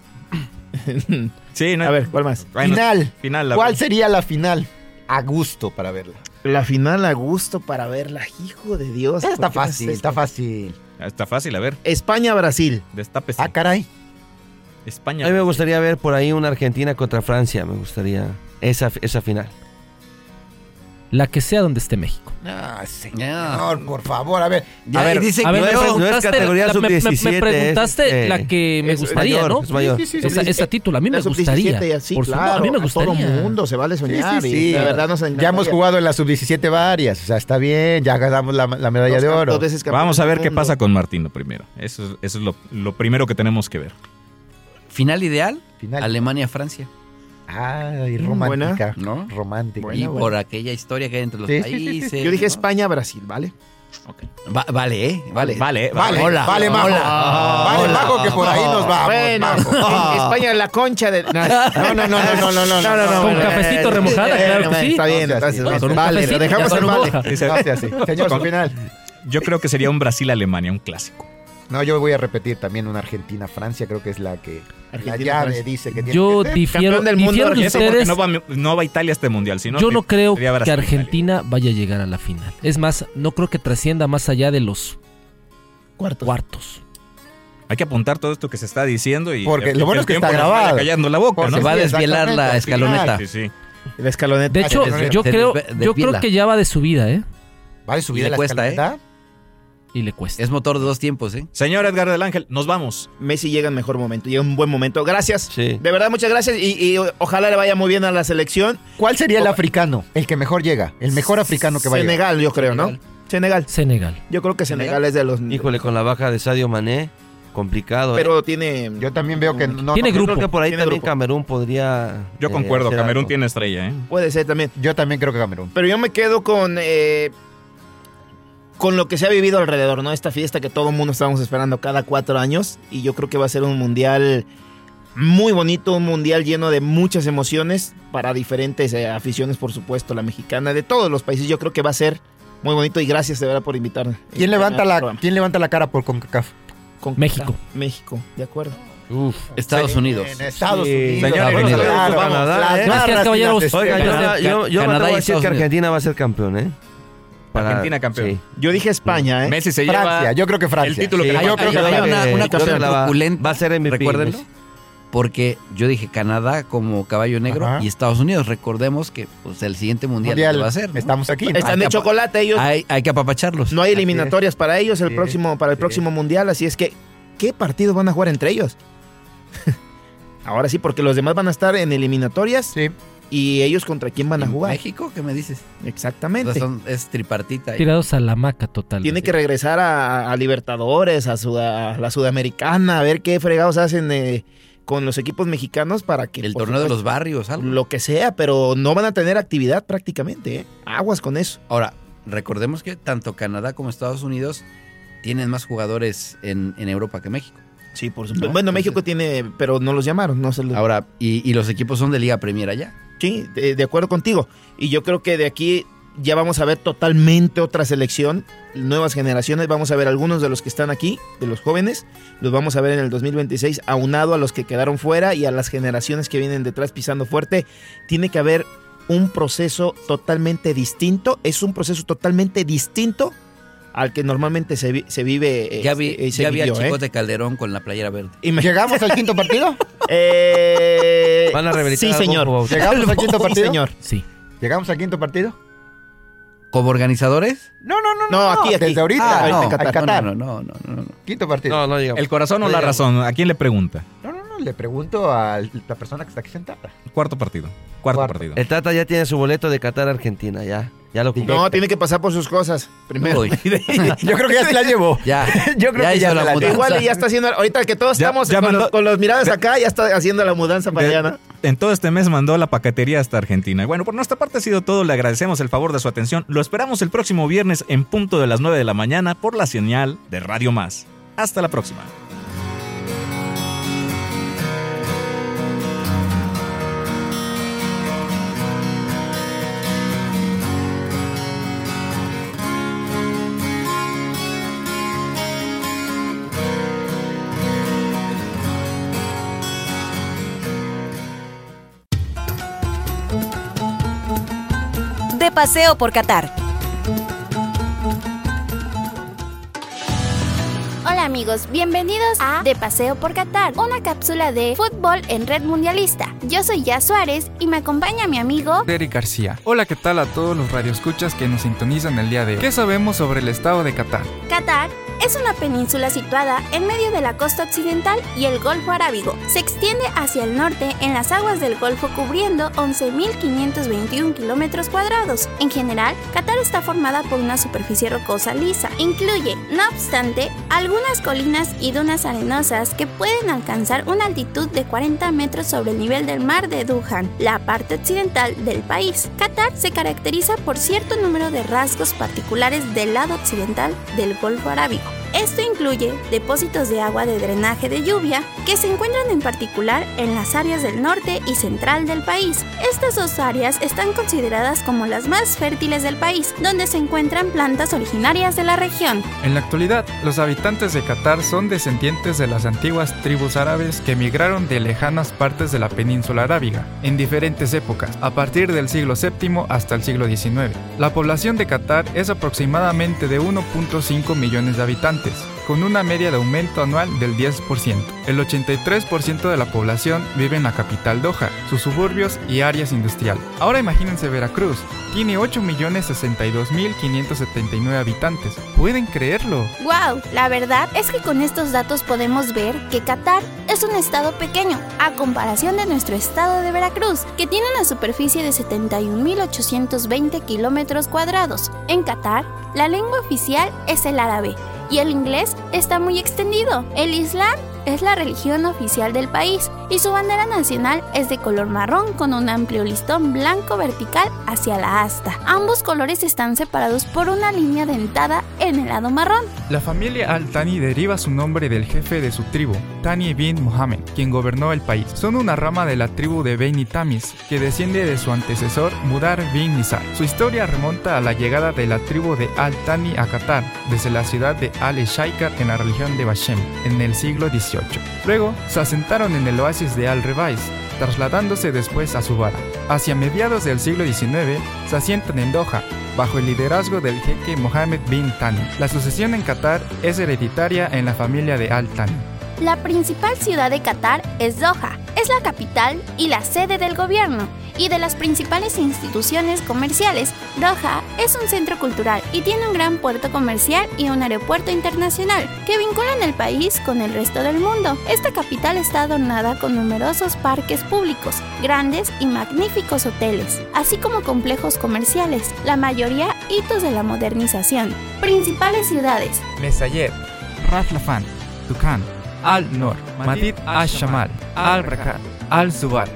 S2: Sí, no-
S5: A ver, ¿cuál más?
S2: Bueno,
S8: Final.
S2: final, la
S8: ¿Cuál
S2: verdad.
S8: sería la final? A gusto para verla.
S5: La final a gusto para verla, hijo de Dios. ¿por qué
S8: Está
S5: no
S8: fácil,
S5: haces
S8: está
S5: esto?
S8: fácil.
S2: Está fácil, a ver.
S5: España-Brasil.
S2: Destápese.
S8: Ah, caray.
S2: España. pues,
S7: A mí me gustaría ver por ahí una Argentina contra Francia. Me gustaría esa, esa final.
S3: La que sea donde esté México.
S8: No, señor, por favor, a ver.
S6: Ya, y dice
S3: A ver,
S7: no
S3: me
S7: es- no es
S3: preguntaste
S7: categoría
S3: la- me- me-
S7: sub-17,
S3: Me preguntaste
S7: es, eh,
S3: la que me
S5: es
S3: gustaría,
S7: mayor,
S3: ¿no?
S7: es mayor.
S5: Sí, sí, sí,
S3: Esa,
S5: sí.
S3: esa título, a mí me
S5: La sub-17
S3: gustaría.
S5: y así,
S3: Por su-
S5: claro,
S3: a mí me gustaría.
S5: todo mundo se vale soñar.
S8: sí,
S5: y
S8: sí.
S5: la verdad nos
S8: Ya hemos jugado en la sub-17 varias, o sea, está bien, ya ganamos la, la medalla de oro.
S2: Vamos a ver qué pasa con Martino primero. Eso es, eso es lo, lo primero que tenemos que ver.
S6: Final ideal,
S8: Final.
S6: Alemania-Francia.
S8: Ay,
S5: Buena.
S8: romántica.
S6: ¿No?
S8: Romántica.
S6: y
S8: Mm, Bueno,
S6: por aquella historia que hay entre los
S8: Sí, sí, sí, sí.
S6: países.
S5: Yo dije
S6: ¿no?
S5: España-Brasil, ¿vale?
S6: Va- vale, ¿eh? Vale.
S2: Vale,
S8: vale.
S6: Hola.
S8: Vale, Majo. Vale, Majo, que por ahí nos vamos,
S5: Bueno, en España la concha de. No, no, no, no, no, no, no, no, no,
S3: Con
S5: no,
S3: cafecito
S5: eh,
S3: remojada,
S5: eh,
S3: claro que
S5: eh,
S3: sí.
S5: Está bien,
S3: No seas así.
S5: entonces,
S3: Con un
S5: vale, lo
S3: cafecito,
S5: dejamos
S3: ya
S5: en
S3: lo
S5: vale.
S3: moja.
S2: Dice-
S8: No sea así. Señor, su final.
S2: Yo creo que sería un Brasil-Alemania, un clásico.
S8: No, yo voy a repetir también una Argentina-Francia, creo que es la que la llave
S2: Argentina-Francia.
S8: dice que tiene
S3: Yo
S8: que ser.
S3: difiero, difiero de
S2: Eso porque
S3: ustedes.
S2: No va, no va a Italia a este mundial, sino
S3: Yo no
S2: que
S3: creo
S2: sería
S3: que
S2: Brasil.
S3: Argentina vaya a llegar a la final. Es más, no creo que trascienda más allá de los cuartos.
S2: Hay que apuntar todo esto que se está diciendo y
S3: Porque
S2: y
S3: lo bueno es que
S2: tiempo
S3: está
S2: nos vaya
S3: grabado.
S2: Callando la boca,
S3: Porque
S2: ¿no?
S3: se va a Sí, desvielar la exactamente. escaloneta.
S2: Sí, sí.
S5: La escaloneta.
S3: De hecho, yo creo, yo creo que ya va de subida, ¿eh?
S8: Va de
S6: Y
S8: subida
S6: le
S8: la
S6: cuesta,
S8: escaloneta.
S6: ¿eh?
S3: Y le cuesta.
S6: Es motor de dos tiempos, ¿eh?
S2: Señor Edgar del Ángel, nos vamos.
S5: Messi llega en mejor momento, llega en un buen momento. Gracias.
S7: Sí.
S5: De verdad, muchas gracias y, y o- ojalá le vaya muy bien a la selección.
S8: ¿Cuál sería el africano? El que mejor llega. El mejor africano que va a llegar.
S5: Senegal, yo creo, ¿no? Senegal.
S3: Senegal.
S5: Yo creo que Senegal es de los.
S7: Híjole, con la baja de Sadio Mané, complicado. ¿eh?
S5: Pero tiene. mm,
S8: Yo también veo que no.
S7: Yo creo que por ahí también Camerún podría.
S2: Yo
S7: eh,
S2: concuerdo,
S7: hacer
S2: Camerún
S7: algo.
S2: tiene estrella, ¿eh?
S5: Puede ser también.
S8: Yo también creo que Camerún.
S5: Pero yo me quedo con. eh, con lo que se ha vivido alrededor, ¿no? Esta fiesta que todo el mundo estábamos esperando cada cuatro años. Y yo creo que va a ser un mundial muy bonito, un mundial lleno de muchas emociones para diferentes eh, aficiones, por supuesto, la mexicana, de todos los países. Yo creo que va a ser muy bonito y gracias de verdad por invitarme. Eh,
S8: ¿Quién levanta la, ¿quién levanta la cara por CONCACAF?
S5: Con
S3: México.
S5: México, de acuerdo.
S6: Uf, Estados
S8: Sí,
S6: Unidos.
S8: en Estados
S6: Sí.
S8: Unidos.
S6: Señores,
S8: Vamos,
S6: Unidos.
S8: vamos,
S6: Canadá,
S8: las
S6: ¿eh?
S8: barras
S6: Gracias,
S8: y las
S6: caballeros.
S8: estrellas.
S7: Oiga, Canadá, yo, yo me
S6: Canadá
S7: atrevo
S6: y
S7: a decir
S6: Estados
S7: que
S6: Unidos.
S7: Argentina va a ser campeón, ¿eh?
S2: Argentina campeón.
S5: Yo dije España, ¿eh?
S2: Messi se
S8: Francia,
S2: lleva
S8: yo creo que Francia.
S2: El título que
S8: Sí,
S2: le
S8: yo creo que
S6: Hay
S8: la-
S6: una,
S8: eh,
S6: una
S8: yo creo
S6: cosa
S8: que la va-
S6: truculenta,
S7: va a ser MVP,
S6: recuérdenlo,
S7: Messi.
S6: porque yo dije Canadá como caballo negro
S8: Ajá.
S6: y Estados Unidos. Recordemos que pues, el siguiente mundial,
S8: Mundial,
S6: ¿qué va a ser. ¿no?
S8: Estamos aquí. ¿no?
S5: Están de chocolate ellos.
S6: Hay, hay que apapacharlos.
S5: No hay eliminatorias para ellos el
S8: Sí,
S5: próximo, para el próximo mundial, así es que ¿qué partidos van a jugar entre ellos? Ahora sí, porque los demás van a estar en eliminatorias. ¿Y ellos contra quién van a jugar?
S6: México, ¿qué me dices?
S5: Exactamente.
S6: O sea, son- es tripartita. ahí.
S3: Tirados a la maca total.
S5: Tiene que regresar a, a Libertadores, a, Sud- a la Sudamericana, a ver qué fregados hacen eh, con los equipos mexicanos para que...
S6: El
S5: por
S6: torneo de
S5: supuesto,
S6: los barrios, algo.
S5: Lo que sea, pero no van a tener actividad prácticamente. ¿eh? Aguas con eso.
S6: Ahora, recordemos que tanto Canadá como Estados Unidos tienen más jugadores en, en Europa que México.
S5: Sí, por
S6: supuesto.
S5: bueno, México tiene, pero no los llamaron, no se los...
S6: Ahora, y, y los equipos son de Liga Premier allá.
S5: Sí, de, de acuerdo contigo. Y yo creo que de aquí ya vamos a ver totalmente otra selección, nuevas generaciones, vamos a ver algunos de los que están aquí, de los jóvenes, los vamos a ver en el 2026, aunado a los que quedaron fuera y a las generaciones que vienen detrás pisando fuerte, tiene que haber un proceso totalmente distinto, es un proceso totalmente distinto al que normalmente se, vi- se vive. eh,
S6: Ya vi,
S5: eh, se
S6: ya vi al
S5: vivió, ¿eh?
S6: Chicote Calderón con la playera verde.
S5: Y me-
S8: ¿Llegamos al quinto partido?
S5: Eh,
S6: Van a rehabilitar
S5: Sí,
S6: al
S5: señor.
S6: Bofo Bautista.
S8: ¿Llegamos al quinto
S5: Sí,
S8: partido?
S5: señor.
S3: Sí.
S8: ¿Llegamos al quinto partido?
S6: ¿Como organizadores?
S5: No, aquí, aquí.
S8: Desde ahorita,
S6: Ah,
S8: ahorita
S6: no,
S8: en Qatar.
S6: no,
S8: Qatar.
S6: No, no, no, no, no.
S8: Quinto partido.
S7: No, no llegamos.
S2: ¿El corazón o la
S8: Oigan.
S2: razón? ¿A quién le pregunta?
S8: No, le pregunto a la persona que está aquí sentada.
S2: Cuarto partido. Cuarto,
S8: Cuarto.
S2: partido.
S7: El Tata ya tiene su boleto de Qatar a Argentina, ya. Ya lo compró.
S5: No, tiene que pasar por sus cosas primero.
S6: Uy.
S8: Yo creo que ya se la llevó.
S6: Ya.
S5: Yo creo
S6: ya
S5: que
S6: hizo
S5: ya
S6: la
S5: me la-
S6: mudanza.
S5: igual ya está haciendo, ahorita que todos
S2: Ya-
S5: estamos
S2: ya
S5: con,
S2: mandó-
S5: los, con los miradas acá, ya está haciendo la mudanza para allá, ¿no?
S2: En todo este mes mandó la paquetería hasta Argentina. Bueno, por nuestra parte ha sido todo. Le agradecemos el favor de su atención. Lo esperamos el próximo viernes en punto de las 9 de la mañana por la señal de Radio Más. Hasta la próxima.
S1: De paseo por Qatar.
S18: Hola amigos, bienvenidos a De Paseo por Qatar, una cápsula de fútbol en red mundialista. Yo soy Ya Suárez y me acompaña mi amigo
S19: Derek García. Hola, ¿qué tal a todos los radioescuchas que nos sintonizan el día de hoy? ¿Qué sabemos sobre el estado de Qatar?
S18: Qatar es una península situada en medio de la costa occidental y el Golfo Arábigo. Se extiende hacia el norte en las aguas del Golfo cubriendo 11.521 kilómetros cuadrados. En general, Qatar está formada por una superficie rocosa lisa. Incluye, no obstante, algunas colinas y dunas arenosas que pueden alcanzar una altitud de 40 metros sobre el nivel del mar de Duhan, la parte occidental del país. Qatar se caracteriza por cierto número de rasgos particulares del lado occidental del Golfo Arábigo. Esto incluye depósitos de agua de drenaje de lluvia que se encuentran en particular en las áreas del norte y central del país. Estas dos áreas están consideradas como las más fértiles del país, donde se encuentran plantas originarias de la región.
S19: En la actualidad, los habitantes de Qatar son descendientes de las antiguas tribus árabes que emigraron de lejanas partes de la península arábiga, en diferentes épocas, a partir del siglo VII hasta el siglo XIX. La población de Qatar es aproximadamente de 1.5 millones de habitantes, con una media de aumento anual del 10%. El 83% de la población vive en la capital Doha, sus suburbios y áreas industriales. Ahora imagínense Veracruz, tiene 8.062.579 habitantes. ¿Pueden creerlo?
S18: ¡Wow! La verdad es que con estos datos podemos ver que Qatar es un estado pequeño a comparación de nuestro estado de Veracruz, que tiene una superficie de 71.820 kilómetros cuadrados. En Qatar, la lengua oficial es el árabe y el inglés está muy extendido. El Islam es la religión oficial del país y su bandera nacional es de color marrón con un amplio listón blanco vertical hacia la asta. Ambos colores están separados por una línea dentada en el lado marrón.
S19: La familia Al-Tani deriva su nombre del jefe de su tribu, Tani bin Mohammed, quien gobernó el país. Son una rama de la tribu de Beni Tamis, que desciende de su antecesor Mudar bin Nizar. Su historia remonta a la llegada de la tribu de Al-Tani a Qatar, desde la ciudad de Al-Shaikat en la región de Bashem, en el siglo XVIII. Luego se asentaron en el oasis de Al-Rebais, trasladándose después a Subara. Hacia mediados del siglo XIX se asientan en Doha, bajo el liderazgo del jeque Mohammed bin Thani. La sucesión en Qatar es hereditaria en la familia de Al Thani.
S18: La principal ciudad de Qatar es Doha. Es la capital y la sede del gobierno y de las principales instituciones comerciales. Doha es un centro cultural y tiene un gran puerto comercial y un aeropuerto internacional que vinculan el país con el resto del mundo. Esta capital está adornada con numerosos parques públicos, grandes y magníficos hoteles, así como complejos comerciales, la mayoría hitos de la modernización. Principales ciudades:
S19: Mesayer, Raflafan, Tucán, Al-Nur, Madid Al-Shamal, Al-Rakat, Al-Zubar.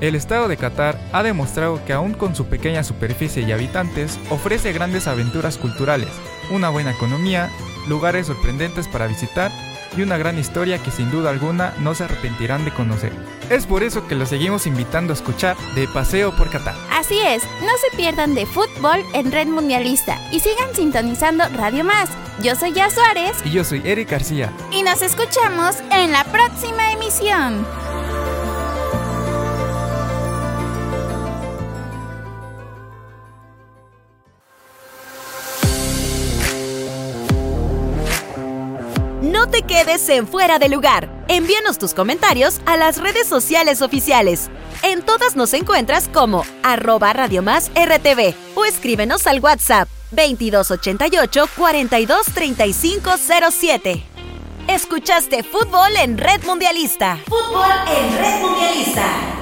S19: El Estado de Qatar ha demostrado que aún con su pequeña superficie y habitantes, ofrece grandes aventuras culturales, una buena economía, lugares sorprendentes para visitar y una gran historia que sin duda alguna no se arrepentirán de conocer. Es por eso que los seguimos invitando a escuchar de Paseo por Qatar.
S18: Así es, no se pierdan de fútbol en Red Mundialista y sigan sintonizando Radio Más. Yo soy Ya Suárez
S19: y yo soy Eric García.
S18: Y nos escuchamos en la próxima emisión.
S1: No te quedes en fuera de lugar. Envíanos tus comentarios a las redes sociales oficiales. En todas nos encuentras como arroba Radio Más RTV o escríbenos al WhatsApp 2288 423507. Escuchaste fútbol en Red Mundialista.
S20: Fútbol en Red Mundialista.